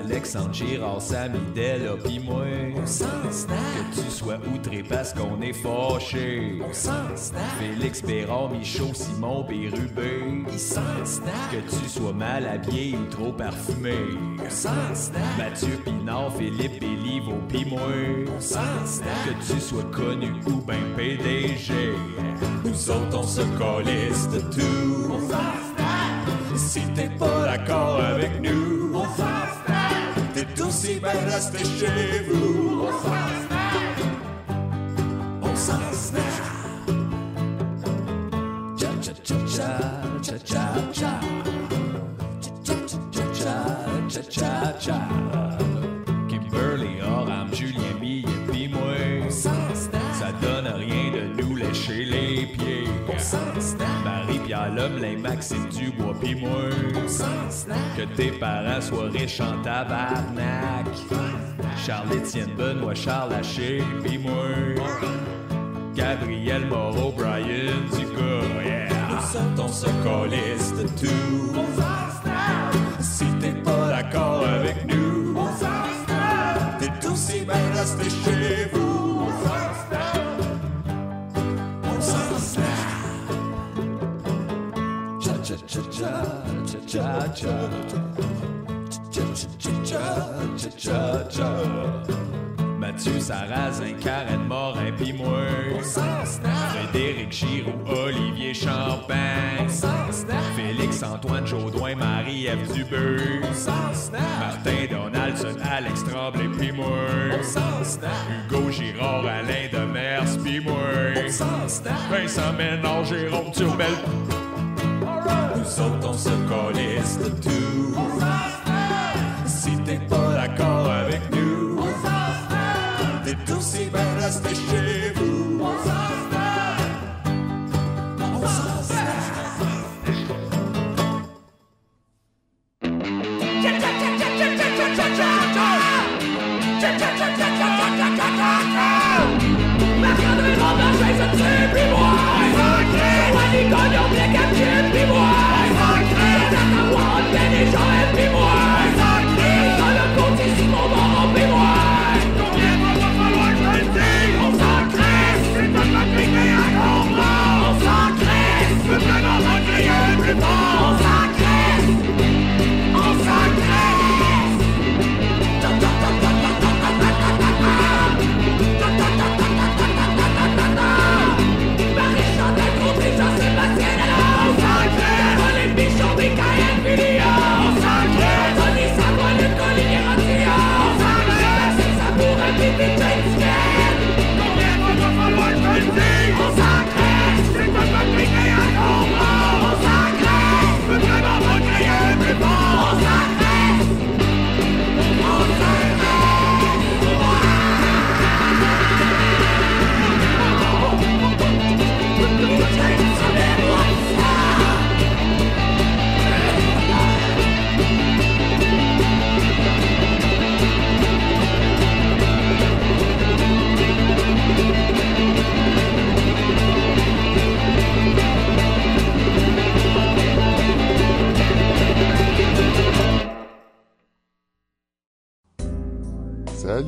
Alexandre Girard, Samy Della, pis moi. Que tu sois outré parce qu'on est fâché. Félix Bérard, Michaud, Simon, Bérubé. Que tu sois mal habillé ou trop parfumé. Mathieu Pinard, Philippe Béliveau, pis moi. Que tu sois connu ou ben PDG. Nous autres, on se colisse de tout. Si t'es pas d'accord avec nous, on T'es aussi bien resté chez vous, on On s'en snack. Cha cha cha cha cha cha cha. Cha cha cha cha cha cha. Kimberly, Oram, Julien, Bille, pis moi. Ça donne rien de nous lécher les pieds. Marie-Pierre Lemelin, Maxime Dubois, pis moi. Que tes parents soient riches en tabarnak. Charles-Étienne Benoît, Charles Haché, pis moi. Gabriel Moreau, Brian Dugas, yeah. Nous on se colisse de tout. Si t'es pas d'accord avec nous, T'es aussi bien resté chez vous. On s'en snap. Cha cha cha cha cha cha cha. Cha cha cha cha cha cha cha. Mathieu Sarrazin, Karen Morin, pis moi. Frédéric Giroux, Olivier Champagne. Félix Antoine Jaudoin, Marie-Ève Dubé. Martin Donaldson, Alex Tremblay, pis moi. Hugo Girard, Alain Demers, pis moi. Vincent Ménard, Jérôme Turmel. Nous autres, on se colisse de tout. Si t'es pas d'accord avec nous, T'es aussi bien resté chez vous. On s'en On s'en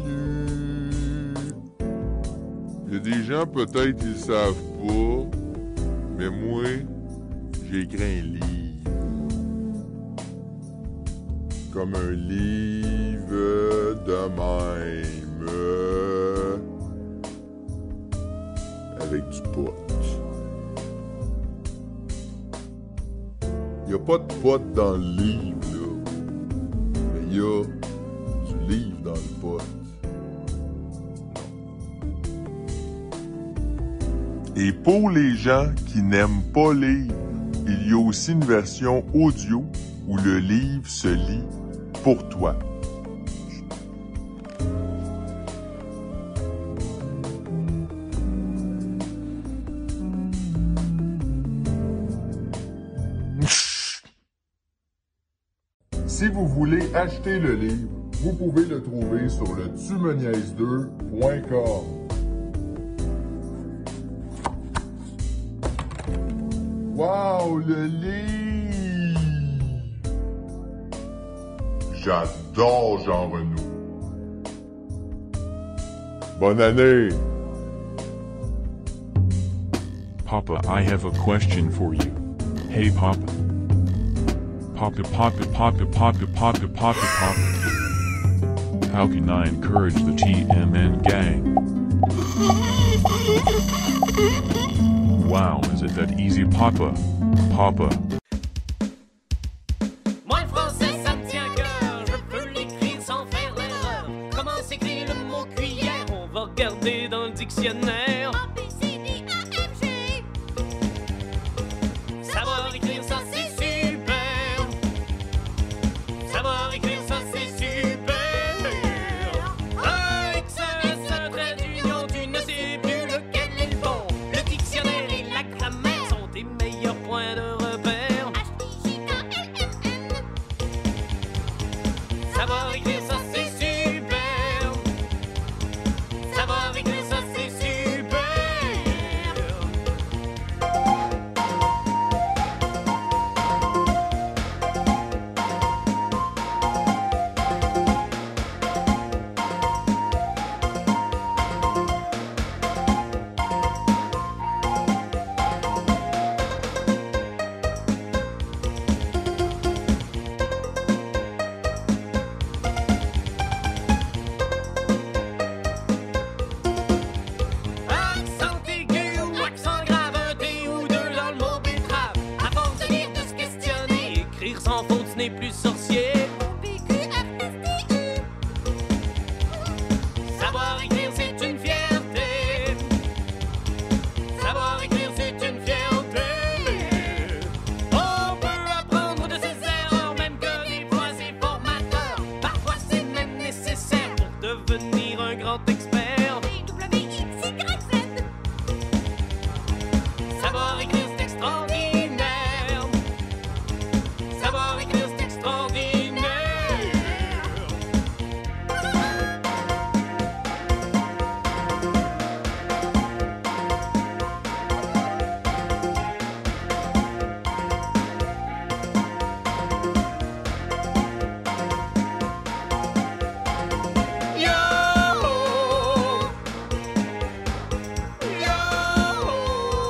Salut! Il y a des gens peut-être qui le savent pas, mais moi, j'ai écrit un livre. Comme un livre de même. euh, Avec du pot. Il n'y a pas de pot dans le livre, là. Mais il y a du livre dans le pot. Et pour les gens qui n'aiment pas lire, il y a aussi une version audio où le livre se lit pour toi. Si vous voulez acheter le livre, vous pouvez le trouver sur le tumeniaise2.com. Wow, le livre! J'adore Jean Renaud. Bonne année! Papa, I have a question for you. Hey, Papa. Papa, Papa, Papa, Papa, Papa, Papa, Papa. How can I encourage the TMN gang? Wow, is it that easy, Papa? Papa. Moi, le français, ça me tient à cœur. Je peux l'écrire sans faire l'erreur. Comment s'écrit le mot cuillère On va regarder dans le dictionnaire. Savoir écrire ça, c'est super. Savoir écrire ça, c'est super. Avec ça, ça traduit dont tu ne sais plus lequel est le bon. Le dictionnaire et la grammaire sont tes meilleurs points de repère. Savoir écrire ça, c'est super. Savoir écrire ça, c'est super. Accent aigu ou accent grave, un T ou deux dans le mot betterave. À force de lire, de se questionner, écrire sans faute, ce n'est plus sorcier. Savoir écrire, c'est une fierté. Savoir écrire, c'est une fierté. On peut apprendre de ses erreurs, même que des fois c'est formateur. Parfois c'est même nécessaire pour devenir un grand expert. Savoir écrire, c'est extraordinaire. Savoir écrire, c'est extraordinaire. Yo! Yo!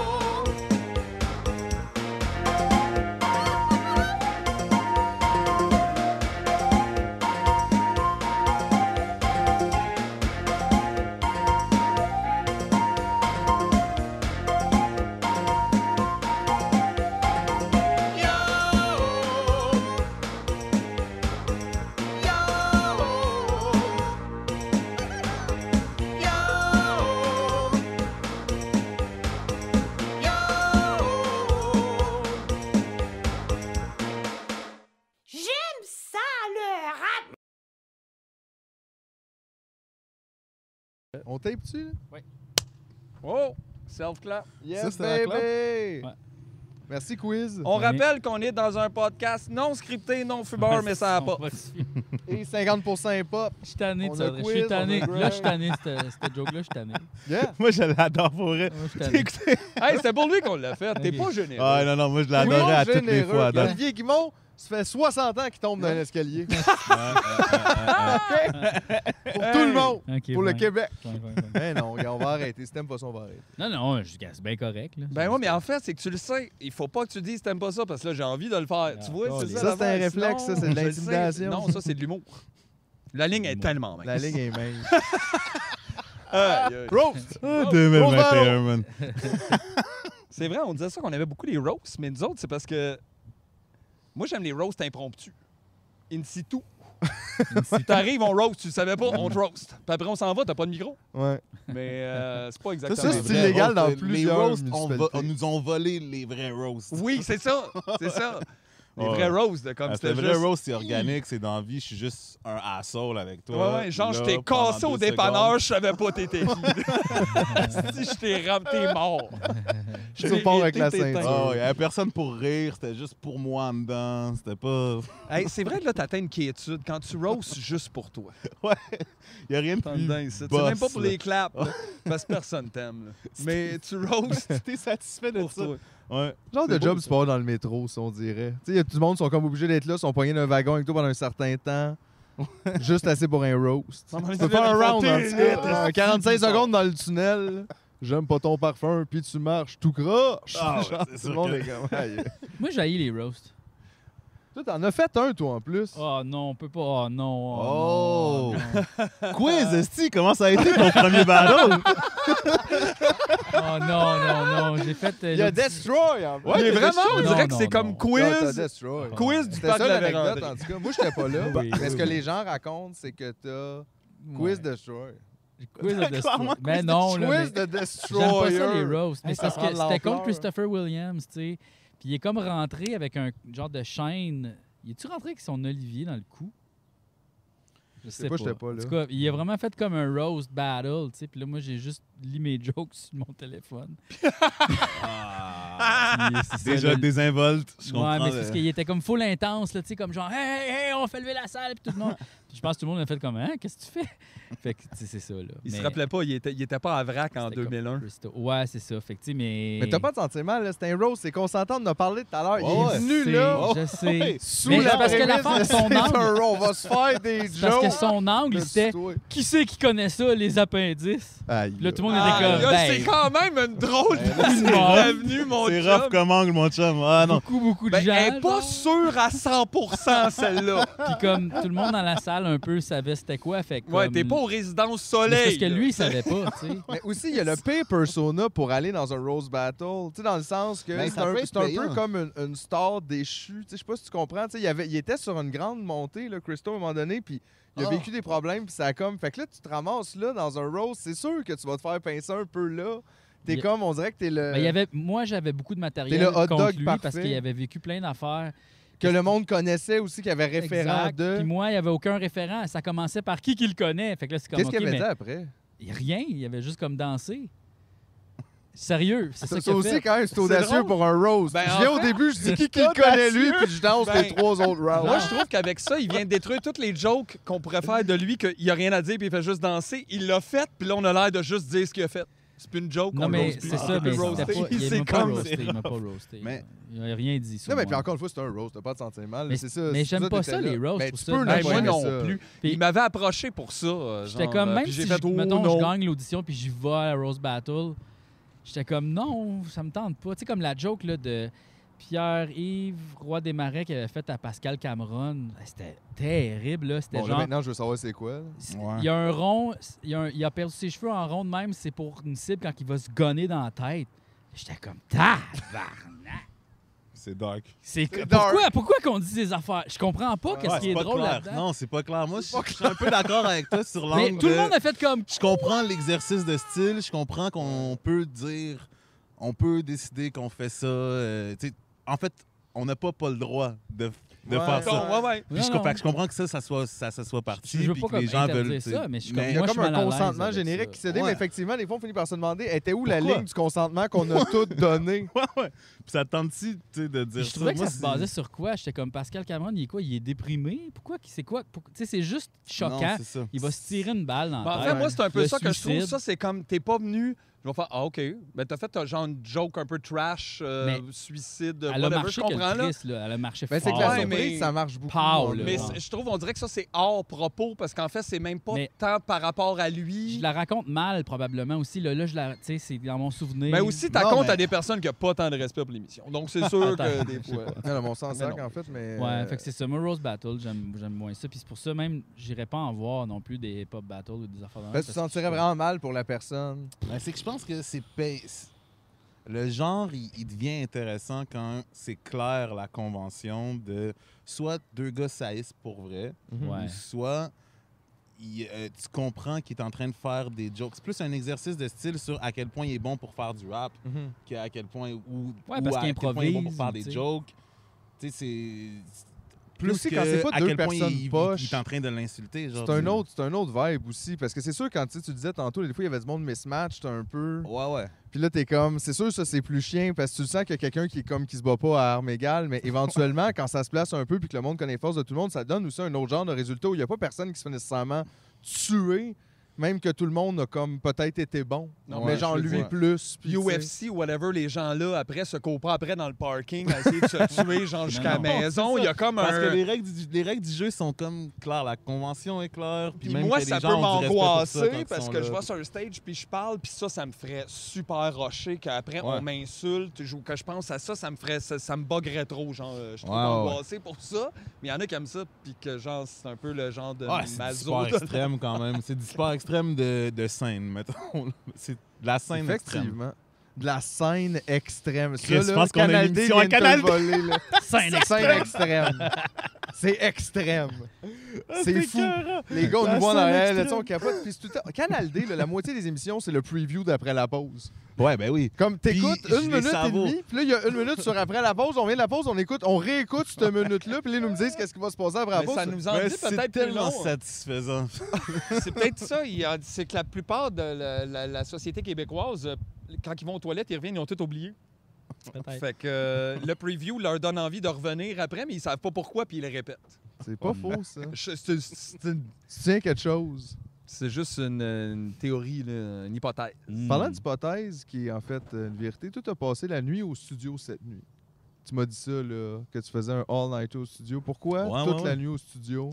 Yo! Yo! J'aime ça, le rap! On tape-tu? là? Oh! Self-clap. Yes, Ça, c'était la baby! clap? Ouais. Merci, quiz. On Oui. rappelle qu'on est dans un podcast non scripté, non fumeur, mais ça n'a pas. Et 50 pop. Je suis tanné de On ça. a Je quiz, suis tanné. on a Là, je suis tanné. Cette cette joke-là, je suis tanné. Yeah. Moi, je l'adore pour vrai. Moi, je suis tanné. Hey, c'est pour lui qu'on l'a fait. T'es Ok. pas gêné. Ah non, non, moi, je l'adorais à toutes les Généreux. fois. Adam. Olivier Guimont, ça fait 60 ans qu'il tombe dans [LAUGHS] l'escalier. Pour tout le monde. Ok, Pour le fine. Québec. [LAUGHS] Fine, fine, fine. Ben non, regarde, on va arrêter. Si t'aimes pas ça, on va arrêter. Non, non, je c'est bien correct. Là. Ben oui, mais en fait, c'est que tu le sais. Il faut pas que tu dises t'aimes pas ça parce que là, j'ai envie de le faire. Tu vois, c'est ça. Ah, Ça, c'est un l'affaire. Sinon, réflexe, ça, c'est de je le sais. l'intimidation. Non, ça, c'est de l'humour. La ligne est tellement mince. [LAUGHS] La ligne est mince. Aïe, aïe. Roast! Ah, 2021, man. C'est vrai, on disait ça qu'on avait beaucoup les roasts, mais nous autres, c'est parce que. Moi, j'aime les roasts impromptus. In situ. [LAUGHS] T'arrives, on roast, tu le savais pas, on te roast. Puis après, on s'en va, t'as pas de micro. Ouais. Mais euh, c'est pas Ça, exactement. c'est Les vrais vrai. illégal roasts, dans les- plusieurs Les roasts, on, va- municipalités. on nous ont volé les vrais roasts. Oui, c'est ça. C'est ça. Les Ouais. vrais roses, de Ah, comme Parce que c'était le juste. Ah, vrai roast, c'est organique, c'est dans la vie, je suis juste un asshole avec toi. Ouais, ouais, genre, Là, je t'ai pendant cassé au deux dépanneur, secondes, je savais pas t'étais qui. [LAUGHS] si je t'ai ramé, t'es mort. Tu repars avec la ceinture. Ah ouais, il y avait personne pour rire, c'était juste pour moi en dedans, c'était pas... Hey, c'est vrai que là, t'atteins une quiétude quand tu roastes juste pour toi. Il y a rien de T'en plus dedans, ça. C'est boss, même pas pour là. les claps, là, parce que personne t'aime. là. Mais tu roastes T'es satisfait de pour ça? toi. Ouais. Genre de C'est job beau, tu peux avoir dans le métro, si on dirait. Tu sais, y a tout le monde sont comme obligés d'être là, sont poignés d'un wagon avec toi pendant un certain temps. Juste assez pour un roast. Tu peux faire un round, en tout cas. Euh, 45 secondes dans le tunnel. J'aime pas ton parfum, puis tu marches tout croche. [LAUGHS] Ah ouais, Genre, c'est tout sûr le monde que- est comme. Aïe. Moi, j'haïs les roasts. Toi, t'en as fait un, toi, en plus. Oh non, on peut pas. Oh non. Oh! [LAUGHS] non, non. Quiz, Esti, comment ça a été ton premier battle? Oh non, non, non. J'ai fait. euh, Il y a j'ai- Destroy, en plus. Ouais, mais vraiment, on Non, dirait que non, c'est comme non. Ah, t'as quiz. Destroy. Quiz du C'était parc ça de la l'anecdote, en Vérandrie. tout cas. Moi, j'étais [LAUGHS] pas là. Oui, mais ce oui, que oui. les gens racontent, c'est que t'as Quiz Destroy. Quiz [LAUGHS] de Clairement, Destroy. Mais non, là. mais- Quiz de J'aime Destroyer. pas ça les roasts, mais Hey, c'est ça parce prend que de c'était l'ampleur. contre Christopher Williams, tu sais. Puis il est comme rentré avec un genre de chaîne. Il est-tu rentré avec son olivier dans le cou? Je sais pas, j'étais pas là. En tout cas, il a vraiment fait comme un roast battle, tu sais. Puis là, moi, j'ai juste lu mes jokes [LAUGHS] sur mon téléphone. Ah. Puis c'est ça, Déjà là, le- désinvolte, je comprends. Ouais, mais c'est euh. parce le- qu'il était comme full intense, là, tu sais, comme genre, hey, hey, hey, on fait lever la salle, puis tout [LAUGHS] le monde. Puis je pense que tout le monde a fait comme, hein, qu'est-ce que tu fais? Fait que, tu sais, c'est ça, là. Il se Mais rappelait pas, il était, il était pas à Vrac en c'était comme 2001. Christo- Ouais, c'est ça. Fait que, tu sais, mais. Mais t'as pas de sentiment, là. C'est un roast. C'est qu'on s'entend, on en a parlé tout à l'heure. Ah Ouais, ouais. il est Je sais, venu, là. Je sais. Sous Mais la parce que prémisse l'affaire, de son c'est angle- un roast, On va se faire des C'est jokes. Parce que son angle, Là, c'était dis-toi. qui c'est qui connaît ça, les appendices? Aïe. Puis là, tout le monde Ah, était comme. là, ben, c'est quand même une drôle c'est de rough. avenue, mon C'est chum. rough comme angle, mon chum. Ah non. beaucoup, beaucoup de Ben, gens. elle est pas genre. sûre à [LAUGHS] 100 celle-là. Puis comme tout le monde dans la salle un peu savait c'était quoi. Fait que Ouais, comme- t'es pas aux résidences Mais soleil. c'est Parce que là. lui, il savait pas, tu [LAUGHS] sais. Mais aussi, il y a le pay persona pour aller dans un Rose Battle. Tu sais, dans le sens que Ben, c'est ça un, peut être c'est un peu payant. comme une, une star déchue. Tu sais, je sais pas si tu comprends. Tu sais, il, avait- il était sur une grande montée, là, Christo, à un moment donné, puis il a Ah. vécu des problèmes, puis ça a comme. Fait que là, tu te ramasses là dans un Rose, c'est sûr que tu vas te faire pincer un peu là. T'es Il- comme, on dirait que t'es le. Ben, il y avait, moi, j'avais beaucoup de matériel T'es le hot contre dog lui parce parfait. qu'il avait vécu plein d'affaires. Que le monde connaissait aussi, qu'il avait référent Exact. de. Puis moi, il n'y avait aucun référent. Ça commençait par qui qu'il le connaît. Fait que là, c'est comme, Qu'est-ce OK, qu'il avait mais dit après? rien. Il avait juste comme dansé. Sérieux, c'est ça, Ça, qu'il a aussi, fait. quand même, c'est C'est audacieux drôle. pour un Rose. Ben, je en viens au fait, début, je [LAUGHS] dis qui, qui le audacieux. connaît lui, puis je danse Ben, les trois autres rounds. Moi, je trouve qu'avec ça, il vient de détruire toutes les jokes qu'on pourrait faire de lui, qu'il a rien à dire, puis il fait juste danser. Il l'a fait, puis là, on a l'air de juste dire ce qu'il a fait. C'est plus une joke, Non, on mais l'ose plus. c'est On ça, peut mais roaster. c'était pas, il C'est m'a pas comme- roasté, il m'a pas roasté. Mais- Il n'a rien dit sur Non, mais puis moi. encore une fois, c'est un roast, t'as pas de sentiment. là, Mais- c'est ça, mais c'est j'aime pas t'étais ça, là. les roasts, Ben, pour tu ça. Ben, peux ne pas moi aimer non ça. plus. Puis- Il m'avait approché pour ça. euh, J'étais genre, comme, euh, même puis si, j'ai je, fait, oh, mettons, non. je gagne l'audition puis j'y vais à la Rose Battle, j'étais comme, non, ça me tente pas. Tu sais, comme la joke là, de Pierre-Yves Roy des Marais qui avait faite à Pascal Cameron, c'était terrible. là. C'était Bon, là, genre, maintenant, je veux savoir c'est quoi. là. c'est- Ouais. il y a un rond, c'est- il y a, un- il a perdu ses cheveux en rond de même, c'est pour une cible quand il va se gonner dans la tête. J'étais comme, tabarnak! C'est dark. C'est que- dark. pourquoi pourquoi qu'on dit des affaires? Je comprends pas qu'est-ce Ouais, qui est, c'est pas drôle clair. là-dedans. Non, c'est pas clair. Moi, je je suis un peu d'accord avec toi sur l'angle. [LAUGHS] Mais tout le de- monde a fait comme Je comprends l'exercice de style. Je comprends qu'on peut dire, on peut décider qu'on fait ça. euh, tu sais, en fait, on n'a pas pas le droit de, de Ouais. faire ça. Con- ouais, ouais. Puis je, Non, comprends, non. je comprends que ça, ça soit, ça, ça soit parti. Je veux puis pas que les comme gens interdire veulent. tu sais. ça, mais je suis Il y a Moi, je comme suis un mal à l'aise consentement avec générique ça. qui s'est dit, Ouais. mais effectivement, des fois, on finit par se demander était où la Pourquoi? ligne du consentement qu'on a tout donné [LAUGHS] Ouais, ouais. Puis ça te tente-tu tu sais, de dire Je trouvais ça? que Moi, ça se c'est- basait sur quoi? J'étais comme Pascal Cameron, il est quoi? Il est déprimé? Pourquoi? qu'il- C'est quoi? Pour- Tu sais, c'est juste Non, choquant. c'est ça. Il va se tirer une balle dans Ben, la en tête. fait, moi, c'est un peu Le ça que je trouve. suicide. Ça, c'est comme, t'es pas venu. Je vais faire, ah, OK. Mais t'as fait euh, genre une joke un peu trash, euh, Mais suicide, Elle a whatever. Je marché que comprends, le là. Christ, là. Elle a marché Ben, C'est fort. que la Ouais, surprise, mais- ça marche beaucoup. Pow, on là. Mais le- c'est- je trouve, on dirait que ça, c'est hors propos, parce qu'en fait, c'est même pas Mais- tant par rapport à Je lui. la raconte mal, probablement, aussi. Là, là je la... Tu sais, c'est dans mon souvenir. Mais Ben, aussi, t'as Non, compte mais- à des personnes qui n'ont pas tant de respect pour l'émission. [LAUGHS] Donc, c'est sûr que Attends, des fois. Non, non, mais on s'en Mais sac, non. en fait, mais. Ouais, euh, fait que c'est ça. Moi, Rose Battle, j'aime j'aime moins ça. Puis c'est pour ça, même, j'irais pas en voir non plus des hip-hop battles ou des affaires de même, parce que ben, tu te parce que sentirais je- vraiment mal pour la personne. Ben, c'est que je pense que c'est pay- Le genre, il, il devient intéressant quand c'est clair la convention de soit deux gars saillissent pour vrai, Ouais. ou soit il, euh, tu comprends qu'il est en train de faire des jokes. C'est plus un exercice de style sur à quel point il est bon pour faire du rap, Mhm. qu'à quel point ou, Ouais, ou parce à qu'il quel point il est bon pour improvise, faire tu des sais. jokes. Tu sais, c'est. Puis aussi, quand que c'est pas à deux quel point personnes il, il- poches, il est en train de l'insulter. genre, C'est un tu- autre, c'est un autre vibe aussi, parce que c'est sûr quand tu sais, tu disais tantôt, des fois il y avait du monde mismatch, t'es un peu. Ouais, ouais. Puis là t'es comme, c'est sûr ça c'est plus chien parce que tu le sens qu'il y a quelqu'un qui est comme qui se bat pas à armes égales, mais [LAUGHS] éventuellement quand ça se place un peu puis que le monde connaît les forces de tout le monde, ça donne aussi un autre genre de résultat où il y a pas personne qui se fait nécessairement tuer, même que tout le monde a comme peut-être été bon, Non, mais ouais, genre je veux lui dire. plus. puis tu sais. UFC ou whatever, les gens-là, après, se courent pas après dans le parking à essayer [LAUGHS] de se tuer, genre, jusqu'à la Non, non. maison. Il y a comme Parce un... que les règles, du, les règles du jeu sont comme claires. La convention est claire. Puis Puis même moi, que les ça gens peut ont du respect pour ça quand m'angoisser ils parce sont que là. je vais sur un stage puis je parle, puis ça, ça me ferait super rocher qu'après Ouais. on m'insulte. je- ou Que je pense à ça, ça me ferait, ça, ça me buggerait trop. Genre, euh, je suis trop Ouais, ouais. angoissé pour ça. Mais il y en a qui aiment ça, puis que genre, c'est un peu le genre de Ouais, c'est du mazo sport de- extrême quand même. C'est du sport extrême de, de scène, mettons. [LAUGHS] là. C'est de la scène extrême. Effectivement. De la scène extrême. Ça, Chris, je là, pense qu'on a Canal une D émission à vient de te Canal le D. voler, là. Scène Scène extrême. C'est extrême. Ah, C'est fou. Les gars, on La nous voit en scène arrière, là, extrême. tu sais, on capote. Puis c'est tout le temps- Canal D, là, la moitié des émissions, c'est le preview d'après la pause. Ouais, ben oui. Comme t'écoutes Puis, je une les minute et savoure. demie, puis là, il y a une minute sur après la pause, on vient de la pause, on écoute, on réécoute cette minute-là, puis là, ils nous me disent qu'est-ce qui va se passer après la Mais pause. ça nous en Mais dit c'est peut-être plus tellement long. hein. satisfaisant. [LAUGHS] [LAUGHS] C'est peut-être ça. il y a- C'est que la plupart de la, la- la société québécoise, euh, quand ils vont aux toilettes, ils reviennent, ils ont tout oublié. peut-être. Fait que euh, le preview leur donne envie de revenir après, mais ils savent pas pourquoi, puis ils le répètent. C'est pas faux, ça. Je- c'est- c'est une- Tu tiens quelque chose. C'est juste une, une théorie, là, une hypothèse. Hmm. Parlant d'hypothèse qui est en fait euh, une vérité, tout a passé la nuit au studio cette nuit. Tu m'as dit ça, là, que tu faisais un all-night au studio. Pourquoi Ouais, toute ouais, Ah, la ouais. nuit [LAUGHS] au studio?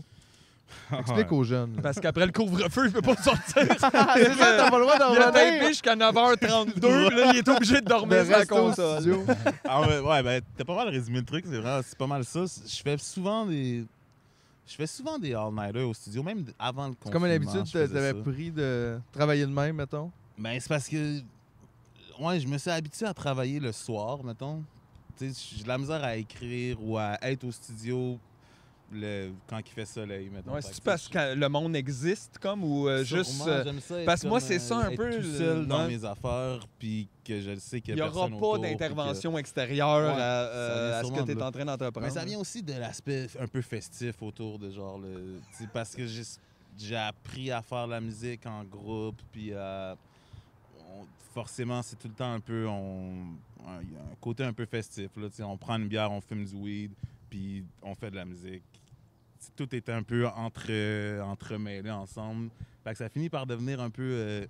Explique aux jeunes. là. Parce qu'après le couvre-feu, il peut pas sortir. Ah, C'est ça, t'as pas le droit d'en Il a revenir. tapé jusqu'à 9h32, puis là, il est obligé de dormir sur la rester au [LAUGHS] console. studio. Ah ouais, ouais, ben t'as pas mal résumé le truc, c'est vraiment c'est pas mal ça. Je fais souvent des je fais souvent des all-nighters au studio même d- avant le C'est confinement. comme à l'habitude, je faisais t'avais ça. pris de travailler de même, mettons. Ben, c'est parce que. Ouais, je me suis habitué à travailler le soir, mettons. Tu sais, j'ai de la misère à écrire ou à être au studio le... quand il fait soleil, mettons. Ouais, Fait c'est que, parce tu sais, que le monde existe, comme, ou euh, sûrement, juste... euh, j'aime ça être parce que moi, comme, c'est ça euh, un être peu, Tout le- seul dans ouais. mes affaires, puis que je le sais qu'il il n'y n'y a aura personne pas autour, puis que- d'intervention extérieure Ouais, à, ça euh, vient à ce sûrement que tu de es là. en train d'entreprendre. Mais ça vient aussi de l'aspect un peu festif autour de genre le. tu sais, parce que j'ai j'ai appris à faire de la musique en groupe, puis à- on- forcément, c'est tout le temps un peu. on- un- il y a un côté un peu festif. Là, tu sais, on prend une bière, on fume du weed, puis on fait de la musique. Tu sais, Tout est un peu entre, entremêlé ensemble. Fait que ça finit par devenir un peu. euh,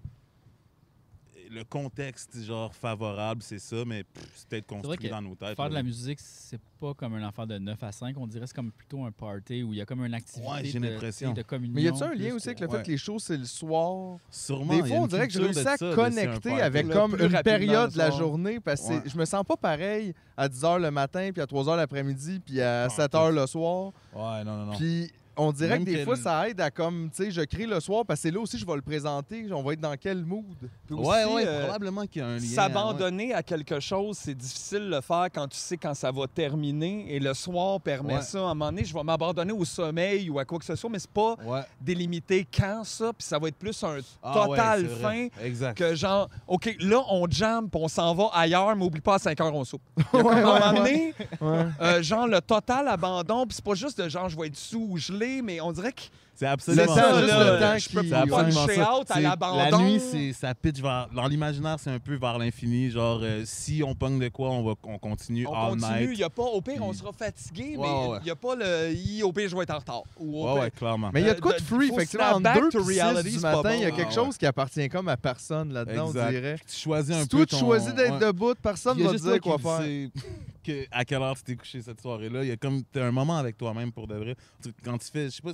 le contexte genre favorable, c'est ça, mais pff, c'est peut-être vrai construit que dans nos têtes. Faire de là. la musique, c'est pas comme un enfant de 9 à 5. On dirait c'est comme plutôt un party où il y a comme une activité Ouais, j'ai de, l'impression. de communion. Mais y a-tu un plus lien aussi que- avec le ouais. fait que les shows, c'est le soir? Sûrement. il Des y a fois, on une dirait que j'ai culture réussi de à ça, de c'est un connecter party. avec Le comme plus une rapidement période le de la soir. journée parce que c'est- Ouais. je me sens pas pareil à 10 h le matin, puis à 3 h l'après-midi, puis à Ah, 7 h le soir. Ouais, non, non, non. Puis on dirait Même que des que fois, le- ça aide à comme, tu sais, je crée le soir parce que c'est là aussi je vais le présenter, on va être dans quel mood. Puis aussi, ouais, ouais, euh, probablement qu'il y a un lien. hein, S'abandonner à quelque chose, c'est difficile de le faire quand tu sais quand ça va terminer. Et le soir permet Ouais. ça. À un moment donné, je vais m'abandonner au sommeil ou à quoi que ce soit, mais c'est pas Ouais. Ouais. délimiter quand ça, puis ça va être plus un Ah ouais, total c'est fin vrai. Exact. que genre, OK, là, on jam, puis on s'en va ailleurs, mais oublie pas, à 5 heures, on soupe. Il y a comme un moment donné, euh, genre, le total abandon, puis c'est pas juste de genre, je vais être sous ou gelé, mais on dirait que C'est Le absolument temps, ça, juste là, le temps je peux qui- C'est pas ouais. absolument puncher ça. out à C'est- l'abandon. La nuit, c'est, ça pitch vers. Dans l'imaginaire, c'est un peu vers l'infini. Genre, euh, si on pogne de quoi, on, va, on continue on all continue, il night. y a pas, au pire, on Puis- sera fatigué, Ouais, ouais, mais ouais. il n'y a pas le i, au pire, je vais être en retard. Ou au Ouais, pire- ouais, clairement. [LAUGHS] Mais il y a Euh, de quoi de de- free, faut fait que se tu sais, entre snap back 2 to puis 6 reality, du c'est pas matin, il y a bon. quelque Ah, chose qui appartient comme à personne là-dedans, on Exact. dirait. Tu choisis un Si peu toi, ton... tu choisis d'être ouais. debout, personne Il y a va te juste dire toi quoi qui faire. le sais que- à quelle heure tu t'es couché cette soirée-là. Il y a comme t'as un moment avec toi-même pour de vrai. Tu- Quand tu fais, je sais pas,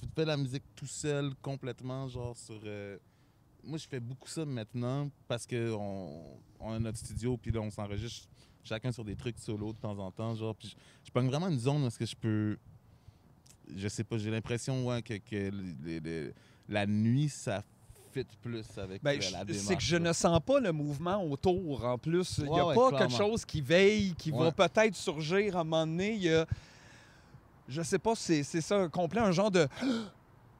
tu fais de la musique tout seul, complètement, genre sur. euh, moi, je fais beaucoup ça maintenant parce que on, on a notre studio, puis là, on s'enregistre chacun sur des trucs solo de temps en temps, genre. Puis je, je pogne vraiment une zone où est-ce que je peux. Je sais pas, j'ai l'impression ouais, que, que les- les- les- la nuit, ça fit plus avec Ben, euh, je- la démarche. c'est que je ne sens pas le mouvement autour en plus. Il n'y Ouais, a ouais, pas clairement. quelque chose qui veille, qui Ouais. va peut-être surgir à un moment donné. Il y a- Je sais pas, c'est c'est ça, un complet, un genre de. [GASPS]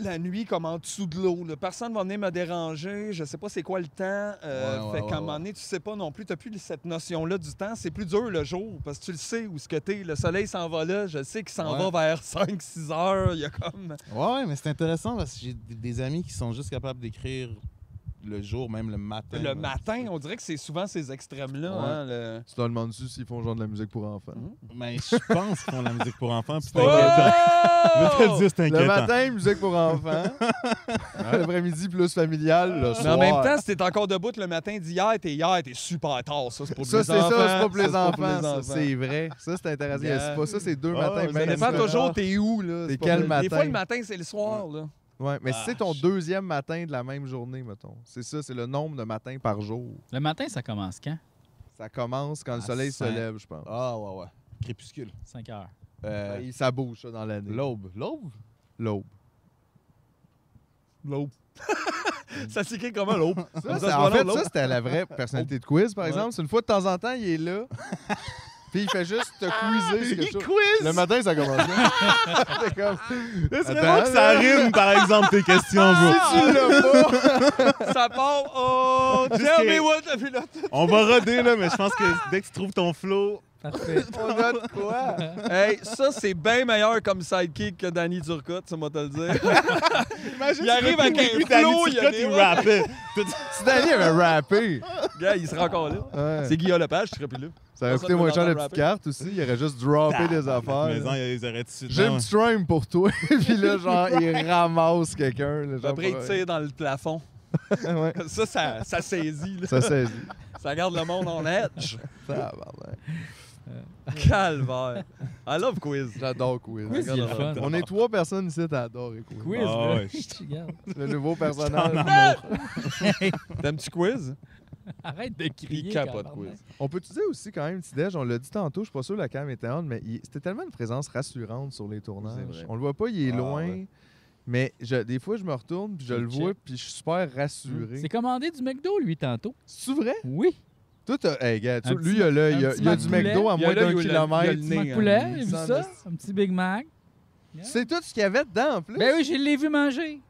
la nuit comme en dessous de l'eau. là. Personne va venir me déranger. Je sais pas c'est quoi le temps. Euh, Ouais, ouais, fait ouais, qu'à un ouais. moment donné, tu sais pas non plus. T'as plus cette notion-là du temps. C'est plus dur le jour parce que tu le sais où ce que t'es. Le soleil s'en va là. Je sais qu'il s'en Ouais. va vers 5-6 heures. Il y a comme. Ouais, ouais, mais c'est intéressant parce que j'ai des- des amis qui sont juste capables d'écrire le jour, même le matin. là. Le matin, on dirait que c'est souvent ces extrêmes-là. Ouais. hein, le- Tu te demandes-tu s'ils font genre de la musique pour enfants? Mais je pense qu'ils font la musique pour enfants. Oh! [LAUGHS] puis C'est inquiétant. Je vais te le Oh! dire, c'est Le inquiétant. matin, musique [LAUGHS] pour enfants. L'après-midi, plus familial. Le Mais en soir. même temps, si t'es encore debout le matin d'hier, t'es hier, t'es super tard. Ça, c'est pour ça, les c'est ça, enfants. c'est pas pour [LAUGHS] les c'est enfants. les ça, enfants. C'est vrai. Ça, c'est intéressant. Yeah. Ah, C'est pas ça, c'est deux Oh, matins. ça même Ça dépend différent. toujours t'es où, là. T'es pas quel vrai. Des fois, matin? le matin, c'est le soir, là. Ouais, mais si Ah, c'est ton je- deuxième matin de la même journée, mettons. C'est ça, c'est le nombre de matins par jour. Le matin, ça commence quand? Ça commence quand le À soleil se cinq. lève, je pense. Ah, ouais, ouais. Crépuscule. 5 heures. Euh, Ben, ça bouge, ça, dans l'année. L'aube. L'aube? L'aube. L'aube. [LAUGHS] ça s'écrit comment, l'aube? Ça, Ça, c'est- c'est pas en long, fait, ça, l'autre. c'était la vraie personnalité de quiz, par Ouais. exemple. C'est une fois de temps en temps, il est là. [LAUGHS] Puis il fait juste te Ah, quizer. sur quelque chose. Le matin, ça commence là. [LAUGHS] c'est comme. C'est Attends, vraiment que ça là. rime, par exemple, tes questions, bro. Si Ah! tu l'as pas. ça part. Oh, tell Jusqu'à- me what. Puis là, On va roder, là, mais je pense que dès que tu trouves ton flow, Parfait. On note quoi? Hey, ça, c'est bien meilleur comme sidekick que Danny Turcotte, ça m'a te le dire. il arrive avec un flow, il y a des... il [LAUGHS] rappait. Si Danny avait rappé, Gars, il serait encore là. ouais, C'est Guillaume Lepage, tu serais plus là. ça aurait ça coûté me moins cher l'entend la petite rapper. carte aussi. Il aurait juste droppé des affaires. Maison, là. ils auraient dessus. J'ai un petit rhyme pour toi. [LAUGHS] Puis là, genre, il [LAUGHS] ramasse quelqu'un. là, genre, Après, il tire dans le plafond. Ouais. [LAUGHS] Ça, ça, ça saisit. là. Ça saisit. Ça garde le monde en edge. Tabarnak. Calvaire. I love quiz. J'adore quiz. Quiz, il est le fun. On est trois personnes ici, t'as adoré [LAUGHS] quiz. Quiz, Ah là. ouais. Je regarde. [LAUGHS] Le nouveau personnage. T'aimes-tu quiz? Arrête de crier. Il capote tabarnak. quiz. On peut utiliser aussi quand même, Tidej, on l'a dit tantôt, je suis pas sûr que la cam était on, mais il- c'était tellement une présence rassurante sur les tournages. vrai. On le voit pas, il est Ah, loin. ouais. Mais je- des fois, je me retourne, puis je Il le check. vois, puis je suis super rassuré. C'est commandé du McDo, lui, tantôt. C'est vrai? Oui. Toi, t'as- hey, gars, tu- Un lui, petit- il a, là, un il a, petit il a du McDoulet. McDo à Il y a moins là, il y d'un a le- il y a le kilomètre. nez. Un petit hein, poulet, il j'ai vu sent ça? Un petit Big Mac. C'est tout ce qu'il y avait dedans, en plus. Ben oui, je l'ai vu manger.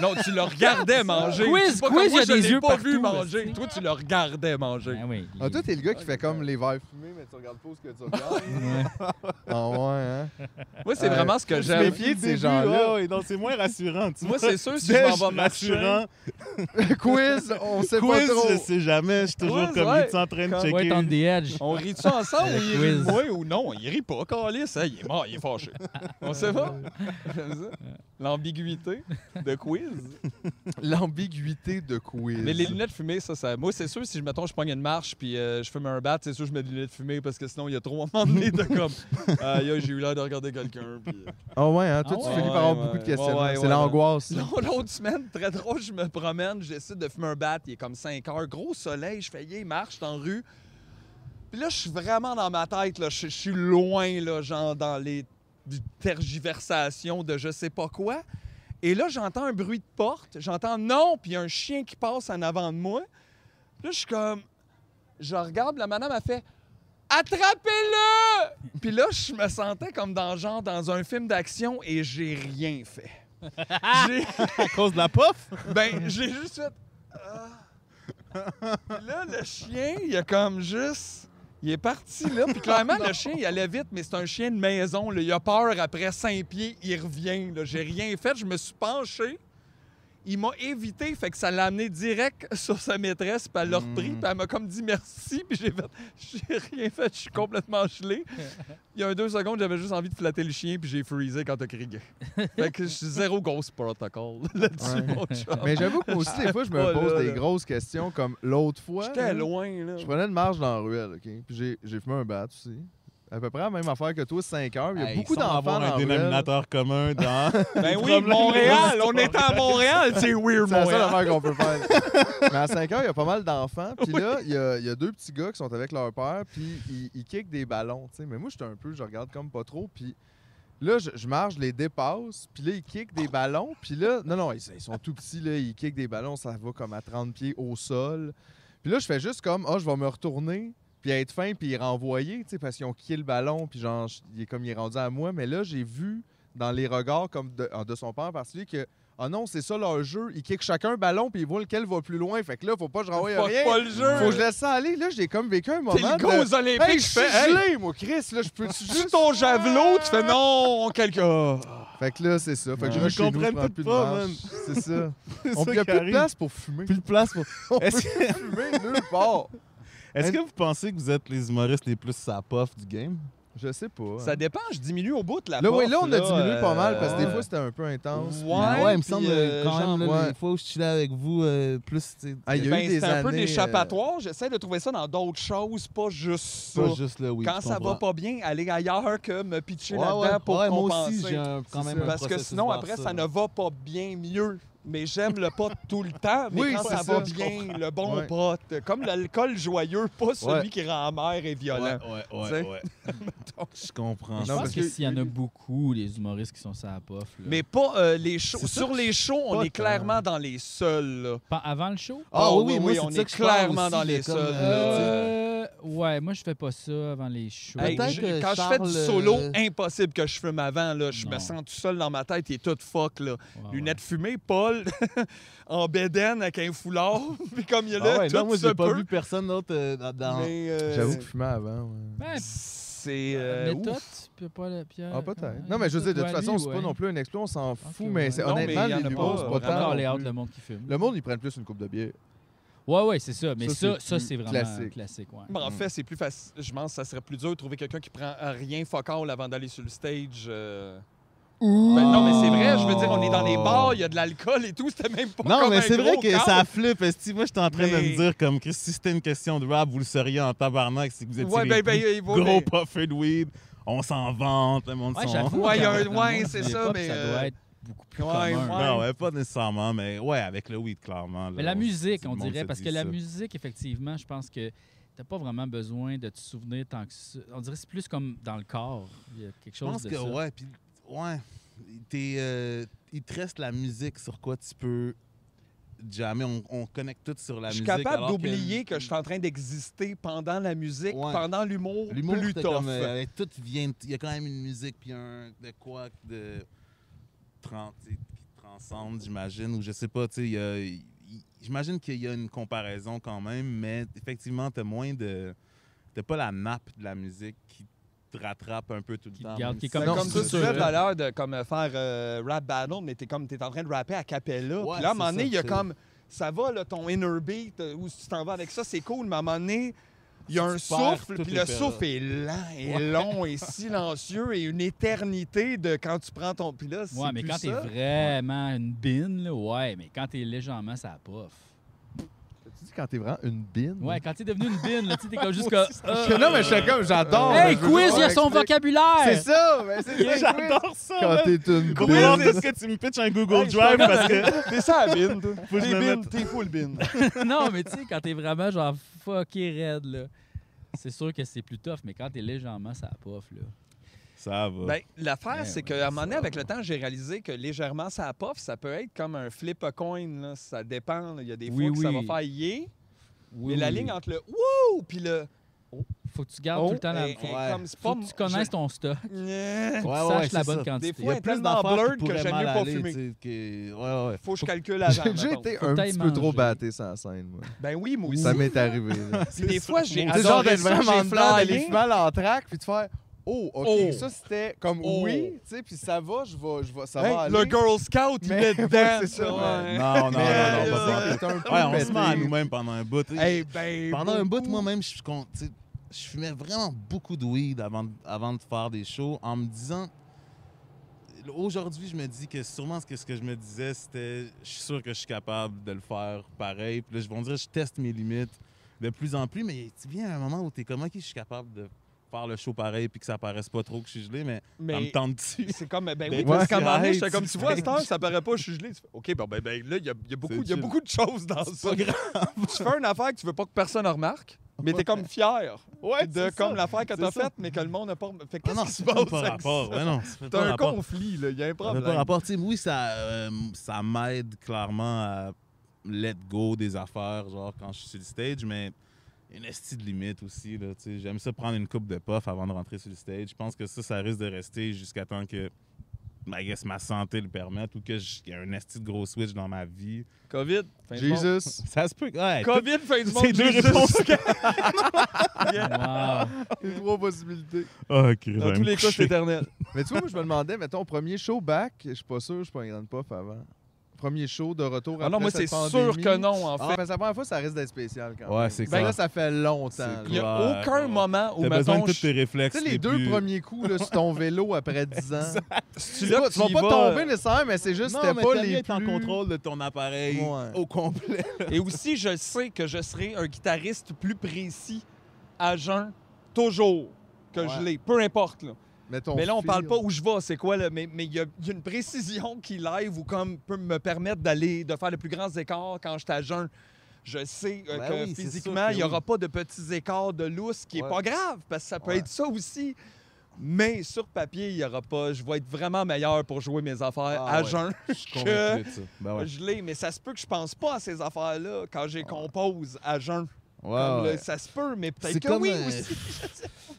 Non, tu le regardais manger. Quiz, C'est pas quiz, comme il y moi, a je des l'ai yeux pas vu partout, manger. là. Toi, tu le regardais manger. Ben oui. Ah, toi, t'es le gars qui fait comme les verres fumés, mais tu regardes pas ce que tu regardes. Ouais. ah [LAUGHS] ouais, hein? Moi, c'est Ouais. vraiment ce que Faut se j'aime. méfier de ces gens-là. donc c'est moins rassurant. Tu Moi, vois. c'est sûr, si je m'en vais marcher, rassurant. hein. [LAUGHS] Quiz, on sait Quiz, pas trop. je sais jamais. Je suis toujours Quiz, comme ouais. lui, tu es en train de Quand- checker. Ouais, on the edge. on rit ça ensemble Le ou il rit de quiz. moi ou non? Il rit pas, Calis. hein, il est mort, il est fâché. On sait pas. J'aime ça. L'ambiguïté de quiz. L'ambiguïté de quiz. Mais les lunettes fumées, ça, ça. Moi, c'est sûr, si je mettons, je pogne une marche puis euh, je fume un bat, c'est sûr, je mets des lunettes fumées parce que sinon, il y a trop un moment donné de comme. Aïe, aïe, j'ai eu l'air de regarder quelqu'un. Puis... euh, Ah ouais, hein? Toi, Ah tu ouais. finis par avoir Ouais, beaucoup de ouais. questions. hein. Ouais, ouais, c'est ouais. l'angoisse. ça. L'au- [LAUGHS] L'autre semaine, très drôle, je me promène, j'essaie de fumer un bat, il est comme 5 heures, gros soleil, je fais yeah, marche dans la rue. Puis là, je suis vraiment dans ma tête, là, je, je suis loin, là, genre dans les tergiversations de je sais pas quoi. Et là, j'entends un bruit de porte, j'entends non, puis il y a un chien qui passe en avant de moi. Puis là, je suis comme. Je regarde, la madame, elle fait Attrapez-le! Puis là, je me sentais comme dans genre dans un film d'action et j'ai rien fait. J'ai- À cause de la puff? ben, j'ai juste fait. Ah. Puis Là, le chien, il a comme juste. Il est parti là. Puis clairement, le chien, il allait vite, mais c'est un chien de maison. là. Il a peur après cinq pieds, il revient. là. J'ai rien fait. Je me suis penché. Il m'a évité, fait que ça l'a amené direct sur sa maîtresse, puis elle l'a repris, puis elle m'a comme dit merci, puis j'ai fait, [LAUGHS] j'ai rien fait, je suis complètement gelé. Il y a un deux secondes, j'avais juste envie de flatter le chien, puis j'ai freezé quand t'as crié. Fait que je suis zéro ghost protocol là-dessus, Ouais. mon chum. Mais j'avoue que moi aussi, des fois, [LAUGHS] je me Pas pose là, des là. grosses questions comme l'autre fois. là, J'étais loin, là. Je prenais une marche dans la ruelle, OK? Puis j'ai- j'ai fumé un bat aussi. À peu près la même affaire que toi, 5 heures. Il y a Hey, beaucoup il semble d'enfants avoir dans un la ruelle. dénominateur commun dans. Ben oui, problème, Montréal, là, on est à Montréal, c'est weird, C'est la seule Montréal. affaire qu'on peut faire. Mais à 5 heures, il y a pas mal d'enfants. Puis là, il y, a, il y a deux petits gars qui sont avec leur père, puis ils, ils kickent des ballons. tu sais. Mais moi, j'étais un peu, je regarde comme pas trop. Puis là, je, je marche, je les dépasse, puis là, ils kickent des ballons. Puis là, non, non, ils, ils sont tout petits, là, ils kickent des ballons, ça va comme à 30 pieds au sol. Puis là, je fais juste comme, ah, je vais me retourner, puis être fin, puis renvoyer, tu sais, parce qu'ils ont kické le ballon, puis genre, je- il est comme, il est rendu à moi. Mais là, j'ai vu dans les regards comme de, ah, de son père en particulier que ah non, c'est ça leur jeu. Ils kickent chacun un ballon puis ils voient lequel va plus loin. Fait que là, faut pas que je renvoie Fuck rien. pas le jeu. Faut que je laisse ça aller. Là, j'ai comme vécu un moment. T'es le de- gros aux Olympiques, Hey, je je fais. suis Hey, gelé, moi, Chris. Là, je peux-tu tu juste. ton javelot, tu fais non, quelqu'un. Fait que là, c'est ça. Fait que Ouais. je vais Ils chez nous, je comprennent prends tout plus de pas, marche. man. [LAUGHS] C'est ça. C'est On ça il y a qui plus de arrive. place pour [LAUGHS] fumer. Plus de place pour. Hein? On peut Est-ce que, fumer nulle part. est-ce que vous pensez que vous êtes les humoristes les plus sapoffs du game? Je sais pas. Ça dépend, je diminue au bout de la Là, oui, porte, là, on a diminué pas mal parce que des euh, ouais. fois, c'était un peu intense. Ben Ouais, Ah ouais, il me puis, semble euh, quand genre, même, là, ouais. les fois où je suis là avec vous, euh, plus. tu sais, Ah, il y a eu ben, des c'est un peu années, euh, l'échappatoire. J'essaie de trouver ça dans d'autres choses, pas juste ça. pas juste là, oui. Quand je ça va comprends. pas bien, aller ailleurs que me pitcher Ouais, là-dedans ouais, pour ouais, moi compenser. aussi, j'ai un- quand C'est même ça. un Parce que processus sinon, vers après, ça, ne va pas bien mieux. Mais j'aime le [LAUGHS] pot tout le temps, mais Oui, quand c'est ça, ça, va je bien, le bon Ouais. pot. Comme l'alcool joyeux, pas celui Ouais. qui rend amer et Ouais, violent. ouais, ouais, T'sais. ouais. Je comprends. Je Non, pense parce que que- s'il y en a beaucoup, les humoristes qui sont ça à pof. là. Mais pas euh, les shows. C'est ça Sur que les shows, on pas est tant. clairement dans les seuls. là. Pa- Avant le show? Ah Ah, oui, oui, oui, moi, oui, c'est on de ça est que je parle clairement aussi, dans de les comme, seuls, Euh, ouais, moi, je fais pas ça avant les shows. Hey, Peut-être je- que quand je fais Charles, du euh, solo, impossible que je fume avant. Là. Je me Non. sens tout seul dans ma tête, il est tout fuck. Là. Ouais, Ah ouais. Lunettes fumées, Paul [LAUGHS] en bédaine avec un foulard. [LAUGHS] Puis comme il est Ah là, ouais, tout non, moi, se j'ai pas peut. vu personne d'autre euh, dans- dans. Mais, euh, J'avoue que fumer avant. ouais. Ben, C'est. euh, méthode, ouf. puis pas le Pierre. euh, Ah, peut-être. Non, mais je veux dire, de toute façon, c'est pas non plus un exploit, on s'en fout, ouais. mais c'est Non, honnêtement, mais il y en les a humours, pas c'est pas vraiment. tant. Encore les non hâtes, plus. le monde qui fume. Le monde, ils prennent plus une coupe de bière. Ouais, ouais, c'est ça. Mais ça, Ça, c'est ça, plus c'est vraiment classique. classique. ouais. Mais en Hmm. fait, c'est plus facile. Je pense que ça serait plus dur de trouver quelqu'un qui prend rien focal avant d'aller sur le stage. euh. Ben non, mais c'est vrai, je veux dire, on est dans les bars, il y a de l'alcool et tout, c'était même pas Non, comme mais un c'est vrai gros que cadre. ça flippe. esti. Moi, j'étais en train de Mais- me dire, comme que si c'était une question de rap, vous le seriez en tabarnak si vous étiez Ouais, les ben, ben, plus il vaut, gros mais- puffers de weed. On s'en vante, le monde Ouais, s'en j'avoue. vante. Ouais, il y a un- qu'en- dans le ouais, monde c'est du ça, hip-hop, mais, Ça euh, doit être beaucoup plus ouais, commun. ben, ouais. Non, ouais, pas nécessairement, mais ouais, avec le weed, clairement. là, Mais la on- musique, tout on le monde dirait, se parce dit que la ça. musique, effectivement, je pense que t'as pas vraiment besoin de te souvenir tant que ça. On dirait que c'est plus comme dans le corps. Il y a quelque Je chose pense de que, ça. ouais, puis, ouais, t'es, euh, il te reste la musique sur quoi tu peux jamais On, on connecte tout sur la Je suis musique. capable alors que- d'oublier que... je suis en train d'exister pendant la musique, Ouais. pendant l'humour, L'humour, plus c'était tough. comme, euh, avec tout vient. de- Il y a quand même une musique, puis un de quoi de. tran- tu sais, qui transcende, j'imagine, ou je sais pas, tu sais, il y a- il- il- J'imagine qu'il y a une comparaison quand même, mais effectivement, t'as moins de. T'as pas la nappe de la musique qui te rattrape un peu tout le Qui te temps. garde, même qui est si- C'est comme comme Non, ça, c'est tu sûr, fais tout hein. à l'heure de comme, euh, faire euh, rap battle, mais t'es comme t'es en train de rapper à cappella. Ouais, Puis là, à un c'est moment donné, ça, il y a c'est- comme ça va, là, ton inner beat, euh, où si tu t'en vas avec ça, c'est cool, mais à un moment donné, il y a Tu un perds souffle, toutes puis les le périodes. souffle est lent et long et silencieux et une éternité de quand tu prends ton. Puis là, c'est Ouais, mais plus quand t'es ça. vraiment une bine, là, ouais, mais quand t'es légèrement, ça pof. Tu dis quand t'es vraiment une bine? Ouais, quand t'es devenu une bine, là, tu sais, t'es comme juste comme. Ah, Parce [LAUGHS] que non, mais j'étais comme, Euh, j'adore. Hey, mais je veux quiz, juste il y a son expliquer. vocabulaire! C'est ça, [LAUGHS] mais c'est ça. le [LAUGHS] quiz. J'adore ça! Quand man. t'es une Pour voir bine. qu'est-ce que tu me pitches un Google Drive parce que. T'es ça, la bine, toi. que je T'es me bine, mette- t'es full bine. [LAUGHS] non, mais tu sais, quand t'es vraiment genre fucké raide, là, c'est sûr que c'est plus tough, mais quand t'es légèrement, ça pof, là. Ça va. Ben, l'affaire, Ben c'est oui, qu'à un moment donné, ça. avec le temps, j'ai réalisé que légèrement, ça apporte, ça peut être comme un flip a coin. là. Ça dépend. là. Il y a des Oui, fois que ça va oui. faire yeah, Oui, mais la oui. ligne entre le wouh puis le Faut que tu gardes oh, tout le temps la. est- Faut, est Ouais. comme c'est pas faut que tu connaisses ton stock, [LAUGHS] je- Nyeh. faut que Ouais, tu ouais, saches la c'est bonne ça. Des quantité. fois, Il y a plus tellement d'affaires blur qui que pourraient j'aime mal mieux pas aller, fumer. tu sais, que- Ouais, ouais. Faut que je calcule avant. [LAUGHS] [LAUGHS] J'ai mettons. été Faut un t'aille petit peu trop manger. batté sans scène, moi. Ben oui, moi [LAUGHS] aussi. Ça m'est arrivé. là. Puis des fois, j'ai C'est genre adoré d'être ça, j'ai vraiment dedans, d'aller flyé. fumer à l'entraque, puis de faire Oh, OK, Oh. ça c'était comme Oh. oui, tu sais, puis ça va, je vais, je vais, ça Hey, va aller. le Girl Scout, il Mais- est dedans. c'est [LAUGHS] ça, ouais. Non, non, non, non, pas Mais, euh, ça. C'est un peu Ouais, on se pété. ment à nous-mêmes pendant un bout. tu sais. Hey, ben, pendant un bout, beaucoup. moi-même, je, con- tu sais, je fumais vraiment beaucoup de weed avant, de- avant de faire des shows en me disant. Aujourd'hui, je me dis que sûrement ce que, ce que je me disais, c'était je suis sûr que je suis capable de le faire pareil. Puis là, je vais dire, je teste mes limites de plus en plus, mais tu viens à un moment où tu es comme, OK, je suis capable de faire le show pareil puis que ça paraisse pas trop que je suis gelé, mais, ça me Mais tente [LAUGHS] dessus. c'est comme, ben oui, Ouais, parce qu'à un c'est- moment donné, hey, j'étais tu comme, tu vois, à cette fais- heure, ça paraît pas, je suis gelé. Tu fais, OK, ben, ben, ben, là, il y a, il y a beaucoup- il y a chill. beaucoup de choses dans ça. pas grave. tu fais une affaire que tu veux pas que personne remarque, mais t'es comme fier Ouais, de c'est comme ça. l'affaire que C'est t'as ça. faite, mais que le monde n'a pas. rem- Fait Ah qu'est-ce non, qui se c'est passe pas avec rapport. ça? Ouais, non, ça fait T'as pas un rapport. conflit, là, il y a Ça un fait problème. pas rapport. Tu sais, oui, ça, euh, ça m'aide clairement à let go des affaires, genre quand je suis sur le stage, mais une esti de limite aussi. là, tu sais. J'aime ça prendre une coupe de puff avant de rentrer sur le stage. Je pense que ça, ça risque de rester jusqu'à temps que I guess, ma santé le permette ou que j- qu'il y a un esti de gros switch dans ma vie. COVID, fin du monde. [LAUGHS] Jesus. Ça se peut. Ouais, tout- COVID, fin du monde. [LAUGHS] C'est deux Jesus. réponses. [LAUGHS] Wow. Les trois possibilités. Ah, ok, je Dans vais tous me les cas, c'est coucher. éternel. Mais tu vois, moi, je me demandais, mettons, premier show back, je suis pas sûr, je suis pas un grand puff avant. Premier show de retour après Ah non, moi, c'est cette sûr pandémie. que non, en Ah, fait. parce que la première fois, ça risque d'être spécial quand Ouais, même. c'est Ça, clair. là, ça fait C'est longtemps. là. Il n'y a Ouais, aucun ouais. moment où, T'as besoin mettons, de je tous tes suis réflexes. Tu sais, les deux plus- premiers coups là, sur ton vélo après 10 ans. là pas- que tu vas y pas vas, euh. tomber nécessairement, mais c'est juste, Non, c'était mais pas t'as mieux les être en plus... contrôle de ton appareil Ouais. au complet. Et aussi, je sais que je serai un guitariste plus précis à jeun, toujours, que Ouais. je l'ai. Peu importe, là. Mais, ton Mais là, on feel. parle pas où je vais, c'est quoi, là. Mais mais il y, a il y a une précision qui, live, ou comme, peut me permettre d'aller, de faire les plus grands écarts quand je suis à jeun. Je sais euh, Ben que oui, c'est physiquement, sûr que il n'y aura oui. pas de petits écarts de lousse, qui est Ouais. pas grave, parce que ça peut Ouais. être ça aussi. Mais sur papier, il y aura pas. Je vais être vraiment meilleur pour jouer mes affaires Ah à ouais. jeun. Je suis convaincu de ça. Ben ouais. Je l'ai, mais ça se peut que je pense pas à ces affaires-là quand j'ai compose à jeun. Comme, Ouais, ouais. là, ça se peut, mais peut-être C'est que comme, oui euh, aussi.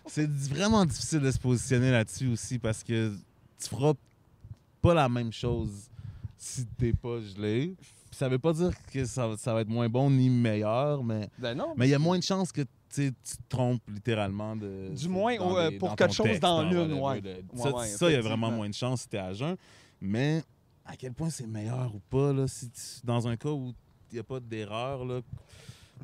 C'est di- vraiment difficile de se positionner là-dessus aussi parce que tu feras pas la même chose si t'es pas gelé. Puis ça veut pas dire que ça, ça va être moins bon ni meilleur, mais [LAUGHS] Ben non. mais il y a moins de chances que tu sais, tu te trompes littéralement de. Du moins, dans au- euh, les- pour dans quelque ton chose dans whatever, l'une, ouais. de- Ouais, Ça, ouais, ça, il y a vraiment effectivement. moins de chances si t'es à jeun. Mais à quel point c'est meilleur ou pas, là, si tu- dans un cas où il n'y a pas d'erreur, là,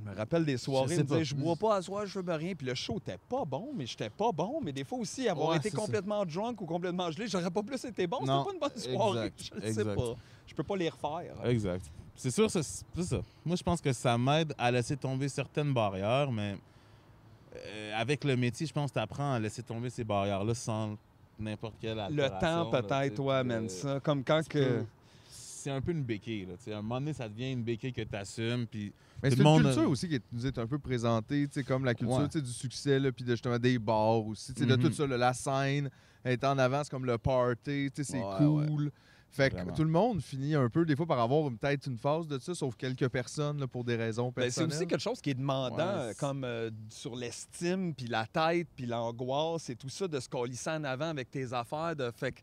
Je me rappelle des soirées, sais je me disais, pas. je bois pas à soir, je veux rien. Puis le show était pas bon, mais j'étais pas bon. Mais des fois aussi, avoir Ouais, été c'est ça. complètement drunk ou complètement gelé, j'aurais pas plus été bon. Non, C'était pas une bonne soirée. [LAUGHS] exact, je le sais exact. Euh, pas. Je peux pas les refaire. Exact. C'est sûr, c'est c'est ça. Moi, je pense que ça m'aide à laisser tomber certaines barrières, mais euh, avec le métier, je pense que tu apprends à laisser tomber ces barrières-là sans n'importe quelle le temps, altération, là, tu peut-être, sais, ouais, puis, amène euh, ça. Comme quand tu que. peux- C'est un peu une béquille. Là, tu sais. à un moment donné, ça devient une béquille que tu assumes. Puis Mais Tout le c'est une monde- culture aussi qui est- nous est un peu présentée, tu sais, comme la culture Ouais. tu sais, du succès, là, puis de, justement des bars aussi, tu sais, de Mhm. tout ça, là, la scène, être en avance comme le party, tu sais, c'est Ouais, cool. Fait que Vraiment. tout le monde finit un peu, des fois, par avoir une- peut-être une phase de ça, sauf quelques personnes là, pour des raisons Ben, c'est personnelles. aussi quelque chose qui est demandant, Ouais, euh, c'est- comme euh, sur l'estime, puis la tête, puis l'angoisse et tout ça, de se colisser en avant avec tes affaires. De... Fait que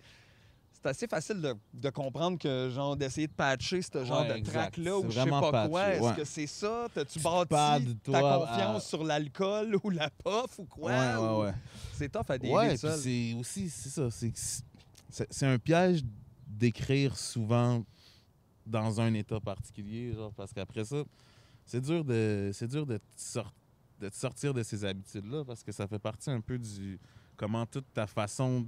c'est assez facile de, de comprendre que, genre, d'essayer de patcher ce genre Ouais, de exact. track-là C'est ou je sais vraiment pas patché, quoi. Est-ce ouais. que c'est ça? Tu T'as-tu bâti pades, ta toi, ah. confiance à- sur l'alcool ou la puff ou quoi? ou- C'est tough à Ouais, délire puis seul. c'est aussi, c'est ça, c'est que c'est- c'est c'est un piège d'écrire souvent dans un état particulier, genre, parce qu'après ça, c'est dur de, c'est dur de, te sor- de te sortir de ces habitudes-là, parce que ça fait partie un peu du comment toute ta façon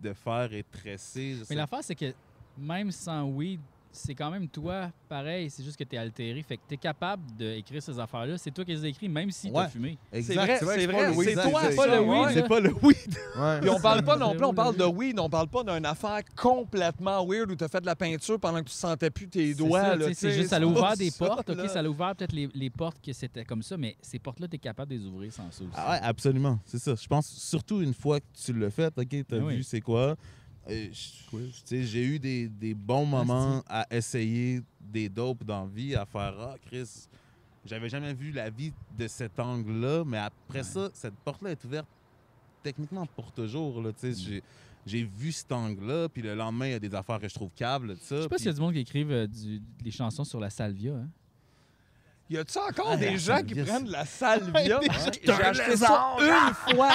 de faire est tressée. je sais Mais l'affaire, c'est que même sans weed, c'est quand même toi, pareil. C'est juste que t'es altéré. Fait que t'es capable d'écrire ces affaires-là. C'est toi qui les écris, même si t'as Ouais. fumé. C'est Exact, vrai, tu vois, c'est pas vrai. le weed, C'est toi, c'est- pas le Ouais, weed. C'est pas le weed. Ouais. Puis on parle pas C'est non plus, on drôle, parle le de weed, on parle pas d'une affaire complètement weird où t'as fait de la peinture pendant que tu sentais plus tes C'est doigts. ça, là, tu sais, c'est tu sais, juste, ça l'a c'est pas ouvert [LAUGHS] des ça, portes. là. OK, ça l'a ouvert peut-être les, les portes que c'était comme ça, mais ces portes-là, t'es capable de les ouvrir sans ça aussi. Ah ouais, absolument, c'est ça. Je pense surtout une fois que tu l'as fait, OK, t'as Ah oui. vu c'est quoi. Euh, je- tu sais, J'ai eu des, des bons moments à essayer des dopes dans la vie, à faire Ah, Chris, j'avais jamais vu la vie de cet angle-là, mais après ça, cette porte-là est ouverte techniquement pour toujours. là, tu sais. Mm. J'ai- J'ai vu cet angle-là, puis le lendemain, il y a des affaires que je trouve câbles, tout ça. Je sais pas puis- s'il y a du monde qui écrive euh, du- des chansons sur la salvia. [LAUGHS] hein. Y a-tu encore Ah, des la gens qui salvia, prennent de la salvia? J'ai un acheté ça une fois.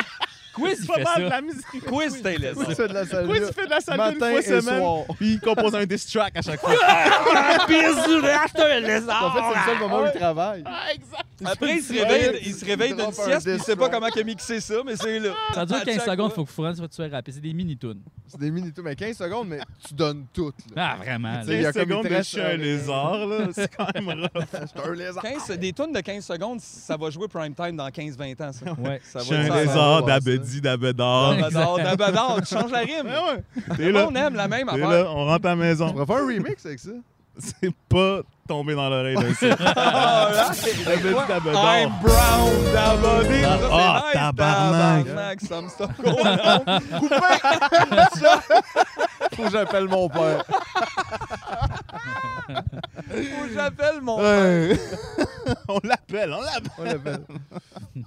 Quiz, il fait ça. Quiz, c'était les Tu fais de la salvia Pourquoi tu fais de la salle une matin fois et semaine? soir. Puis il compose un diss track à chaque fois. En fait, c'est le Ah! seul moment où il travaille. Après, il se Ouais, réveille, il il se réveille drop d'une un sieste, puis il sait pas destroy. comment il a mixé ça, mais c'est là. Ça dure À 15 chaque secondes, fois. faut que Fouran soit tué rapide. C'est des mini-tunes. C'est des minutes, mais 15 secondes, mais tu donnes tout. là. Ah, vraiment. sais, il y là. a 15 comme une secondes de trace je suis un sur- lézard, là, c'est quand même rough. C'est un lézard. 15 des tunes de 15 secondes, ça va jouer prime time dans 15-20 ans, ça. Ouais. Ça Je va suis être un ça. lézard ouais, d'Abedi, d'Abedard. Dabador, dabador, tu changes la rime. T'es Le là, monde aime la même t'es affaire. là, on rentre à la On maison. pourrait faire un remix avec ça. C'est pas tombé dans l'oreille d'un site. Ah, là, Abedi, I'm d'Abedard. brown d'abonné. Ça, c'est Ah, nice, tabarnak. tabarnak, ça me sort gros, non? [LAUGHS] Faut que j'appelle mon père. Faut que j'appelle mon père. Ouais. on l'appelle, on l'appelle. On l'appelle.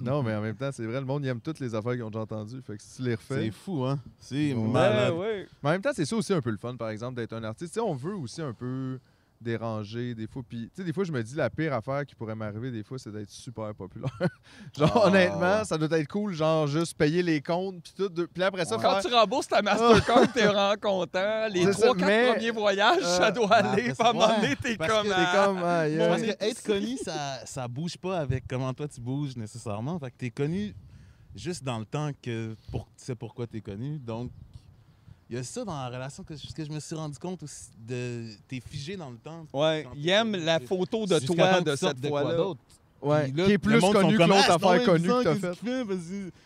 non, mais en même temps, c'est vrai, le monde il aime toutes les affaires qu'ils ont déjà entendues. Fait que si tu les refais. C'est fou, hein? C'est Ouais. Ouais, malade. ouais. Mais en même temps, c'est ça aussi un peu le fun, par exemple, d'être un artiste. Tu sais, on veut aussi un peu déranger des fois. Puis, tu sais, des fois, je me dis la pire affaire qui pourrait m'arriver, des fois, c'est d'être super populaire. [LAUGHS] genre, Ah, honnêtement, ouais. ça doit être cool, genre, juste payer les comptes, puis tout. de- Puis après ça, Quand faire. tu rembourses ta Oh. Mastercard, t'es vraiment content. Les C'est ça, 3-4 mais- premiers voyages, Euh, ça doit bah, aller. après, Puis à un c'est- moment ouais, donné, t'es parce comme. que T'es ah, comme. aïe, Parce aïe. que être connu, ça, ça bouge pas avec comment toi tu bouges nécessairement. Fait que t'es connu juste dans le temps que pour, tu sais pourquoi t'es connu. Donc, il y a ça dans la relation que, je- que je me suis rendu compte aussi. De, t'es figé dans le temps. Ouais, Quand il aime t'es- la photo de Jusqu'à toi temps que de tu sortes cette de quoi fois-là. d'autre. Ouais, Puis là, qui est le plus monde sont connu que comme, l'autre Ah, c'est donc affaire connue que bizarre, t'as qu'est-ce faite. qu'il fait?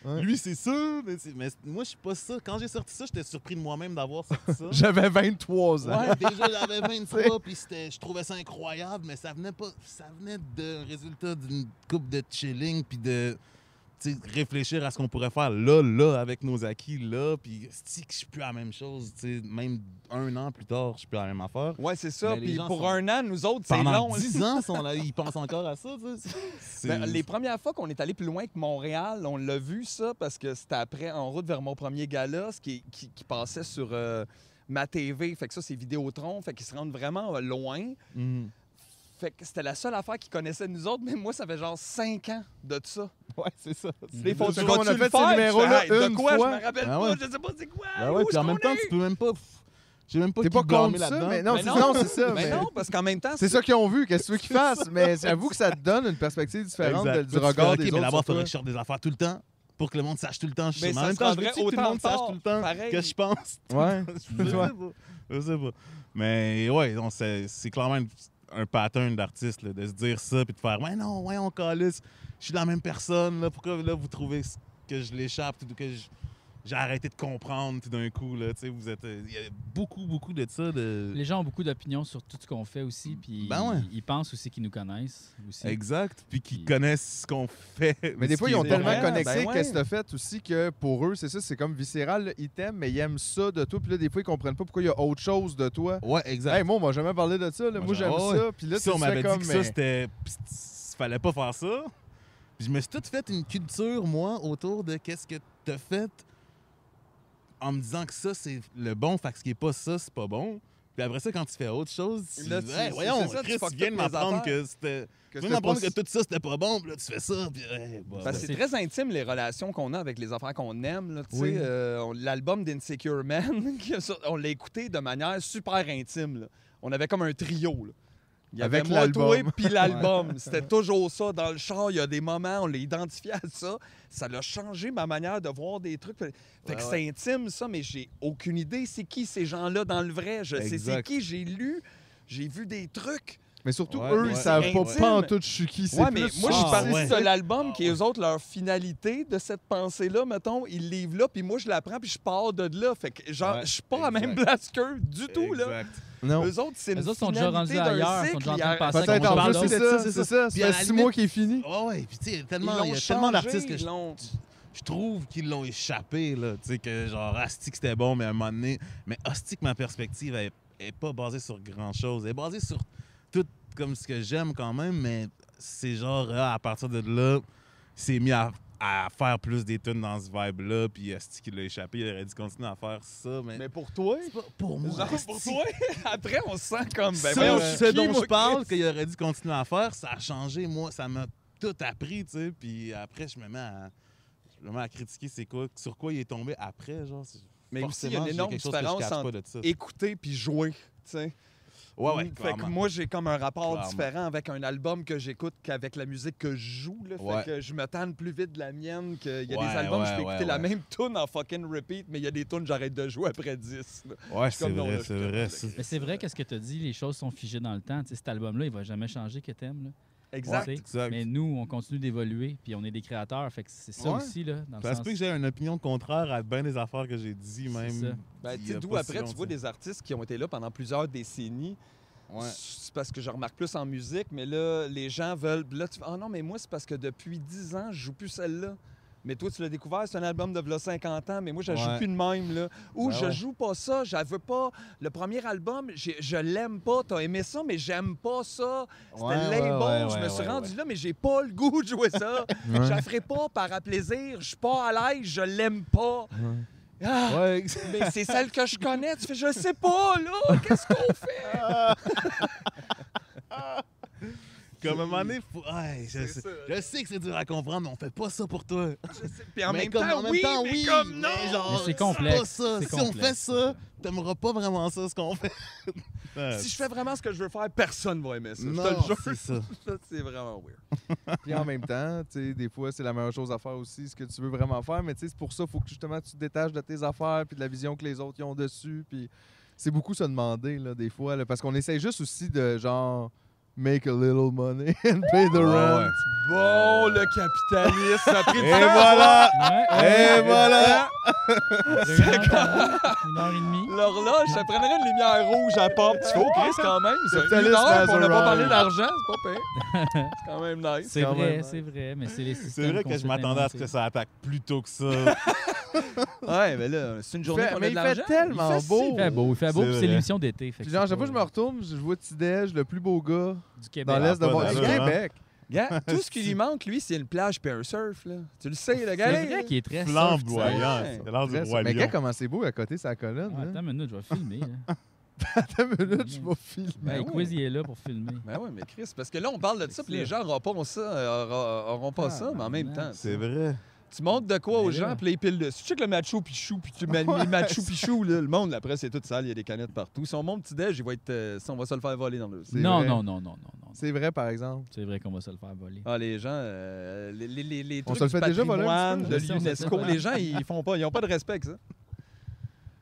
Vas-y. Ouais. Lui, c'est ça. Mais, c'est- mais moi, je suis pas ça. Quand j'ai sorti ça, j'étais surpris de moi-même d'avoir [LAUGHS] sorti ça. J'avais 23 ans. Ouais, déjà j'avais 23 puis c'était je trouvais ça incroyable mais ça venait pas ça venait de résultat d'une coupe de chilling puis de tu sais, réfléchir à ce qu'on pourrait faire là là avec nos acquis là puis si que je suis plus à la même chose tu sais, même un an plus tard je suis plus à la même affaire. Ouais, c'est ça. Mais les Puis gens pour sont- un an, nous autres, c'est Pendant [LAUGHS] long. 10 ans sont là, ils pensent encore à ça tu sais. C'est- Ben, les premières fois qu'on est allé plus loin que Montréal, on l'a vu ça parce que c'était après en route vers mon premier gala, ce qui, qui, qui passait sur euh, ma TV. Fait que ça, c'est Vidéotron. Fait qu'ils se rendent vraiment euh, loin. Mhm. Fait que c'était la seule affaire qu'ils connaissaient de nous autres, mais moi, ça fait genre 5 ans de ça. Ouais, c'est ça. Les font C'est tu comme on a vas-tu le fait ces faire? numéros-là Je fais, hey, une De quoi? fois. Je me rappelle Ah pas, ouais. je sais pas c'est quoi. Ben ouais, où puis est-ce en même qu'on temps tu est? peux même pas j'ai même pas T'es pas qui blâmer contre ça, là-dedans. mais non, Mais c'est non, c'est ça. Mais mais- non, parce qu'en même temps, C'est ça qu'ils ont vu, qu'est-ce que [LAUGHS] tu veux qu'ils fassent? Mais j'avoue que ça te donne une perspective différente Exact. de- Puis du tu fais, regard OK, des mais autres. d'abord, sur faudrait toi. que je sorte des affaires tout le temps pour que le monde sache tout le temps. Je Mais sais, ça en même se temps, je rendrait veux que tout le autant monde sache tard, tout le temps pareil. que je pense. [LAUGHS] Ouais. je sais pas. Je sais pas. Mais ouais, donc c'est c'est clairement une- un pattern d'artiste là, de se dire ça puis de faire Ouais, non, ouais, on calisse. Je suis la même personne. Là. Pourquoi là, vous trouvez que je l'échappe tout que je- J'ai arrêté de comprendre tout d'un coup. Là, Tu sais, vous êtes, euh, il y a beaucoup, beaucoup de ça. De... Les gens ont beaucoup d'opinions sur tout ce qu'on fait aussi, Mm. puis Ben ouais. ils, ils pensent aussi qu'ils nous connaissent aussi. Exact. Puis qui Puis- connaissent ce qu'on fait. Mais des ce fois, qui ils ont est tellement vrai. ben connecté ouais. qu'est-ce que t'as fait aussi que pour eux, c'est ça, c'est comme viscéral, là, ils t'aiment, mais ils aiment ça de toi. Puis là, des fois, ils comprennent pas pourquoi il y a autre chose de toi. Ouais, exact. Hey, moi, on m'a jamais parlé de ça. là. Moi, Moi, j'aime j'aurais- ça. Puis là, si tu on te m'avait fais dit comme, que euh, ça, mais- c'était. pis c- fallait pas faire ça. Puis je me suis tout fait une culture, moi, autour de qu'est-ce que t'as fait en me disant que ça, c'est le bon, fait que ce qui est pas ça, c'est pas bon. Puis après ça, quand tu fais autre chose, tu Là, dis, tu- Hey, c'est- voyons, c'est ça, tu Chris, fuck tu viens de toutes mes m'apprendre affaires. que c'était. Tu viens que de c'était pas m'apprendre si- que tout ça, c'était pas bon, puis là, tu fais ça, puis. hey, bah, Parce bah. que c'est très intime les relations qu'on a avec les affaires qu'on aime. là, tu sais, Oui. euh, on- L'album d'Insecure Man, [LAUGHS] qui a sort- on l'a écouté de manière super intime. là. On avait comme un trio. là. Il y avait Avec moi, toi, l'album. puis l'album. C'était toujours ça. Dans le char, il y a des moments, on l'a identifié à ça. Ça l'a changé ma manière de voir des trucs. Fait que c'est intime, ça, mais j'ai aucune idée. C'est qui ces gens-là dans le vrai? Je sais c'est Exact. qui. J'ai lu, j'ai vu des trucs. Mais surtout, Ouais, eux, ouais. ils savent pas Intime. pas en tout je suis qui. C'est Ouais, mais plus moi, je ça. suis Ah, parti ouais. de l'album Ah, qui, eux autres, leur finalité de cette pensée-là, mettons, ils livrent là, puis moi, je la prends, puis je pars de là. Fait que, genre, Ouais, je suis pas à exact. la même place qu'eux du tout, là. Exact. Non. Eux autres, c'est une Les autres sont déjà rendus finalité d'un ailleurs, cycle, sont déjà en ils train de arrêtent- penser Peut-être qu'on en parle plus, c'est d'autre. ça, c'est ça. Puis Ça à fait la six limite- mois qu'il est fini. Ah ouais, puis tu sais, Ils tellement- l'ont il y a tellement changé, d'artistes que ils je l'ont- je trouve qu'ils l'ont échappé, là. Tu sais, que genre, Asti, que c'était bon, mais à un moment donné. Mais Asti, que ma perspective, elle n'est pas basée sur grand-chose. Elle est basée sur tout comme ce que j'aime quand même, mais c'est genre, ah, à partir de là, il s'est mis à, à faire plus des tunes dans ce vibe-là, puis Asti, qui l'a échappé, il aurait dû continuer à faire ça, mais. Mais pour toi, c'est pas pour moi. genre, [LAUGHS] pour asti. toi, [LAUGHS] après, on se sent comme. Ça, Ben, voyons, je suis ce qui, dont moi, je parle, Chris? qu'il aurait dû continuer à faire, ça a changé, moi, ça m'a tout appris, tu sais. Puis après, je me mets à, je me mets à critiquer c'est quoi, sur quoi il est tombé après, genre. c'est- Mais aussi, il y a forcément, une j'ai énorme quelque chose que je différence catch entre pas de ça. Écouter, puis jouer, tu sais. Ouais, ouais, Mm, Fait que clairement. moi, j'ai comme un rapport Clairement. différent avec un album que j'écoute qu'avec la musique que je joue. Là. Fait Ouais. que je me tanne plus vite de la mienne qu'il y a Ouais, des albums, je ouais, peux ouais, écouter la ouais. même tune en fucking repeat, mais il y a des tunes, j'arrête de jouer après 10. là. Ouais, c'est c'est comme non, là, vrai, je c'est te- vrai. ça. Mais c'est vrai qu'est-ce que tu as dit, les choses sont figées dans le temps. Tu sais, cet album-là, il va jamais changer que t'aimes. là. Exact. Tu sais. Exact. Mais nous, on continue d'évoluer, puis on est des créateurs, fait que c'est ça Ouais. aussi, là, dans le Ça se sens- peut que j'ai une opinion contraire à bien des affaires que j'ai dit, C'est ça. même. Ben, tu il y sais, a d'où pas si après, tu vois longtemps. des artistes qui ont été là pendant plusieurs décennies. Ouais. C'est parce que je remarque plus en musique, mais là, les gens veulent. Là, tu Ah non, mais moi, c'est parce que depuis 10 ans, je joue plus celle-là. Mais toi, tu l'as découvert, c'est un album de v'là 50 ans, mais moi, je joue Ouais. plus de même, là. Ou Ben je ouais. joue pas ça, je veux pas. Le premier album, j'ai- je l'aime pas. T'as aimé ça, mais j'aime pas ça. C'était Ouais, ouais, label, ouais, je me ouais, suis ouais, rendu ouais. là, mais j'ai pas le goût de jouer [LAUGHS] ça. Je la ferai pas par plaisir, je suis pas à l'aise, je l'aime pas. Ah, Ouais. mais c'est celle que je connais. Tu fais, je sais pas, là, [LAUGHS] qu'est-ce qu'on fait? Comme à un moment donné, faut- ouais, je, sais, je sais que c'est dur à comprendre, mais on fait pas ça pour toi. Puis en Mais même comme- temps, en même oui, temps, mais oui, comme non! mais genre, Mais c'est pas complexe, ça. c'est Si on complexe, fait c'est ça, t'aimeras pas vraiment ça, ce qu'on [LAUGHS] fait. Ouais. Si je fais vraiment ce que je veux faire, personne va aimer ça. Non, je te le jure. Ah, c'est ça. Ça, c'est vraiment weird. Puis en même temps, tu sais, des fois, c'est la meilleure chose à faire aussi, ce que tu veux vraiment faire. Mais tu sais, c'est pour ça qu'il faut que justement tu te détaches de tes affaires puis de la vision que les autres y ont dessus. Puis c'est beaucoup se demander, là, des fois, là, parce qu'on essaie juste aussi de genre make a little money [LAUGHS] and pay the rent. Bon, le capitalisme, ça a pris du Et [LAUGHS] temps. voilà! Ouais. Et voilà! Une heure, une heure et demie. L'horloge, ça prendrait une lumière rouge à la porte. Tu fais, oh, Chris, quand même. C'est une Capitalisme heure, puis on n'a has pas parlé arrived. d'argent, c'est pas pire. [LAUGHS] C'est quand même nice. C'est quand vrai, même. c'est vrai, mais c'est les C'est systèmes vrai qu'on que je s'est m'attendais à ce que inventés. ça attaque plus tôt que [LAUGHS] ça. Ouais, mais là, c'est une journée Fait- qu'on a mais de il fait l'argent. tellement Il fait beau! Il fait beau, il fait beau, C'est puis c'est vrai. l'émission d'été. fait Puis que genre, c'est chaque fois que je me pas- retourne, je vois Tidej, le plus beau gars Du Québec. dans l'Est de pas mon... de Du raison, hein? Québec. [LAUGHS] Gars, tout ce qui lui manque, lui, c'est une plage puis un surf. Là. Tu le sais, le gars. C'est vrai qu'il est très surf, Flamboyant. Ouais. C'est l'art du Très- roi Mais lion. gars, comment c'est beau à côté sa colonne. tu sais. Ah, Attends hein? une minute, je vais filmer. [LAUGHS] là. Attends une minute, je vais filmer. Hey, Ben, Quiz, il est là pour filmer. Ben oui, mais Chris, parce que là, on parle de ça, puis les gens n'auront pas ça, euh, aura- auront pas Ah, ça, mais en même man. temps. C'est vrai. Tu montres de quoi aux Mais là- gens, puis là, ils pilent dessus. Tu sais que le Machu Picchu, puis tu [LAUGHS] mets le Machu Picchu, là, le monde, là, après, c'est tout sale, il y a des canettes partout. Si on monte petit déj, il va être, euh, ça, on va se le faire voler dans le C'est Non, vrai. non, non, non, non, non. C'est vrai, par exemple. C'est vrai qu'on va se le faire voler. Ah, les gens, euh, les, les, les, les On trucs se le fait du déjà voler un patrimoine, petit peu, de je sais, on se le fait l'UNESco, voler. les gens, ils font pas, ils ont pas de respect avec ça.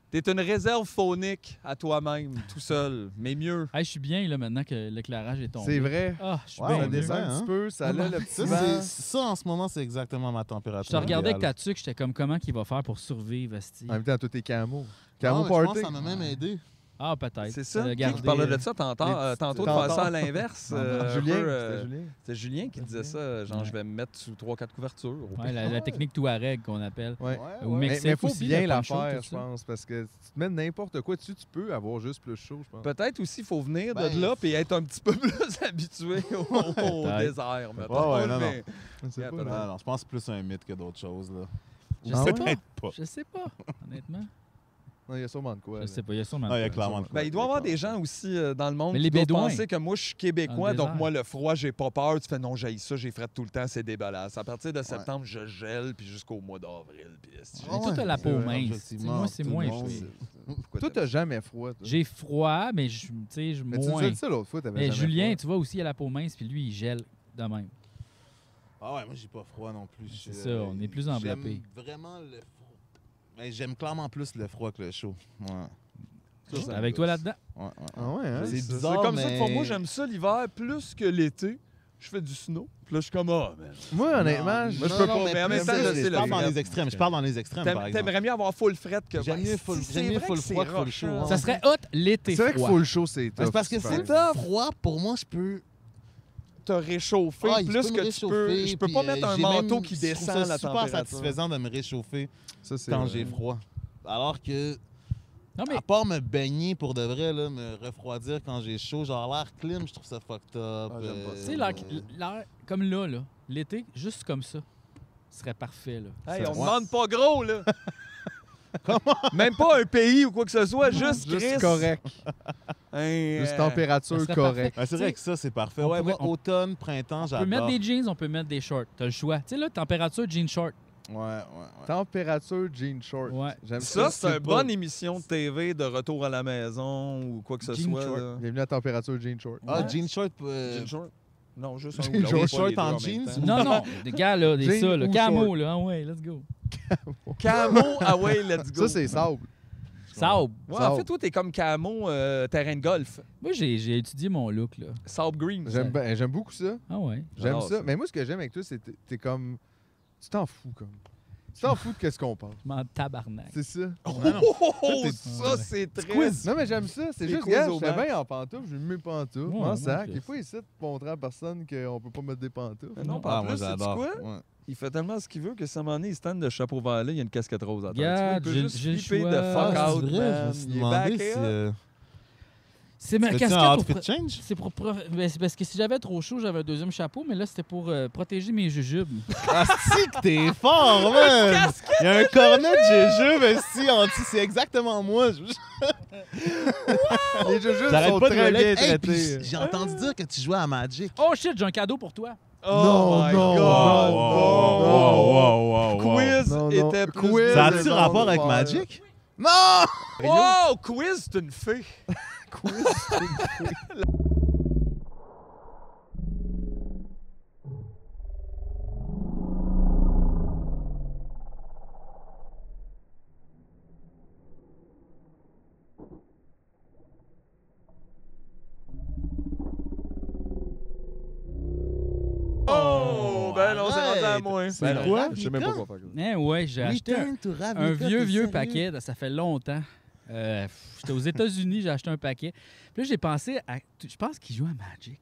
T'es une réserve phonique à toi-même, tout seul, mais mieux. Hey, je suis bien là maintenant que l'éclairage est tombé. C'est vrai. Ah, je suis Ouais, Ça bien. on est- descend un hein? petit peu, ça l'a le petit Ça, vent. c'est- ça, en ce moment, c'est exactement ma température. Je te regardais avec idéale. ta tuque, j'étais comme comment qu'il va faire pour survivre, Asti. En même temps, tout est camo. Ah, Camo mais party. Je pense que ça m'a même aidé. Ah, peut-être. C'est ça. Le Qui qui garder, parlait euh, de ça tantôt, les euh, petites- tantôt de faire tantôt. ça à [LAUGHS] l'inverse? euh, un Julien, peu, euh, c'était Julien. C'est Julien qui disait ça, genre je vais me mettre sous trois quatre couvertures. au ouais, la, la technique Touareg qu'on appelle. Ouais. Au Mais- Mexique mais faut aussi, bien le la poncho, faire, tout je ça. pense, parce que si tu te mets n'importe quoi dessus, tu peux avoir juste plus chaud, je pense. Peut-être aussi, il faut venir Ben, de là et être un petit peu [LAUGHS] plus habitué au, au Peut-être. désert, mettons. ouais, non, mais- Je sais Yeah, pas. peut-être. Ah, Non, non, je pense que c'est plus un mythe que d'autres choses. Là. Je sais Ah ouais? pas. Peut-être pas. Je sais pas, honnêtement. Non, il y a sûrement de quoi. Je là. sais pas, il y a sûrement. Non, Ah, il y a de quoi. clairement de quoi. Ben, il doit y avoir des gens aussi euh, dans le monde Mais qui les doivent Bédouins. penser que moi, je suis québécois, Dans le donc désert. moi, le froid, j'ai pas peur. Tu fais non, j'ai ça, j'ai frais tout le temps, c'est dégueulasse. À partir de septembre, je gèle, puis jusqu'au mois d'avril. puis est-ce que Mais toi, t'as la peau Ouais, mince. Tu sais, effectivement, Moi, c'est tout le moins monde, chaud. j'ai- Toi, t'as jamais froid. toi. J'ai froid, mais je, tu sais, je Mais tu nous as moins. dit ça l'autre fois, t'avais Mais jamais Julien, froid. tu vois aussi, il a la peau mince, puis lui, il gèle de même. Ah ouais, moi j'ai pas froid non plus. C'est ça, Je- on est plus enveloppé. J'aime vraiment le froid. Ben, j'aime clairement plus le froid que le chaud. Ouais. Ça, ça Avec me toi gosse. là-dedans. ouais, ouais. Ah ouais, hein? C'est C'est bizarre. comme ça mais- que moi, j'aime ça l'hiver plus que l'été. Je fais du snow. Puis là, je suis comme, ah, man. Moi, honnêtement, Non, je moi, je non, peux non, pas, mais en même plus temps, que là, les c'est je le- parle dans frais. les extrêmes. Je parle dans les extrêmes, par T'aimes- exemple. T'aimerais mieux avoir full fret que. J'aime Ben, mieux si, full- c'est j'aime mieux vrai full que c'est froid que full rough, chaud, là. hein. Ça serait hot l'été C'est vrai qu'il froid. faut le chaud, c'est Ben, tough, c'est parce que tu c'est parles. froid, pour moi, je peux. te réchauffer Ah, je plus peux me que tu peux. réchauffer, Je peux puis, pas euh, mettre un j'ai même- manteau qui je trouve descend ça la super température. satisfaisant de me réchauffer Ça, c'est quand vrai. j'ai froid. Alors que, Non, mais à part me baigner pour de vrai, là, me refroidir quand j'ai chaud, genre l'air clim, je trouve ça fucked up. euh, Ah, j'aime pas tu ça. sais, l'air- l'air, comme là, là, l'été, juste comme ça, serait parfait. Là. Hey, Ça- on Ouais. demande pas [LAUGHS] gros, là. Même pas un pays ou quoi que ce soit, juste Chris. Juste correct. Un, euh, Juste Ça température serait parfait. correcte. Ben, Tu c'est sais, vrai que ça, c'est parfait. on Ouais, pourrait- moi, on- automne, printemps, On peut j'adore. mettre des jeans, on peut mettre des shorts. T'as le choix. Tu sais, là, température, jean short. Ouais, ouais, Température jean short. Ouais. J'aime euh, Ça, ça. c'est une pas- bonne émission de TV de retour à la maison ou quoi que ce Jean soit. short. là. Bienvenue à température jean short. Ah, Ouais. jean short. euh, Jean short? Non, juste un Jean ou l'autre, pas short. les Short deux en même jeans temps. ou- [LAUGHS] Non, non, des gars, là, des Jeans ça, là, ou camo, short. là, ah ouais, let's go. Camo, ah [LAUGHS] ouais, let's go. Ça, c'est sable. Sable. Ouais, en sable. fait, toi, t'es comme Camo, euh, terrain de golf. Moi, j'ai j'ai étudié mon look, là. Sable green. J'aime ben- j'aime beaucoup ça. Ah ouais. J'aime J'adore ça. ça. Mais moi, ce que j'aime avec toi, c'est que t'es- t'es comme. Tu t'en fous, comme. Tu t'en fous de qu'est-ce qu'on pense. Je m'en tabarnak. C'est ça. Oh, Ah non. oh, oh, Tout est- ça, c'est très... Non, mais j'aime ça. C'est Des juste, quiz gars, au j'étais bac. bien en pantoufle, je mets mes pantoufles, Ouais, en moi, sac. je- Il faut essayer de montrer à personne qu'on peut pas mettre des pantoufles. [LAUGHS] Mais Non, pas en plus, c'est quoi? Il fait tellement ce qu'il veut que ça m'en est, il se tente de chapeau vert là, il y a une casquette rose à Regarde, terre. Tu vois, il j'ai- peut juste j'ai le flipper choix. de fuck Ah, out, c'est vrai, man. Je me Il est suis demandé back si. up. euh, C'est ma c'était-tu casquette. un au outfit pro- change? C'est pour pro- ben, c'est parce que si j'avais trop chaud, j'avais un deuxième chapeau, mais là, c'était pour euh, protéger mes [LAUGHS] jujubes. Ah, si que t'es fort, man! Il y a un cornet de jujube, mais si, anti, c'est exactement moi. Je- Les jeux J'arrête sont pas de très me bien l'être. Hey, traités. puis J'ai entendu dire que tu jouais à Magic. Oh shit, j'ai un cadeau pour toi. Oh Non, my non, God, non, bon. non, wow, wow, wow. Quiz Non, non. était plus... Quiz. Ça le a-tu monde rapport avec va- Magic? Non! Wow, quiz, c'est une [LAUGHS] fée. Oh, ben non, c'est rendu à Arrête. moi. Ben C'est quoi? Je sais même pas quoi faire. Eh ouais, j'ai acheté un, Return to Ah, Ravnica, un vieux, t'es vieux sérieux? paquet. Ça fait longtemps. Euh, pff, J'étais aux États-Unis, j'ai acheté un paquet. Puis là, j'ai pensé à. Je pense qu'il joue à Magic.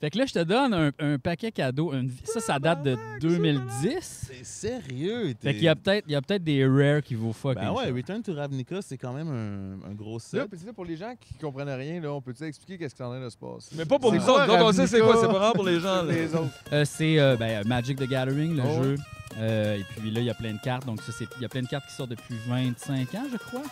Fait que là, je te donne un, un paquet cadeau. une- ça, ça date de 2010. T'es sérieux? Fait qu'il y a peut-être il y a peut-être des rares qui vaut fucking. Ben ouais, cher. Return to Ravnica, c'est quand même un, un gros set. Là, puis là, pour les gens qui comprennent rien, là, on peut-tu expliquer qu'est-ce qui est en train de se passer? Mais pas pour C'est nous autres. quoi, Donc, on sait c'est quoi, c'est Ravnica? vraiment pour les gens. là. Les autres. Euh, c'est euh, ben, Magic the Gathering, le Oh. jeu. Euh, et puis là, il y a plein de cartes. Donc, ça, c'est- il y a plein de cartes qui sortent depuis 25 ans, je crois.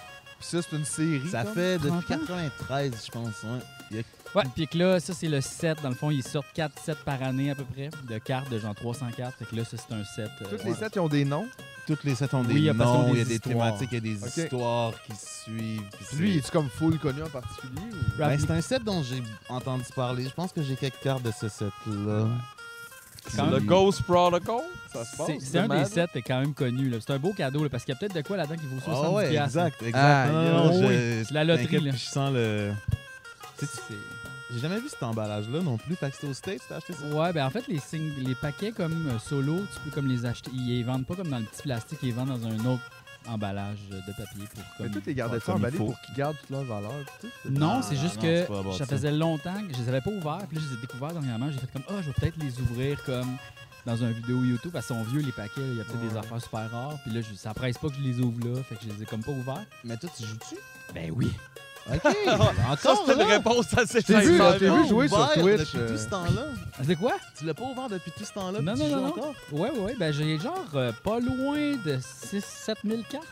Puis ça, c'est une série. Ça comme? fait depuis 30 ans? 93, je pense. Ouais. Il y a- Ouais, puis que là, ça, c'est le set. Dans le fond, ils sortent 4 sets par année à peu près de cartes, de genre 300 cartes. Fait que là, ça, c'est un set. euh, Toutes les sets, ils ont des noms. Toutes les sets ont des Oui, il y a parce qu'on des noms, il y a des histoires. thématiques, il y a des Ok. histoires qui se suivent. puis Puis lui, c'est- est-tu comme full connu en particulier? ou- Ben, Ravnica. c'est un set dont j'ai entendu parler. Je pense que j'ai quelques cartes de ce set-là. Ah Quand Le même. Ghost Protocol, ça se passe. C'est c'est un le des Mad. sets qui est quand même connu. là. C'est un beau cadeau là, parce qu'il y a peut-être de quoi là-dedans qui vaut 70 Ah ouais, piastres. exact, exact. Ah, Non, non, oui. non, C'est je- la loterie, t'inquiète, là. puis Je sens le. C'est- C'est- J'ai jamais vu cet emballage-là non plus. Fait que c'était au States, t'as acheté ça? Ouais, ben en fait, les, sing- les paquets comme euh, solo, tu peux comme les acheter. Ils les vendent pas comme dans le petit plastique, ils les vendent dans un autre emballage euh, de papier pour Mais comme... toutes les gardes comme il emballées faut. pour qu'ils gardent toute leur valeur. tu sais. Non, Non, c'est non, juste non, que c'est pas bon, ça ça. faisait longtemps que je les avais pas ouverts. Puis là, je les ai découverts dernièrement. J'ai fait comme, ah, je vais peut-être les ouvrir comme dans un vidéo YouTube. Parce qu'ils sont vieux, les paquets. là. Il y a peut-être des affaires super rares. Puis là, je- ça presse pas que je les ouvre là. Fait que je les ai comme pas ouverts. Mais toi, tu joues-tu? Ben oui. [LAUGHS] Ok! Encore, Ça, c'était une là? réponse assez T'es vu, sincère. t'es vu jouer sur Ouvert Twitch. Depuis euh, tout ce temps-là? C'est quoi? Tu l'as pas ouvert depuis tout ce temps-là? Non, puis non, tu non, joues non. encore? Ouais, ouais. Ben j'ai genre euh, pas loin de 6-7 000 cartes.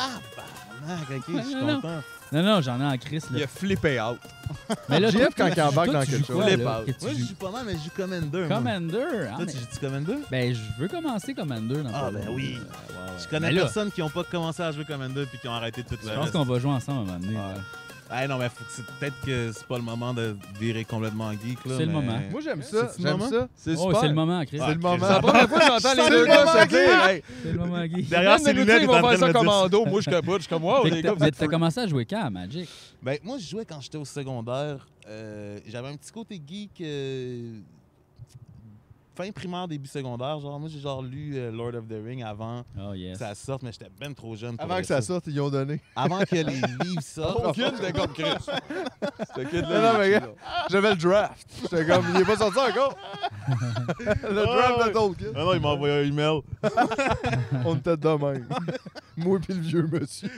Tabarnak, ok, Ouais, je suis non, non. content. Non, non, j'en ai en crise. Il Là. a flippé out. Mais là, Jeff, toi, quand tu- il embarque toi, dans tu quelque joues chose, quoi, les là? passe. Que tu Moi, je joues joue pas mal, mais je joue Commander. moi. Commander. ah, Là, mais- tu joues Commander? Ben, je veux commencer Commander dans pas Ah, ben long. oui. Je Mais connais Ben là- personne qui ont pas commencé à jouer Commander puis qui ont arrêté toute Je la. pense qu'on va jouer ensemble à un moment donné. Ah, là. Ah non, mais faut que c'est- peut-être que c'est pas le moment de virer complètement geek. là, C'est le mais- moment. Moi, j'aime ça. C'est-tu le J'aime moment? ça. C'est Oh, super. c'est le moment, Chris. Ah, C'est le moment. C'est la première fois que j'entends les C'est deux le gars moment, se dire hey, C'est le moment, [LAUGHS] Guy. Derrière, viens c'est de nous dire lunettes, ils il est en vont train faire de ça me dire ça. commando. Moi, je capote. Je suis comme, Oh, wow, Fait les que gars, t'as- vous mais êtes T'as commencé à jouer quand à Magic? Ben, moi, je jouais quand j'étais au secondaire. Euh, J'avais un petit côté geek. euh, Fin primaire, début secondaire, genre, moi j'ai genre lu euh, Lord of the Ring avant Oh que yes. ça sorte, mais j'étais ben trop jeune pour Avant lire que ça sorte, ils ont donné. Avant que les livres sortent. aucune [LAUGHS] de comme Chris. Ce [LAUGHS] Non, kid-là, non, mais gars, j'avais le draft. J'étais comme, il est pas sorti encore. le draft de Tolkien. Ah non, il m'a envoyé un email. On était de même. [LAUGHS] Moi pis le vieux monsieur.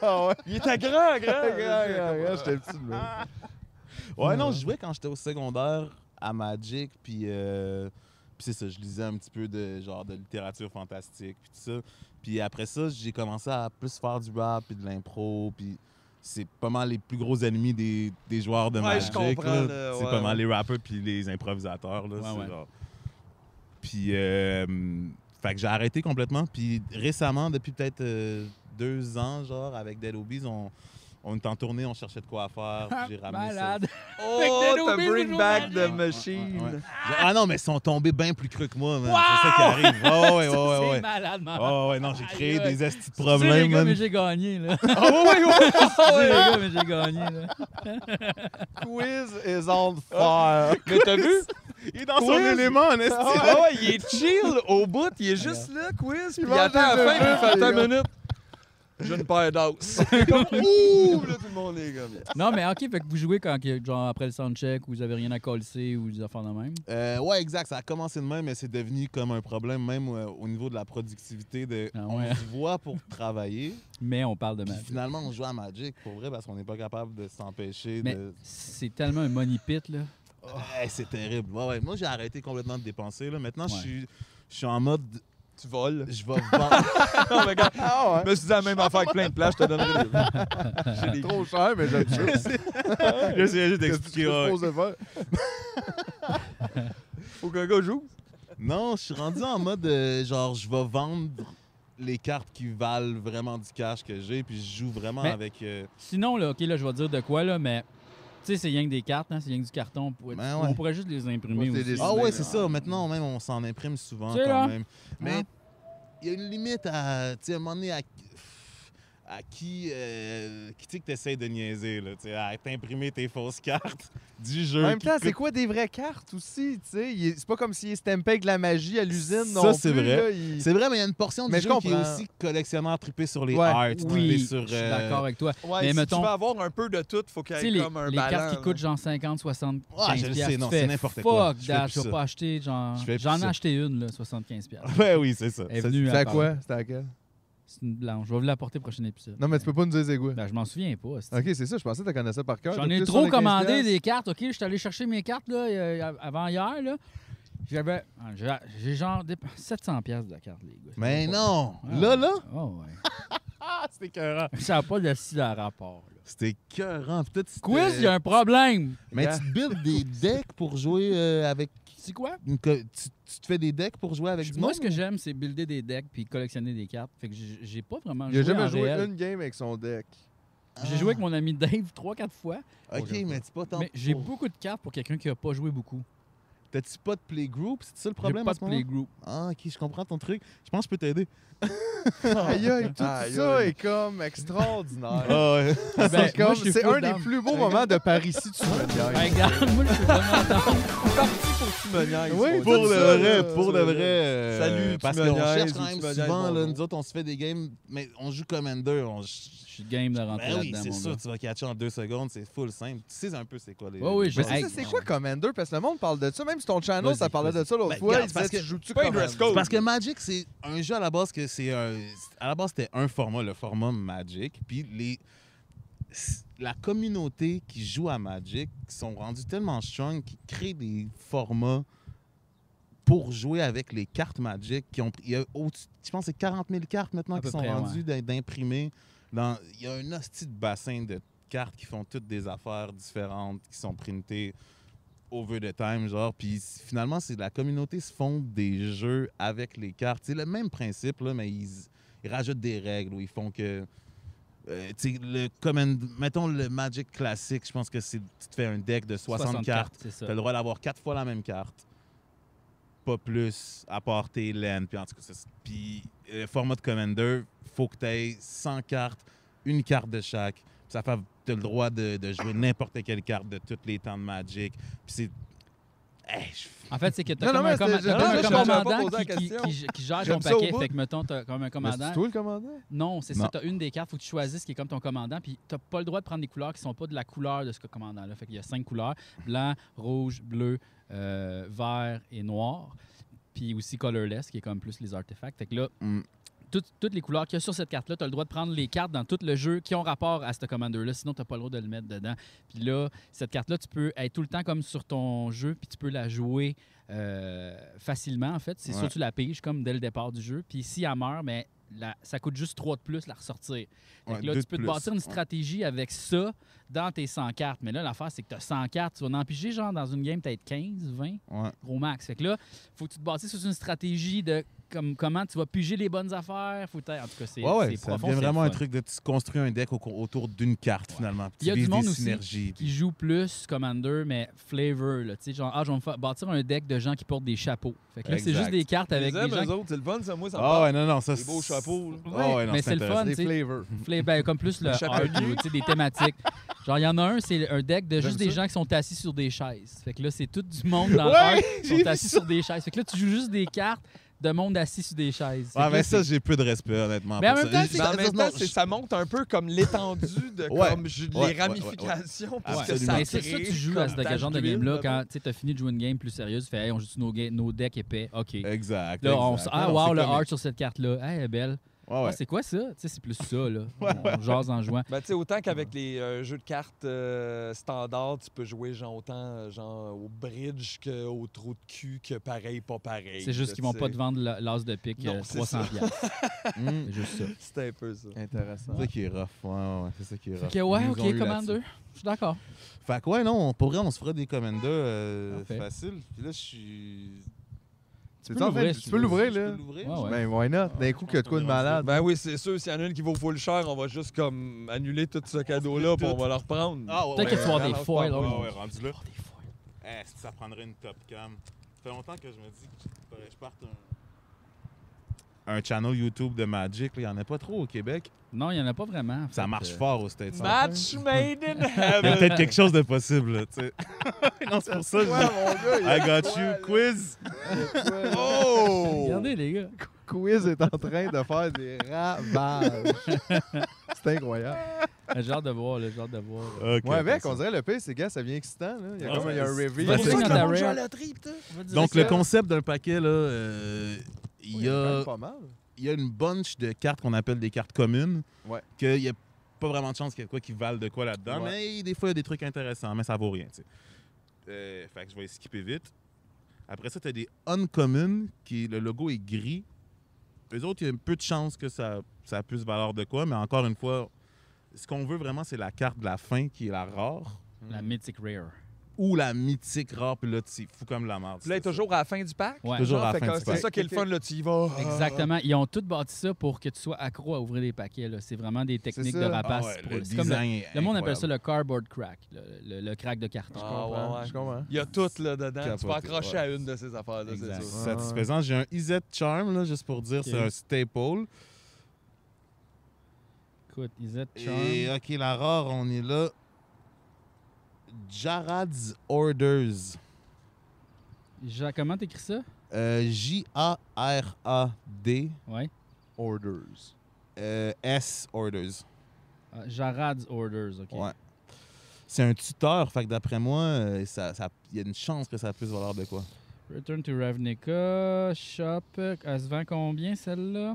Ah ouais. il était grand, grand. Regarde, regarde, regarde, J'étais petit, le mec. Ouais, non, je jouais quand j'étais au secondaire à Magic, puis euh, puis c'est ça, je lisais un petit peu de genre de littérature fantastique, puis tout ça. Puis après ça, j'ai commencé à plus faire du rap, puis de l'impro, puis c'est pas mal les plus gros ennemis des, des joueurs de Ouais, Magic. je comprends, là. là, c'est ouais, pas mal ouais. les rappeurs, puis les improvisateurs, là. Ouais, c'est ouais. genre- Puis, euh, fait que j'ai arrêté complètement, puis récemment, depuis peut-être euh, deux ans, genre, avec Dead Obies, on... On était en tournée, on cherchait de quoi à faire. puis J'ai ramené ça. Malade. Oh, Fait que t'as Dead Obies, bring toujours back dans the le- machine. Ouais. Ah non, mais ils sont tombés bien plus creux que moi, man. C'est ça qui arrive. Ouais, ouais, ouais, [LAUGHS] ouais, C'est ouais. malade, man. Ah ouais, non, j'ai créé Aïe, aïe. des estis de Excusez, les problèmes, gars, mais man. Ah, j'ai gagné, là. Oh, oui, [LAUGHS] Excusez, oui, les gars, mais j'ai gagné, là. Quiz is on fire. Ah, Mais t'as vu? Il est dans son Quiz. élément, en esti. Ah ouais, ouais, il est chill au bout, il est juste là, quiz, puis il mange attend à des la fin, puis il œufs, fait les attends gars. une minute. J'ai une paire [LAUGHS] d'os. Comme, Ouh, là, tout le monde est comme. Non, mais ok, fait que vous jouez quand, que- genre, après le soundcheck, vous avez rien à coller ou des affaires de même. Euh, ouais, exact. Ça a commencé de même, mais c'est devenu comme un problème, même euh, au niveau de la productivité. De, Ah On ouais. se voit pour [LAUGHS] travailler. Mais on parle de Puis Magic. finalement, on joue à Magic, pour vrai, parce qu'on n'est pas capable de s'empêcher Mais de. c'est tellement un money pit, là. Hey, c'est terrible. Ouais, ouais. Moi, j'ai arrêté complètement de dépenser. Là. Maintenant, Ouais. je suis- je suis en mode. Tu voles. [LAUGHS] Je vais [LAUGHS] vendre. Non, mais regarde, Ah ouais. je me suis dit la même affaire avec plein de plages, je te donnerai des. J'ai des Trop cher, mais j'aime ça. J'essayais [LAUGHS] juste Qu'est-ce que tu d'expliquer. ouais. supposes de faire? Faut qu'un gars joue. Non, je suis rendu en mode euh, genre, je vais vendre les cartes qui valent vraiment du cash que j'ai, puis je joue vraiment Mais- avec. euh, Sinon, là, ok, là, je vais dire de quoi, là, mais tu sais, c'est rien que des cartes, hein, c'est rien que du carton. Pour... Ben On ouais. pourrait juste les imprimer Ouais, c'est aussi. des- Ah ouais, Ouais, c'est ça. Maintenant, même, on s'en imprime souvent Tu sais, quand là. même. Mais Ouais. il y a une limite à, tu sais, à un moment donné, à, pff, à qui, euh, qui tu sais que t'essayes de niaiser, là, tu sais, à t'imprimer tes fausses cartes [LAUGHS] du jeu. En même qui temps, coûte- c'est quoi des vraies cartes aussi? tu sais? Il est- C'est pas comme s'il stampait avec de la magie à l'usine. Ça, non c'est plus, vrai. là, il- C'est vrai, mais il y a une portion du Mais je jeu qui est comprends. aussi collectionneur trippé sur les Ouais, arts, trippé Oui, sur... je suis euh, d'accord avec toi. Ouais, Mais si mettons- tu veux avoir un peu de tout, faut qu'il Tu y sais, ait les, comme un les balance. cartes qui coûtent genre 50, 60, Ah, je le 15 sais, non, tu fais, c'est n'importe quoi. Fuck Je fais that, plus je vais ça. pas acheter, genre... Je fais plus J'en ai ça. acheté une, là, 75 piastres. [LAUGHS] Ouais, oui, c'est ça. Elle est Ça- venue C'était à à part- quoi? C'était à quelle? C'est une blanche. Je vais vous l'apporter au prochain épisode. Non, mais tu peux pas nous dire c'est quoi. Ben, je m'en souviens pas. c'est- Ok, c'est ça, je pensais que tu connaissais par cœur. J'en Depuis ai le trop 75 commandé piastres. des cartes, OK? Je suis allé chercher mes cartes là, euh, avant hier, là. J'avais... ah, j'ai- J'ai genre dépensé 700 piastres de la carte, les gars. Mais non! Ah. Là, là, Oh, ouais. [LAUGHS] C'est écœurant. Ça n'a pas de style à rapport, là. c'était écœurant. Puis toi, tu te- Quiz, il y a un problème! Mais tu te builds des decks pour jouer euh, avec... C'est quoi? une co- Tu, tu te fais des decks pour jouer avec du Moi, monde? ce que j'aime, c'est builder des decks puis collectionner des cartes. Fait que j'ai j'ai pas vraiment Il a joué en jamais joué réel. une game avec [LAUGHS] son deck. J'ai joué avec mon ami Dave 3-4 fois, Ah, OK, mais tu pas tant... mais j'ai pour- beaucoup de cartes pour quelqu'un qui a pas joué beaucoup. T'as-tu pas de playgroup? C'est ça le J'ai problème pas à de ce moment-là? [LAUGHS] playgroup. Ah, OK, je comprends ton truc. Je pense que je peux t'aider. Aïe, aïe, tout Aïe, ça aïe. est comme extraordinaire. Ah [LAUGHS] ouais. Ben, C'est moi, comme- je suis c'est full un des down. plus beaux moments de Paris-Ci, tu [LAUGHS] me Ben, regarde, moi, je suis vraiment down. Oui, pour tout de ça, vrai, là, pour tout de ça, vrai. là. euh, Salut, tu parce me qu'on niaises cherche ou quand tu même me niaises, souvent, bon là, gros. nous autres, on se fait des games, mais on joue Commander. On... ch- Je suis game de rentrer Ben oui, là-dedans, c'est mon sûr, gars. tu vas catcher en deux secondes, c'est full simple. Tu sais un peu c'est quoi les. Ouais, oui, les je- Mais bases. c'est ça, c'est quoi Commander? Parce que le monde parle de ça. Même sur ton channel, Vas-y, ça parlait de ça l'autre Ben, fois. regarde, Il disait, parce que- tu joues-tu pas un Commander? dress code. Parce que Magic, c'est un jeu à la base que c'est un. À la base, c'était un format, le format Magic. Puis les. La communauté qui joue à Magic sont rendus tellement strong qu'ils créent des formats pour jouer avec les cartes Magic. Qui ont, il y a au-dessus- je pense que c'est 40 000 cartes maintenant À qui peu sont près, rendues d'im- d'imprimer. dans- Il y a un hostie de bassin de cartes qui font toutes des affaires différentes, qui sont printées over the time, genre. Puis c- finalement, c'est la communauté se fonde des jeux avec les cartes. C'est le même principe, là, mais ils, ils rajoutent des règles où ils font que. euh, tu sais, le command, mettons le Magic classique, je pense que c'est tu te fais un deck de 60 cartes. c'est ça. T'as le droit d'avoir quatre fois la même carte. Pas plus, à part tes laines. Puis en tout cas, c'est- puis le format de Commander, faut que tu aies 100 cartes, une carte de chaque. Puis ça fait t'as le droit de, de jouer n'importe quelle carte de tous les temps de Magic. Puis c'est. Hey, je- En fait, c'est que t'as Non, comme non, un, mais comma- c'est- t'as non, comme non, un j'avais pas posé commandant la qui, qui, question. qui, qui gère ton J'aime ça au paquet. bout. Fait que, mettons, t'as comme un Mais c'est commandant. toi le commandant? Non, c'est Non. ça. T'as une des cartes, faut que tu choisisses qui est comme ton commandant. Puis t'as pas le droit de prendre des couleurs qui sont pas de la couleur de ce que- commandant-là. Fait qu'il y a cinq couleurs blanc, rouge, bleu, euh, vert et noir. Puis aussi colorless, qui est comme plus les artefacts. Fait que là, Mm. toutes, toutes les couleurs qu'il y a sur cette carte-là, t'as le droit de prendre les cartes dans tout le jeu qui ont rapport à ce commander-là. Sinon, t'as pas le droit de le mettre dedans. Puis là, cette carte-là, tu peux être tout le temps comme sur ton jeu, puis tu peux la jouer euh, facilement, en fait. C'est Ouais. sûr, tu la piges comme dès le départ du jeu. Puis si elle meurt, mais la- ça coûte juste 3 de plus la ressortir. Fait que Ouais, là, deux tu de peux te plus. bâtir une Ouais. stratégie avec ça dans tes 100 cartes. Mais là, l'affaire, c'est que tu as 100 cartes. Tu vas en piger, genre, dans une game, peut-être 15, 20, Ouais. gros max. Fait que là, faut que tu te bâtisses sur une stratégie de comme, comment tu vas piger les bonnes affaires. Faut que t'aies- en tout cas, c'est Ouais, ouais, c'est ça profond. devient c'est vraiment le un fun. truc de tu construis un deck au- autour d'une carte, finalement. Puis Il y a du tu vises monde des aussi synergies. qui puis- joue plus Commander, mais flavor. Là, tu sais, genre, ah, je vais me faire bâtir un deck de gens qui portent des chapeaux. Fait que là, c'est Exact. juste des cartes avec des les aime, gens. eux autres, c'est le fun, ça. Moi, ça me Ah parle. ouais, non, non, ça Des beaux c'est- chapeaux, là. Ah ouais, non, mais c'est le intéressant. fun, tu Des sais. flavors. Fla- ben, comme plus le Le chapeau art, ou, tu sais, des thématiques. Genre, il y en a un, c'est un deck de J'aime juste des ça. gens qui sont assis sur des chaises. Fait que là, c'est tout du monde dans Ouais, [LAUGHS] l'heure j'ai qui vu sont assis ça. sur des chaises. Fait que là, tu joues juste des cartes de monde assis sur des chaises. Fait Ouais, que là, Ah, mais ça, c'est- j'ai peu de respect, honnêtement. Mais en pour même ça. temps, Je- Mais en ça- même non, temps, c'est- ça monte un peu comme l'étendue de Ouais. comme ju- Ouais, ouais, les ouais, ramifications ouais. parce Absolument. que Mais Ben, ça ça, crée ça, tu joues à ce comme deck- genre de d'huile, game-là là-dedans. quand tu sais, t'as fini de jouer une game plus sérieuse. Tu fais, hey, on joue nos, ga- nos decks épais. OK. Exact. Là, on Eh, exact. s- Ah, Non, wow, c'est le comme- art sur cette carte-là. Hey, elle est belle. Ouais, ouais. Ah, c'est quoi ça? Tu sais, c'est plus ça, [LAUGHS] là. On jase en jouant. Ben, tu sais, autant qu'avec les euh, jeux de cartes euh, standards, tu peux jouer genre, autant euh, genre, au bridge qu'au trou de cul que pareil, pas pareil. C'est juste là, qu'ils vont tu pas sais. te vendre la- l'as de pique Non, euh, c'est ça. 300 piastres. Mm. Ah, [LAUGHS] C'est juste ça. C'était un peu ça. Intéressant. C'est ça qui est rough. Ouais, ouais, ouais, [LAUGHS] c'est ça qui est rough. Fait que ouais, Ils nous ont eu OK, là-dessus. Commander. Je suis d'accord. Fait que ouais, non, on pourrait, on se fera des commandes euh, Parfait. faciles. Puis là, je suis. Tu peux peux, en l'ouvrir fait, si tu tu peux veux. l'ouvrir, Je là. peux l'ouvrir? Ouais, ouais. Ben, why not? D'un coup, qu'il Ah, y a de quoi de malade. hein? Ben oui, c'est sûr, s'il y en a une qui vaut full cher, on va juste comme annuler tout ce cadeau-là puis on va le reprendre. Ah, ouais, Peut-être ouais, que tu vas avoir ouais, des ouais, foils, Ouais, hein. ouais, rendu là. Eh, si ça prendrait une top cam. Ça fait longtemps que je me dis que je- faudrait que je parte un. Un channel YouTube de Magic, là, il n'y en a pas trop au Québec. Non, il n'y en a pas vraiment. Ça Fait marche que- fort aux States. Match made in Il y a peut-être heaven. quelque chose de possible, là, tu sais. [LAUGHS] non, c'est pour ça que je dis, I got you, quiz. Oh! Regardez, les [LAUGHS] gars. Quiz est en train de faire des ravages. C'est incroyable. J'ai hâte de voir, là, j'ai hâte de voir. là. Ok, Moi, avec, attention. on dirait le pire, c'est gars, ça vient excitant. Là. Il y a Ah, comme il y a un c'est- reveal. Ben, c'est C'est ça, quand quand même t'as- Donc, le concept d'un paquet, là, euh, il y a. pas mal. il y a une bunch de cartes qu'on appelle des cartes communes. Ouais. Qu'il n'y a pas vraiment de chance qu'il y ait quoi qui valent de quoi là-dedans. Ouais. Mais des fois, il y a des trucs intéressants, mais ça vaut rien. tu sais. Euh, fait que je vais skipper vite. Après ça, tu as des uncommon, qui le logo est gris. Eux autres, il y a un peu de chance que ça, ça puisse valoir de quoi, mais encore une fois, ce qu'on veut vraiment, c'est la carte de la fin qui est la rare La Mythic Rare. ou la mythique rare, puis là, tu fou comme la merde. Puis là, il est toujours à la fin du pack. Ouais. Toujours Genre, à la fait fin que du C'est pack. ça qui est le fun, là, tu y vas. ah, Exactement. Ils ont tout bâti ça pour que tu sois accro à ouvrir des paquets. là. C'est vraiment des techniques de ça. rapace. Ah ouais, pour- le c'est comme le, design est le monde appelle incroyable. ça le cardboard crack, le, le- le crack de carton. Ah, ouais, ouais. Je comprends. Il y a tout là dedans. Tu peux Capoté, accrocher ouais. à une de ces affaires-là, c'est Exact. sûr. Satisfaisant. J'ai un Izet Charm, là, juste pour dire, c'est un staple. Écoute, Isette Et euh, Charm. ok, la rare, on est là. Jarad's Orders. Ja- Comment t'écris ça? Euh, J-A-R-A-D. Ouais. Orders. euh, S Orders. Ah, Jarad's Orders, OK. Ouais. C'est un tuteur, fait que d'après moi, euh, ça- ça- il y a une chance que ça puisse valoir de quoi. Return to Ravnica, Shop. Elle se vend combien, celle-là?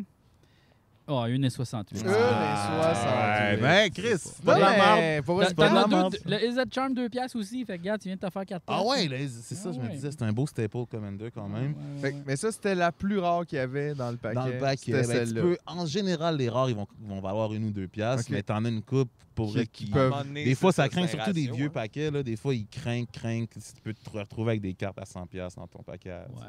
Ah, 1,68. Ah, Ah, ouais, ben, Chris, Pas de la merde. Pour T'as- vrai, c'est pas t'en de la as deux- merde. Le Is That Charm, 2 piastres aussi. Fait que, regarde, tu viens de te faire 4 Ah ouais, là, c'est ça, Ah je me ouais. disais, c'est un beau staple Commander quand même. Fait que- Mais ça, c'était la plus rare qu'il y avait dans le paquet. Dans le pack, C'était tu celle-là. peux, en général, les rares, ils vont, vont valoir une ou deux piastres, Ok. mais t'en as une coupe pour Qui- vrai qui qui- À un peuvent- moment donné, Des fois, c'est ça craint, c'est un surtout des ratio, vieux hein. paquets. Là, des fois, ils craignent, craignent. Si tu peux te retrouver avec des cartes à 100$ piastres dans ton paquet. Ouais.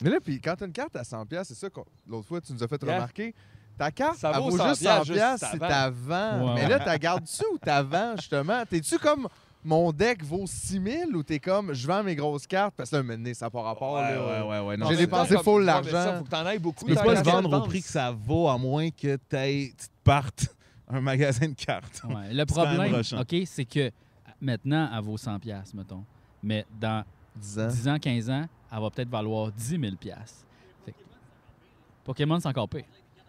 Mais là, puis quand t'as une carte à 100$, piastres, c'est ça qu'on- l'autre fois, tu nous as fait Yeah. remarquer. Ta carte, Ça elle vaut vaut juste 100$ 100$ juste piastres si avant. t'avant. Ouais, Mais ouais. là, t'as gardes-tu ou t'avant, justement? T'es-tu comme mon deck vaut 6000$ ou t'es comme je vends mes grosses cartes? Parce que là, un moment donné, ça n'a pas rapport. Ah, là. ouais, ouais. J'ai En même dépensé temps, hein. comme- full ouais, mais l'argent. ça, Faut que t'en ailles beaucoup. tu peux t'en pas as le vendre au d'avance. prix que ça vaut, à moins que t'ailles- tu te partes [LAUGHS] un magasin de cartes. [LAUGHS] Ouais, Le C'est quand même problème, rushant. OK, c'est que maintenant, elle vaut 100 piastres, mettons. Mais dans 10 ans. 10 ans, 15 ans, elle va peut-être valoir 10 000 piastres. Fait que- Pokémon, c'est encore pire.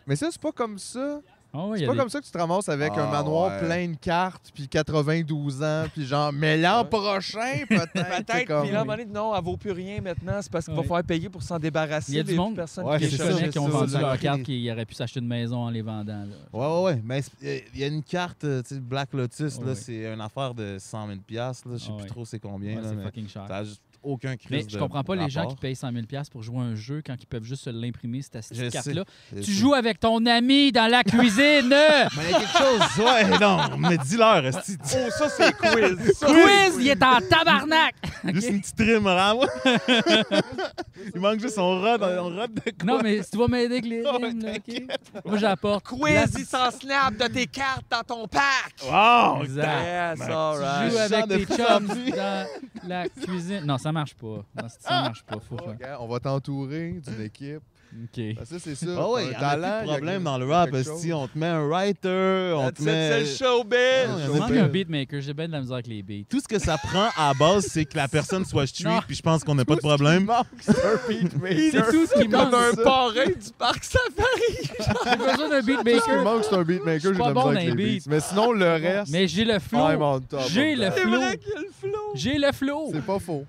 Mais ça, c'est pas comme ça. Ah ouais, il y C'est a pas des- comme ça que tu te ramasses avec Ah, un manoir ouais. plein de cartes, puis 92 ans, puis genre, mais l'an prochain, [LAUGHS] peut-être. c'est Peut-être, comme- puis là, à un moment donné, non, elle vaut plus rien maintenant. C'est parce qu'il va Ouais. falloir payer pour s'en débarrasser. Il y a du des monde- personnes Ouais, Il y a qui des c'est échangent ça, connets qui ont ça, vendu ça leurs crée cartes des- qui auraient pu s'acheter une maison en les vendant. là. Ouais, ouais, ouais. Mais c'est- euh, il y a une carte, euh, tu sais, Black Lotus, là, Ouais. c'est une affaire de 100 000 piastres, là, Je sais Ah plus ouais. trop c'est Ouais, combien. là, c'est mais fucking cher. t'as juste aucun Mais crise je comprends pas les gens qui payent 100 000 piastres pour jouer à un jeu quand ils peuvent juste se l'imprimer, cette Je sais. cette carte-là. Tu joues avec ton ami dans la cuisine! Mais il y a quelque chose. Ouais, [LAUGHS] non, mais dis-leur, esti. Oh, ça, c'est quiz. Ça, [LAUGHS] Quiz, il est en tabarnak! Juste une petite rime à moi. [LAUGHS] Il manque juste on rod, on rod de quoi. Non, mais tu vas m'aider avec les Ouais, rimes, là, OK? Moi, j'apporte. la- Quiz, il s'en snap de tes cartes dans ton pack. Wow! Exact. Yes, all ben, Tu joues right. Juste- avec de tes plus en chums dans la cuisine. Non, ça marche pas. Non, ça marche pas. Faut que- Regarde, on va t'entourer d'une équipe. OK. Parce que c'est ça. Ah ouais, un y en a talent, plus il de y a problème quelque- dans le rap, quelque si chose. on te met un writer, on That's te it, met... c'est le showbiz! Je manque un beatmaker, j'ai bien de la misère avec les beats. Tout ce que ça prend à base, c'est que la personne soit Non. street, puis je pense qu'on n'a pas de problème. [LAUGHS] C'est tout ce qui manque. Comme un parrain du parc safari! J'ai besoin d'un Ce qui me beatmaker. manque, c'est un beatmaker, Je suis j'ai de pas la bon misère avec dans les les beats. beats. Mais sinon, le reste, Mais j'ai le I'm flow. on top. J'ai on le top. C'est flow. vrai qu'il y a le flow! J'ai le flow. C'est pas faux.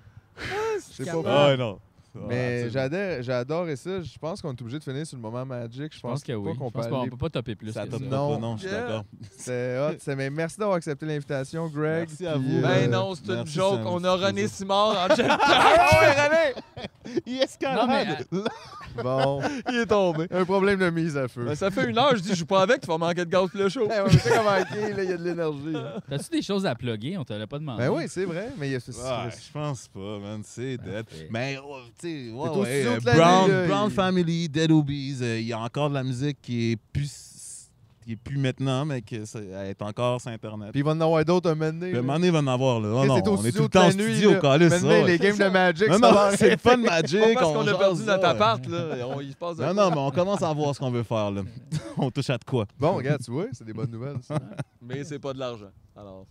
C'est pas capable. faux. Ah non. Mais j'adore j'adorais ça. Je pense qu'on est obligé de finir sur le moment Magic. Je Je pense que pas oui. qu'on Je peut pense qu'on aller peut pas topper plus. Ça que top ça. Non. non, non, je suis Yeah. d'accord. C'est hot. C'est- Mais merci d'avoir accepté l'invitation, Greg. Merci à Puis, vous. euh, Ben non, c'est une merci, joke. ça me On a fait René plaisir. Simard en jet Ah [LAUGHS] Il Non, mais, escalade. euh, Bon, Il est tombé. un problème de mise à feu. Ben, ça fait une heure, je dis, je joue pas avec, tu vas manquer de gaz pour le show. Eh, on est comment ok, là, il y a de l'énergie. hein. t'as-tu des choses à plugger? On te l'a pas demandé. Ben oui, c'est vrai, mais il y a ce Ouais, je pense pas, man. C'est Ben, dead. Parfait. Mais, oh, tu sais, ouais, au ouais, studio euh, toute l'année, Brown, là, Brown il- Family, Dead Obies, euh, il y a encore de la musique qui est plus, qui est plus maintenant, mais qui est encore sur Internet. Puis il va en avoir d'autres un moment donné. Le là. moment donné, il va en avoir, là. Oh, Chris, non, c'est au on est tout studio le temps au toute la nuit, studio, là. calé, ça. Maintenant, les ouais. games de Magic, Non, ça non, va c'est arrêter. pas de Magic. Pas parce qu'on a jase, perdu notre ouais. appart, là. On, il se passe de Non, quoi. non, mais on commence à voir ce qu'on veut faire, là. [LAUGHS] on touche à de quoi? Bon, regarde, tu vois, c'est des bonnes nouvelles. ça. Mais c'est pas de l'argent. Alors,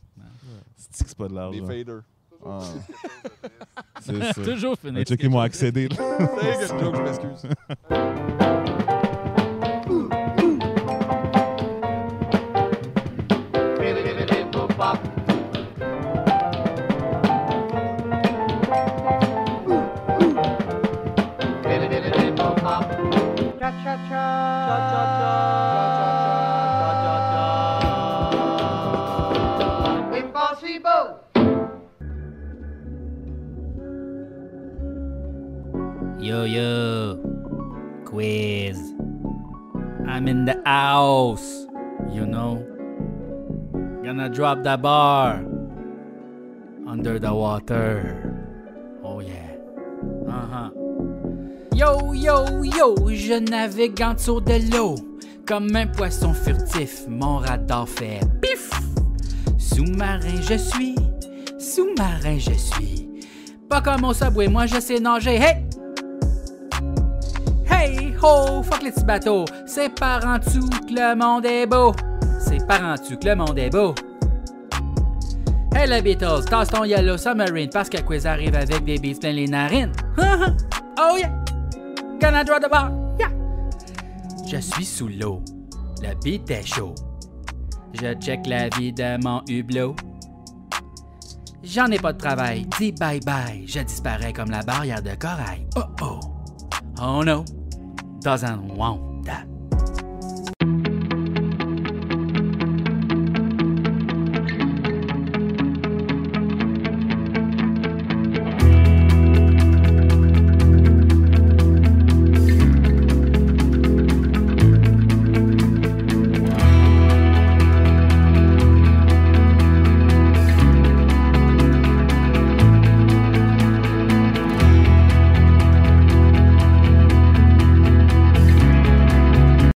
C'est c'est pas de les l'argent. faders. [LAUGHS] Ah. C'est ça. Toujours fini. Un check, ils m'ont accédé, là. C'est que joke, je m'excuse. Yo yo. Quiz. I'm in the house. You know. Gonna drop the bar. Under the water. Oh yeah. Uh-huh. Yo yo yo. Je navigue en dessous de l'eau. Comme un poisson furtif, mon radar fait pif. Sous-marin je suis. Sous-marin je suis. Pas comme au subway, moi je sais nager. Hey! Hey ho, fuck les petits bateaux, c'est par en dessous que le monde est beau. C'est par en dessous que le monde est beau. Hey les Beatles, tasse ton yellow submarine parce que quiz arrive avec des beats plein les narines. oh yeah, gonna draw the bar, yeah. Je suis sous l'eau, le beat est chaud. Je check la vie de mon hublot. J'en ai pas de travail, dis bye bye, je disparais comme la barrière de corail. Oh oh. Oh no, doesn't want.